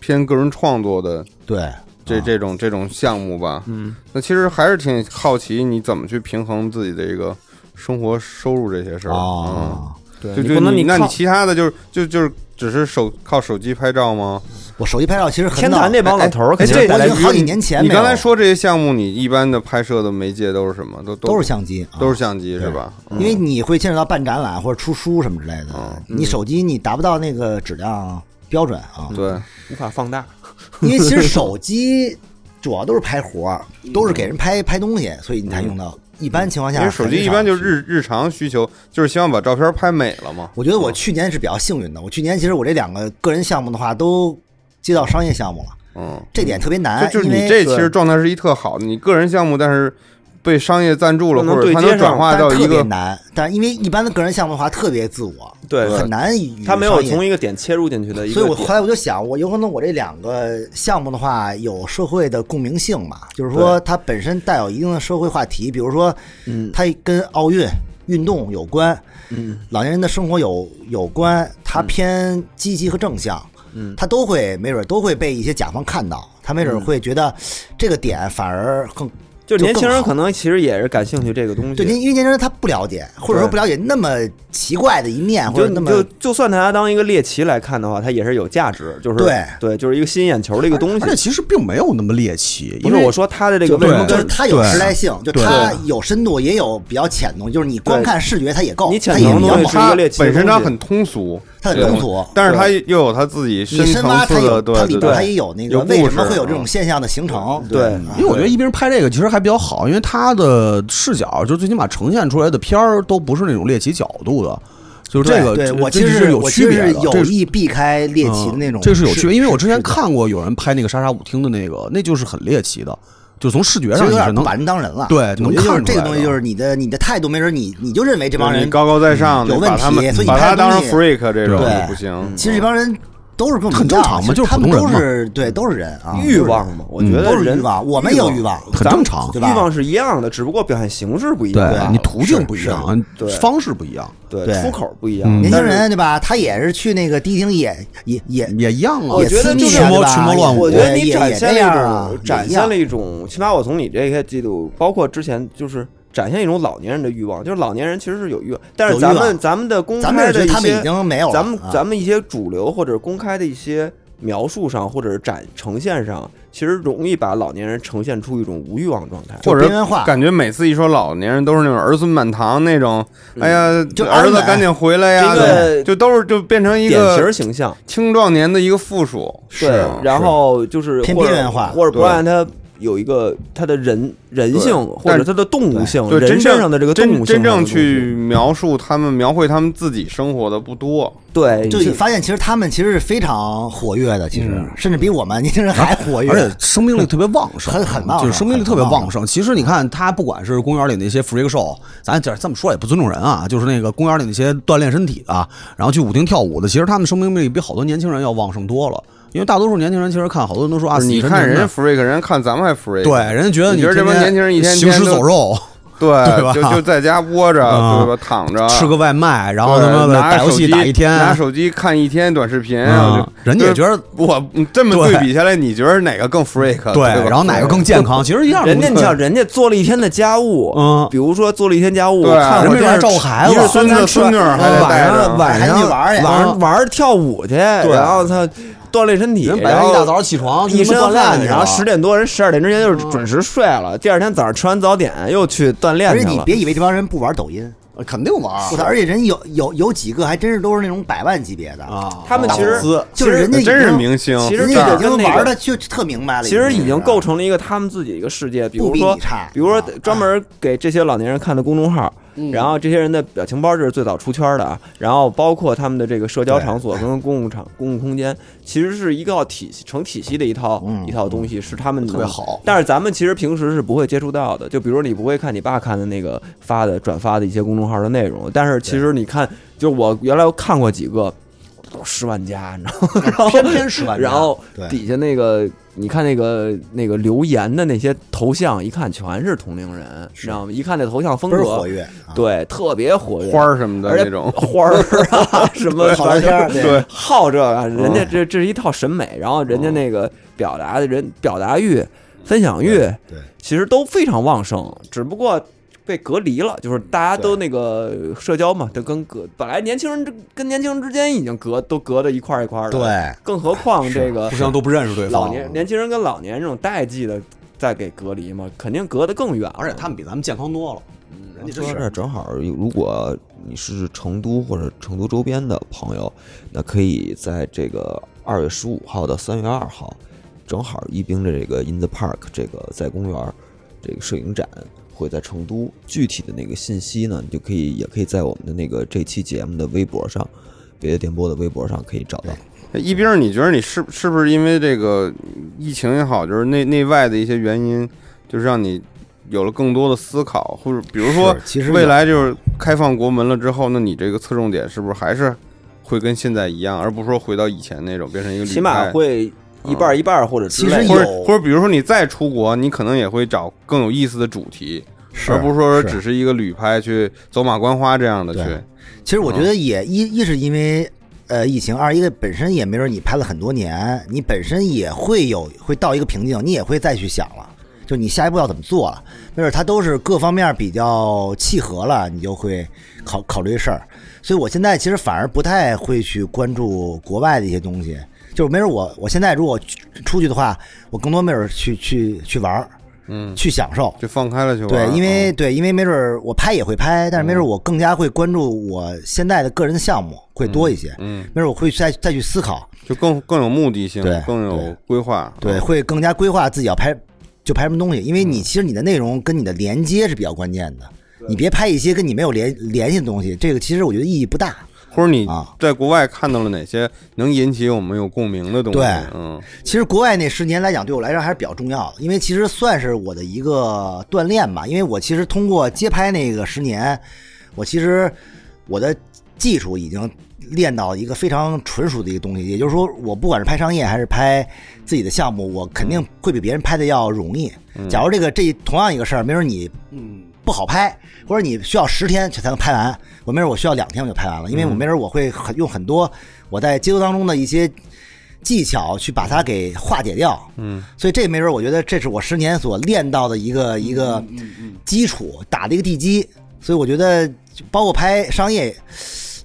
偏个人创作的
对，
这这种这种项目吧。嗯，那其实还是挺好奇，你怎么去平衡自己的一个生活收入这些事儿？
哦，
对
嗯，就
你
就
不能你
那你
靠
其他的就是就就是只是手靠手机拍照吗？
我手机拍照其实很
天
早
坛，那帮老头儿
哎，
肯定
这
带来
我已经好几年前
你
没有
刚才说这些项目，你一般的拍摄的媒介都是什么？都
都是相机，啊
都是相机是吧？
因
嗯
为你会牵扯到办展览或者出书什么之类的，你手机你达不到那个质量标准
嗯
啊。
对，
无法放大。
因为其实手机主要都是拍活儿，都是给人拍拍东西，所以你才用到。一般情况下
嗯因
哎很少，
为手机一般就是日日常需求，就是希望把照片拍美了嘛。
我觉得我去年是比较幸运的，我去年其实我这两个个人项目的话都接到商业项目了，
嗯，
这点特别难。
就就是
哎因为
你这其实状态是一特好的，你个人项目，但是被商业赞助了，
不能
或者它
对接
能转
上
化
但
到
是
一
特别
个
难。但因为一般的个人项目的话，特别自我，
对
很难与
他没有
嗯商业
从一个点切入进去的一个
所以
点，
我后来我就想，我有可能我这两个项目的话，有社会的共鸣性嘛，就是说它本身带有一定的社会话题，比如说，
嗯
它跟奥运运动有关，嗯，老年人的生活有有关，
嗯
它偏积极和正向，嗯，它都会没准都会被一些甲方看到，他没
嗯
准会觉得这个点反而更
就
更
年轻人
好
可能其实也是感兴趣这个东西。
对，因因为年轻人他不了解，或者说
对
不了解那么奇怪的一面，或
就
者那
你
么
就就算拿它当一个猎奇来看的话，它也是有价值，就是
对
就是一个吸引眼球的一个东
而且
西。
其实并没有那么猎奇，
不
因
是
为
我说它的这个为什么
对
就是
跟
它有
对
时代性，就
对
它有深度，也有比较浅的东西。就是你光
对
看视觉，它也够，
你
它
浅
也
层
比
的
较
东西
猛
是一个猎奇的
本身
东
它
西
很通俗，
它很
对
通俗
但是它又有它自己
你深挖
层
它
次
有
的，对
它里
对
边它
对，
也有那
有
个为
故
什么
事
会有这
啊
种现象的形成？
对
嗯
因为我觉得一冰拍这个其实还比较好，因为他的视角就最起码呈现出来的片儿都不是那种猎奇角度的，就是这个
对
这
对我
这
其实
是有
我
区
其实
别
是
的，
有
这是
意避开猎奇的那
呃
种，
嗯这是有趣，
别，
因为我之前看过有人拍那个莎莎舞厅的那个，那就是很猎奇的。就从视觉
其
上
实
你
有
是
点
能
把人当人了。
对
我觉
能
得就是
看出
这
来
个东西，
的
就是你的你的态度，没准你你就认为这帮
你
人嗯
高高在上的
有，问
把
题
他们
所以你
把
看
他当成
东西嗯
freak 这种
对
就不行。
其实这帮人都是跟我们
很
一
正
样
常嘛
其实
就是
他们
普通
都
人嘛
是对，都是人啊，
欲望嘛，我觉
都
得
是
人
欲望，我们也有欲望，
很正常
对
欲
吧
望是一样的，只不过表现形式不一样罢了，
对你途
是
径不一样，方式不一样，
对
对，出口不一样。
嗯
年轻
但是
人对吧？他也是去那个迪厅也也也
也一样啊
我。觉得就是
也私密啊
群魔
对吧
群魔乱舞
我觉得
也
你
也
展
也
现
这
了一
样啊
种，展现了一种，起码我从你这些记录，包括之前就是展现一种老年人的欲望，就是老年人其实是有欲望，但
有
是
欲
咱
望
们咱们的公
咱们
开
也觉
的
得
一
他们已
些，
经没有了，
咱们
啊
咱们一些主流或者公开的一些描述上，或者是展呈现上，其实容易把老年人呈现出一种无欲望状态。
或
就边缘
者
化
感觉每次一说老年人都是那种儿孙满堂那种，哎呀
嗯就，安
儿子
稳
赶紧回来呀，
这个
就都是就变成一
典型
个
形象，
青壮年的一个附属。啊
对，然后就是
偏
或者
边缘化
或者不
对
让他有一个他的人人
对
性或
但
者他的动物性，
对，
人
真
身
正
上的这个动
真
物性
真
上的
正
东西
去描述他们描绘他们自己生活的不多，
对，
就你
是
发现，其实他们其实是非常活跃的，其实、甚至比我们年轻人还活跃。
啊而且生命力特别旺盛，
很很旺盛
就是生命力特别旺盛。其实你看，他不管是公园里那些 freak show，咱这这么说也不尊重人啊，就是那个公园里那些锻炼身体的，然后去舞厅跳舞的，其实他们生命力比好多年轻人要旺盛多了。因为大多数年轻人其实看好多人都说啊，
不是你
死沉
看
沉
人
的
家 freak，人家看咱们还 freak，
对，人家觉得
你
你
觉得这帮
天
年轻人一天
行
天
尸
都
走肉，对吧
对，就就在家窝着，
啊
对吧？躺着
吃个外卖，然后
对
他妈的
拿着
打游戏
手机
打一天，
拿手机看一天短视频
啊
就
人家也
就
觉得
我嗯这么
对
对比下来，你觉得哪个更 freak？
对，
吧
然后哪个更健康，其实一样的
人
东西。
家你像人家做了一天的家务，
嗯
比如说做了一天家务，
对
看
人
会
没
儿
准还
电
照顾孩
视一日
子，
三餐吃完
孙子孙女儿还得
晚
带着
上啊嗯晚
还得去
上
玩儿去
晚上玩儿跳舞去，然后他锻炼身体，
人白
然
天一大
后
早起床，
一身
锻
汗，
炼，
然后十点多人十二点之前就是准时睡了，第二天早上吃完早点又去锻炼
而且
去
你
了。
别以为这帮人不玩抖音，
肯定玩
我操！而且人有有有几个还真是都是那种百万级别的，
啊。
他们其
大
实
公司
其
就是
实
人家已经
真是明星，
其实
人
这
这
家
个
已经
跟那个
玩的就特明白了，
其实已经构
成。
成了一个他们自己一个世界，比
不
如
比
说
你差，
比如说
啊嗯
专门给这些老年人看的公众号，然后这些人的表情包这是最早出圈的啊，然后包括他们的这个社交场所跟公共场、公共空间，其实是一个体系成体系的一套
嗯
一套东西，是他们特
别好
但是咱们其实平时是不会接触到的，就比如你不会看你爸看的那个发的转发的一些公众号的内容，但是其实你看，就我原来看过几个。都十万加，你知道吗？然后
偏偏十万加
然后
对
哦底下那个，你看那个那个留言的那些头像，一看全是同龄人，知道吗？一看那头像风
倍儿
格，
活跃，啊
对，特别活跃，
花儿什么的
而且
那种
花儿啊，什么
好聊天儿对哦
对，好这个，人家这这是一套审美，然后人家那个表达的人表达欲、分享欲，
对
其实都非常旺盛，只不过。被隔离了，就是大家都那个社交嘛，就跟隔本来年轻人之跟年轻人之间已经隔都隔着一块儿一块儿的，
对，
更何况这个
互相都不认识对方，
老年年轻人跟老年人这种代际的再给隔离嘛，肯定隔得更远了。
而且他们比咱们健康多了。嗯人家真
说到这儿
是
正好，如果你是成都或者成都周边的朋友，那可以在这个二月十五号到三月二号，正好宜宾的这个 In the Park 这个在公园儿这个摄影展会在成都。具体的那个信息呢，你就可以也可以在我们的那个这期节目的微博上，别的电波的微博上可以找到。
一冰儿，你觉得你是是不是因为这个疫情也好，就是内内外的一些原因，就是让你有了更多的思考，或者比如说
是其实有
未来就是开放国门了之后，那你这个侧重点是不是还是会跟现在一样，而不是说回到以前那种变成一个旅
起码
拍
会一半儿一半儿或者之
其
类的。
实
或者
有
或者比如说你再出国，你可能也会找更有意思的主题，而不是说只是一个旅拍去走马观花这样的
对
去。
其实我觉得也一一是因为呃疫情，二一个本身也没准你拍了很多年，你本身也会有会到一个瓶颈，你也会再去想了，就你下一步要怎么做了，没准它都是各方面比较契合了，你就会考考虑事儿。所以我现在其实反而不太会去关注国外的一些东西，就是没准我我现在如果去出去的话，我更多没准去去去玩儿，
嗯，
去享受。
就放开了去玩儿。
对，因为
嗯
对，因为没准儿我拍也会拍，但是没准儿我更加会关注我现在的个人的项目会多一些，
嗯，
没准儿我会再再去思考，
就更更有目的性
对，
更
对
有规划。
对，
嗯
会更加规划自己要拍就拍什么东西，因为你其实你的内容跟你的连接是比较关键的，你别拍一些跟你没有联联系的东西，这个其实我觉得意义不大。
或者你
啊
在国外看到了哪些能引起我们有共鸣的东西？
对
嗯，
其实国外那十年来讲，对我来说还是比较重要的，因为其实算是我的一个锻炼吧。因为我其实通过街拍那个十年，我其实我的技术已经练到一个非常纯熟的一个东西。也就是说，我不管是拍商业还是拍自己的项目，我肯定会比别人拍的要容易。假如这个这同样一个事儿，没准你不好拍，或者你需要十天才能拍完。我没准我需要两天我就拍完了，因为我没准我会很用很多我在街头当中的一些技巧去把它给化解掉。嗯，所以这没准我觉得这是我十年所练到的一
嗯
个一个基础，打的一个地基。所以我觉得，包括拍商业，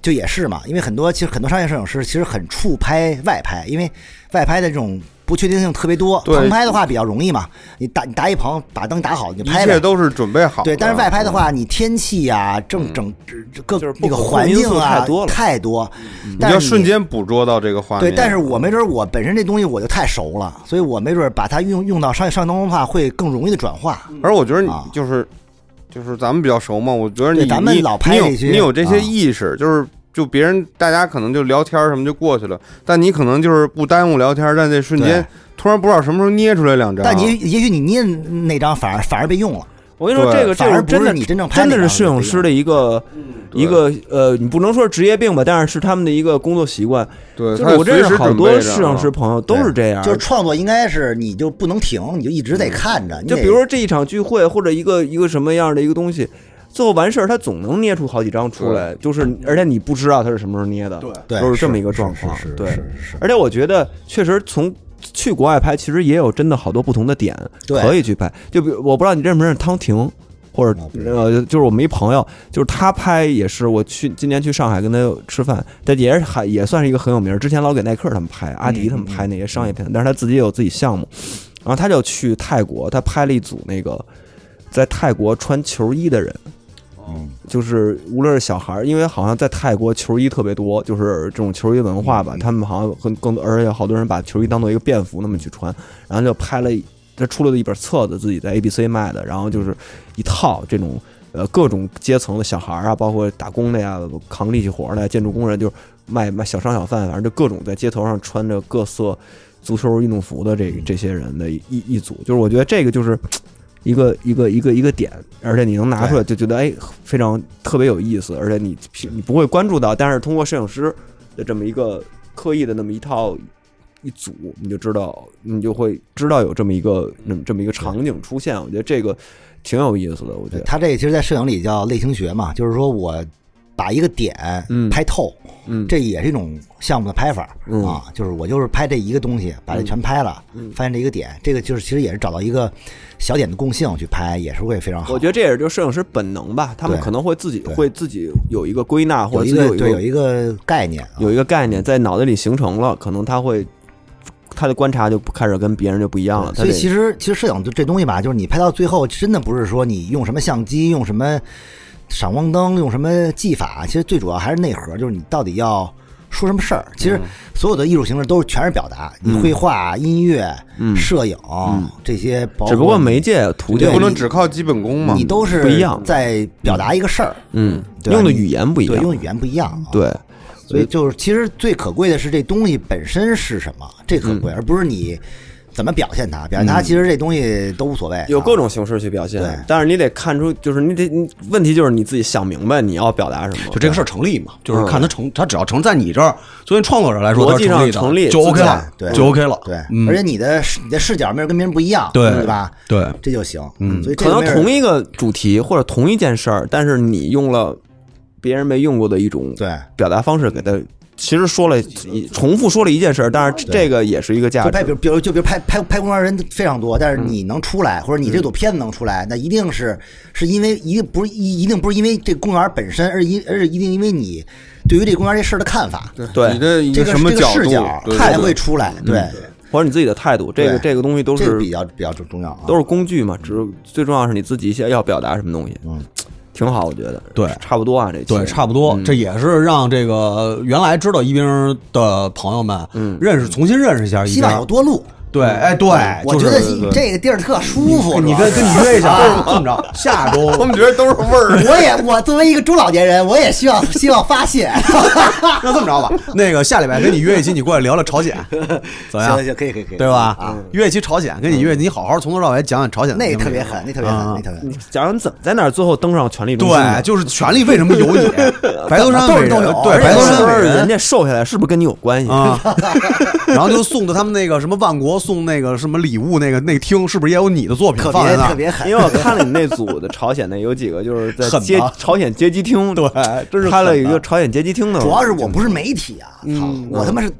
就也是嘛，因为很多其实很多商业摄影师其实很怵拍外拍，因为外拍的这种。不确定性特别多，
对
棚拍的话比较容易嘛，你打你打一棚，把灯打好你就
一
拍呗。
切都是准备好的。嗯
对，但是外拍的话，你天气呀、正整这各
就是不
那个
可控
环
因
境
素
啊，
太多了
太多
嗯，你
但
要
是
瞬。间捕捉到这个画面。嗯
对，但是我没准儿我本身这东西我就太熟了，所以我没准儿把它用用到商业上当中的话，会更容易的转化。
而我觉得你
啊
就是就是咱们比较熟嘛，我觉得你
对咱们
你
老拍
你有
这些
你有这
啊
些意识，就是就别人大家可能就聊天儿什么就过去了，但你可能就是不耽误聊天儿，但这瞬间
对
突然不知道什么时候捏出来两张，
但也也许你捏那张反而反而被用了，
我跟你说，
对
这个这
反
个
而
是
不
真
是
的
你真正拍
真的是
那张
摄影师
被
的一个一个呃，你不能说是职业病吧，但是是他们的一个工作习惯。
对，
就
他
是我
随
认
时
识好
准
多
备着
摄影师
啊，
朋友都是这样
用，就是创作应该是你就不能停，你就一直得看着。你
就
得
比如说这一场聚会或者一个一个什么样的一个东西，最后完事儿他总能捏出好几张出来，就是而且你不知道他是什么时候捏的，对，
对
都是这么一个状况
是是，是
啊对
是是。
而且我觉得确实从。去国外拍，其实也有真的好多不同的点
对
可以去拍。就比如我不知道你认不认识汤婷，或者
我不知
呃，就是我们一朋友，就是他拍也是我去今年去上海跟他吃饭，但也是还也算是一个很有名儿。之前老给耐克他们拍、阿迪他们拍那些商业
嗯
片，但是他自己也有自己项目。然后他就去泰国，他拍了一组那个在泰国穿球衣的人，就是无论是小孩儿，因为好像在泰国球衣特别多，就是这种球衣文化吧，他们好像很更，而且好多人把球衣当做一个便服那么去穿，然后就拍了一，他出了一本册子，自己在 ABC 卖的，然后就是一套这种呃各种阶层的小孩儿啊，包括打工的呀、扛力气活儿的呀、建筑工人，就是卖卖小商小贩，反正就各种在街头上穿着各色足球运动服的这
嗯
这些人的一一一组，就是我觉得这个就是。一个一个一个一个点，而且你能拿出来就觉得哎，非常特别有意思，而且你你不会关注到，但是通过摄影师的这么一个刻意的那么一套一组，你就知道，你就会知道有这么一个
嗯
那么这么一个场景出现。我觉得这个挺有意思的，我觉得，
他这个其实，在摄影里叫类型学嘛，就是说我把一个点
嗯
拍透，
嗯
这也是一种项目的拍法、
嗯
啊，就是我就是拍这一个东西，把这全拍了，发现这一个点，这个就是其实也是找到一个小点的共性去拍，也是会非常好。
我觉得这也是就摄影师本能吧，他们
对
可能会自己
对
会自己有一个归纳，或
有
者
一
自己
个
有一
对有
个
一个概念、啊，
有一个概念在脑袋里形成了，可能他会他的观察就开始跟别人就不一样了。啊他
所以
得
其实其实摄影就这东西吧，就是你拍到最后，真的不是说你用什么相机，用什么闪光灯，用什么技法，其实最主要还是内核，就是你到底要说什么事儿。
嗯
其实所有的艺术形式都是全是表达，你绘画、音乐、摄影这些，包括
嗯只不过媒介途
你
径
不
对
能
你
只靠基本功嘛
你。都是
不一样
在表达一个事儿，
嗯，
对吧
用的语言不一
对，
样，
用的语言不一样啊。
对，
所以就是，其实最可贵的是这东西本身是什么，这可
嗯
贵，而不是你怎么表现它。表现它，其实这东西都无所谓。
有
啊
各种形式去表
对
现，但是你得看出，就是你得你问题就是你自己想明白你要表达什么，
就这个事
儿
儿成立嘛，就是看它成，它只要成在你这儿，作为创作者来说，
逻
它
辑
是成立
上
的，
成立
就
自
OK
在
了，
对
就 OK 了，
对，
嗯
而且你的视你的视角没有跟别人不一样，
对
对吧？
对，
这就行，嗯，所以这
可能
个没
同
人
一个主题或者同一件事儿，但是你用了别人没用过的一种
对，
表达方式给他。其实说了一重复说了一件事儿，但是这个也是一个价
就拍比
值嗯
如。比如就比如拍拍拍公园人非常多，但是你能出来，或者你
嗯
这组片子能出来，那一定是是因为一定不是一一定不是因为这公园本身，而是因而是一定因为你对于这公园这事儿的看法，
对
你这一
这
个
个
什么
这个视
度
角，
对
它才
对
会出来，
嗯
对，
或者你自己的态度，这个
对
这个东西都
这个
是
比较比较重要啊，
都是工具嘛，只是最重要是你自己想要表达什么东西，
嗯，
挺好，我觉得，
对
差不多啊，这期
对，差不多，这也是让这个原来知道一冰的朋友们，嗯，认识重新认识一下一
希
冰，
望有多路，
对，哎，对，
我
就
觉
是
得你这个地儿特舒服。
你
主
跟
要是
跟你约一 下，啊这么着，下周
我们觉得都是味儿。
我也我作为一个中老年人，我也需要希望发泄。
那这么着吧，那个下礼拜跟你约一期，你过来聊聊朝 鲜，怎么
行
样？
行，可以可以可以，
对吧？
啊，嗯
约一期朝鲜，跟你约，你好好从头到尾讲讲朝鲜的
那
经历。
个特别狠，那特别狠，那特别狠。
假如你怎么在那儿最后登上权力中心
对，
的？
就是权力为什么 有你？白头山
都
为
是
什
都
么
有
对
而且
白头
是
山
都
为
是
人
人家瘦下来，是不是跟你有关系？
啊，然后就送到他们那个什么万国送那个什么礼物那个那厅，是不是也有你的作品
特
嗯放在
别
那
特
儿？
别狠，
因为我看了你那组的朝鲜的有几个就是在
狠
街
吧
朝鲜街机厅，对，
真是
开了
狠
一
啊
个朝鲜街机厅的，
主要是我不是媒体啊，操，我他妈是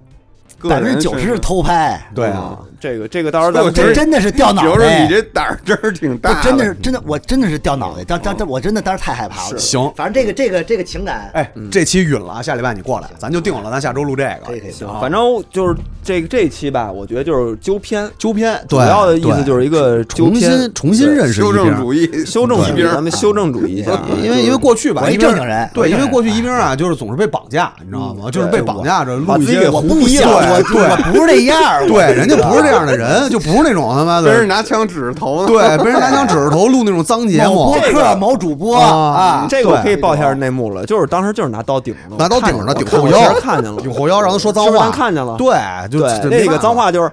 个
百分
人
之九十是偷拍，
对啊，
嗯
这个这个到时候咱
我
们
觉
这
得
真的是掉脑
比如说
袋
你。这胆儿真是挺
不
大，
真的是真的，我真的是掉脑袋，当当当，我真的当时太害怕了。
行
反正这个这个这个情感，
哎，这期允了啊，下礼拜你过来，咱就定了，咱下周录这
嗯可以
个
可以。
行，反正就是这个这一期吧，我觉得就是纠偏，
纠偏，
主
对
要的意思
对
就是一个纠
重
偏
新重新认识一
修正
遍
主义，
修正主义，
对
咱们修正主义 一下。啊
因为因为过去吧，
我一
一兵
正经人我
对，
一
因
正
为
经
过去
人
一兵啊，就是总是被绑架，你知道吗？就是被绑架着
把
录一
自己
些
给
我
胡
不
逼
想，我
了，
我不是这样儿，我
对，人家不是这样的人，就不是那种他妈
别人
的，
拿枪指着头呢。
对，被人拿枪指着头录那种脏节
某
目
播，客某主
哦
播
啊
啊，
嗯这个我
对
可以报一下内幕了，就是当时就是拿刀顶着，
拿刀顶着
我
呢，
看
顶
见
后
我确
腰，
实 看见了，
顶后腰，让他说脏
是不是
话，
咱看见了
对，就
对，那个脏，话就是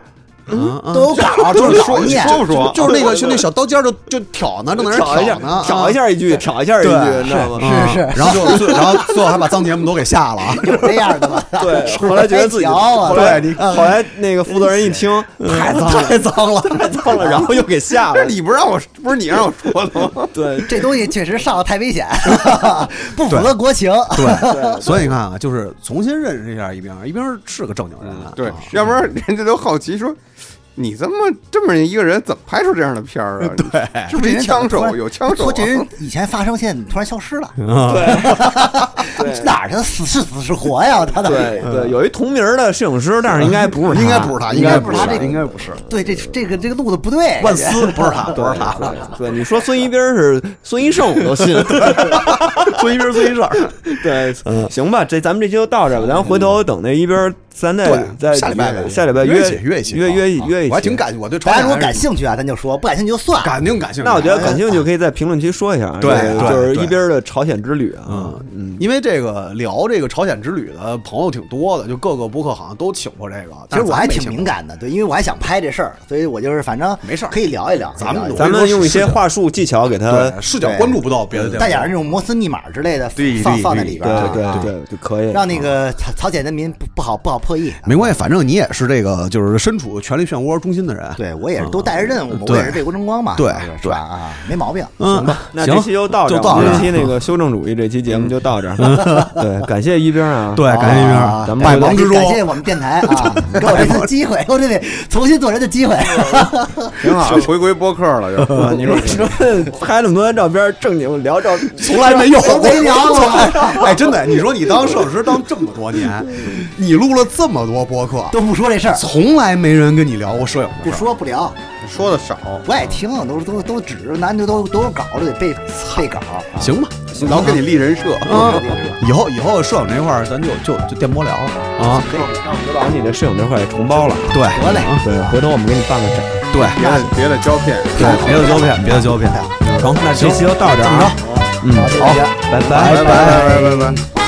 就没办法嗯嗯
都有
啊
稿，就是稿念，
说不说？
就是那个就那小刀尖儿就就挑呢，正在那
挑
儿
一下
挑呢，，嗯
挑一下一句，挑一下一
对
句，你知道吗？
啊，是是，然后就最然后最后还把脏节目都给下了啊。
有这样的吗？
对，后来觉得自己，
太矫了
后来
对你看
后来那个负责人一听
太脏 了，太脏了，
太脏了，然后又给下了。
你不让我，不是你让我说的吗？
对，
这东西确实上的太危险，不符合国情。
对，所以你看啊，就是重新认识一下一冰儿，一冰儿是个正经人，
嗯
对
啊，
要不然人家都好奇说。你这么这么一个人，怎么拍出这样的片儿啊？对，是不是一枪
突然
手有枪手
说
啊？
这人以前发生，现在突然消失了，
对
哪儿去？死是死是活呀？他的
对对，有一同名的摄影师，但是嗯应该不是他，
应该不是他，
应该
该
不
不
是
是
他这
他
个
应该不是。
对这这个这个路子不对。
万斯不是他，不是他，
对 对，你说孙一兵是孙一胜，我 都信。孙一兵，孙一胜，
嗯
对，行吧，这咱们这期就到这儿吧，咱回头等那一兵，咱再
对
再
下礼拜呗
下礼拜
约一
约
起约一起
约
啊
约一约一期，
我还挺感，我对朝
大家
鲜
如果感
还是
兴趣啊，咱就说；不感兴趣就算。
感定感兴趣。哎
那我觉得感兴趣可以在评论区说一下啊，
对
这个
对
就是
对
一边的朝鲜之旅啊，
嗯，因为这个聊这个朝鲜之旅的朋友挺多的，就各个博客好像都请过这个。
其实我还
但是咱们没
挺
请过
敏，感的，对，因为我还想拍这事儿，所以我就是反正
没事儿
可以聊一聊。
咱们
可以聊一聊
咱们用一些话术技巧给他，
呃对视角关注不到别的地方。
带点儿那种摩斯密码之类的放放在里边
对
儿，
对
啊
对就可以
让那个朝朝鲜人民不不好不好破译。
没关系，反正你也是这个就是身处权力漩涡中心的人。
对我也是都带着任务嘛，
嗯对
我也是为国争光嘛，
对
是吧？啊，没毛病。
嗯，
那
行
这期就到这儿，
就到
我们
这儿
这期那个修正主义这期节目就到这 儿。对，感谢一兵啊，
对，感谢一哎
啊
边，
咱们
百
回来
忙之中
感谢我们电台啊，给我这次机会，我这得重新做人的机会。
挺好，回归播客了又。
啊， 你说你说拍那么多张照片，正经聊照，从
从来没有
我没聊过
从来 哎，真的，你说你当摄影师当这么多 年，你录了这么多播客，
都不说这事儿，
从来没人跟你聊过摄影
不
的事儿。
说不聊，
说的少，
不爱听，都是都是都是指着男的都都有稿，都得背背稿。
行吧，
老给你立人设。
啊
以后以后摄影这块儿咱就就就电波聊了。
啊，把你的摄影这块也承包了。
对
得嘞，
对，回头我们给你办个展。
对
别的别的胶片，
对，别的胶片，别的胶片。
成，那这期就到这儿啊，嗯，好，拜拜
拜拜拜拜拜拜。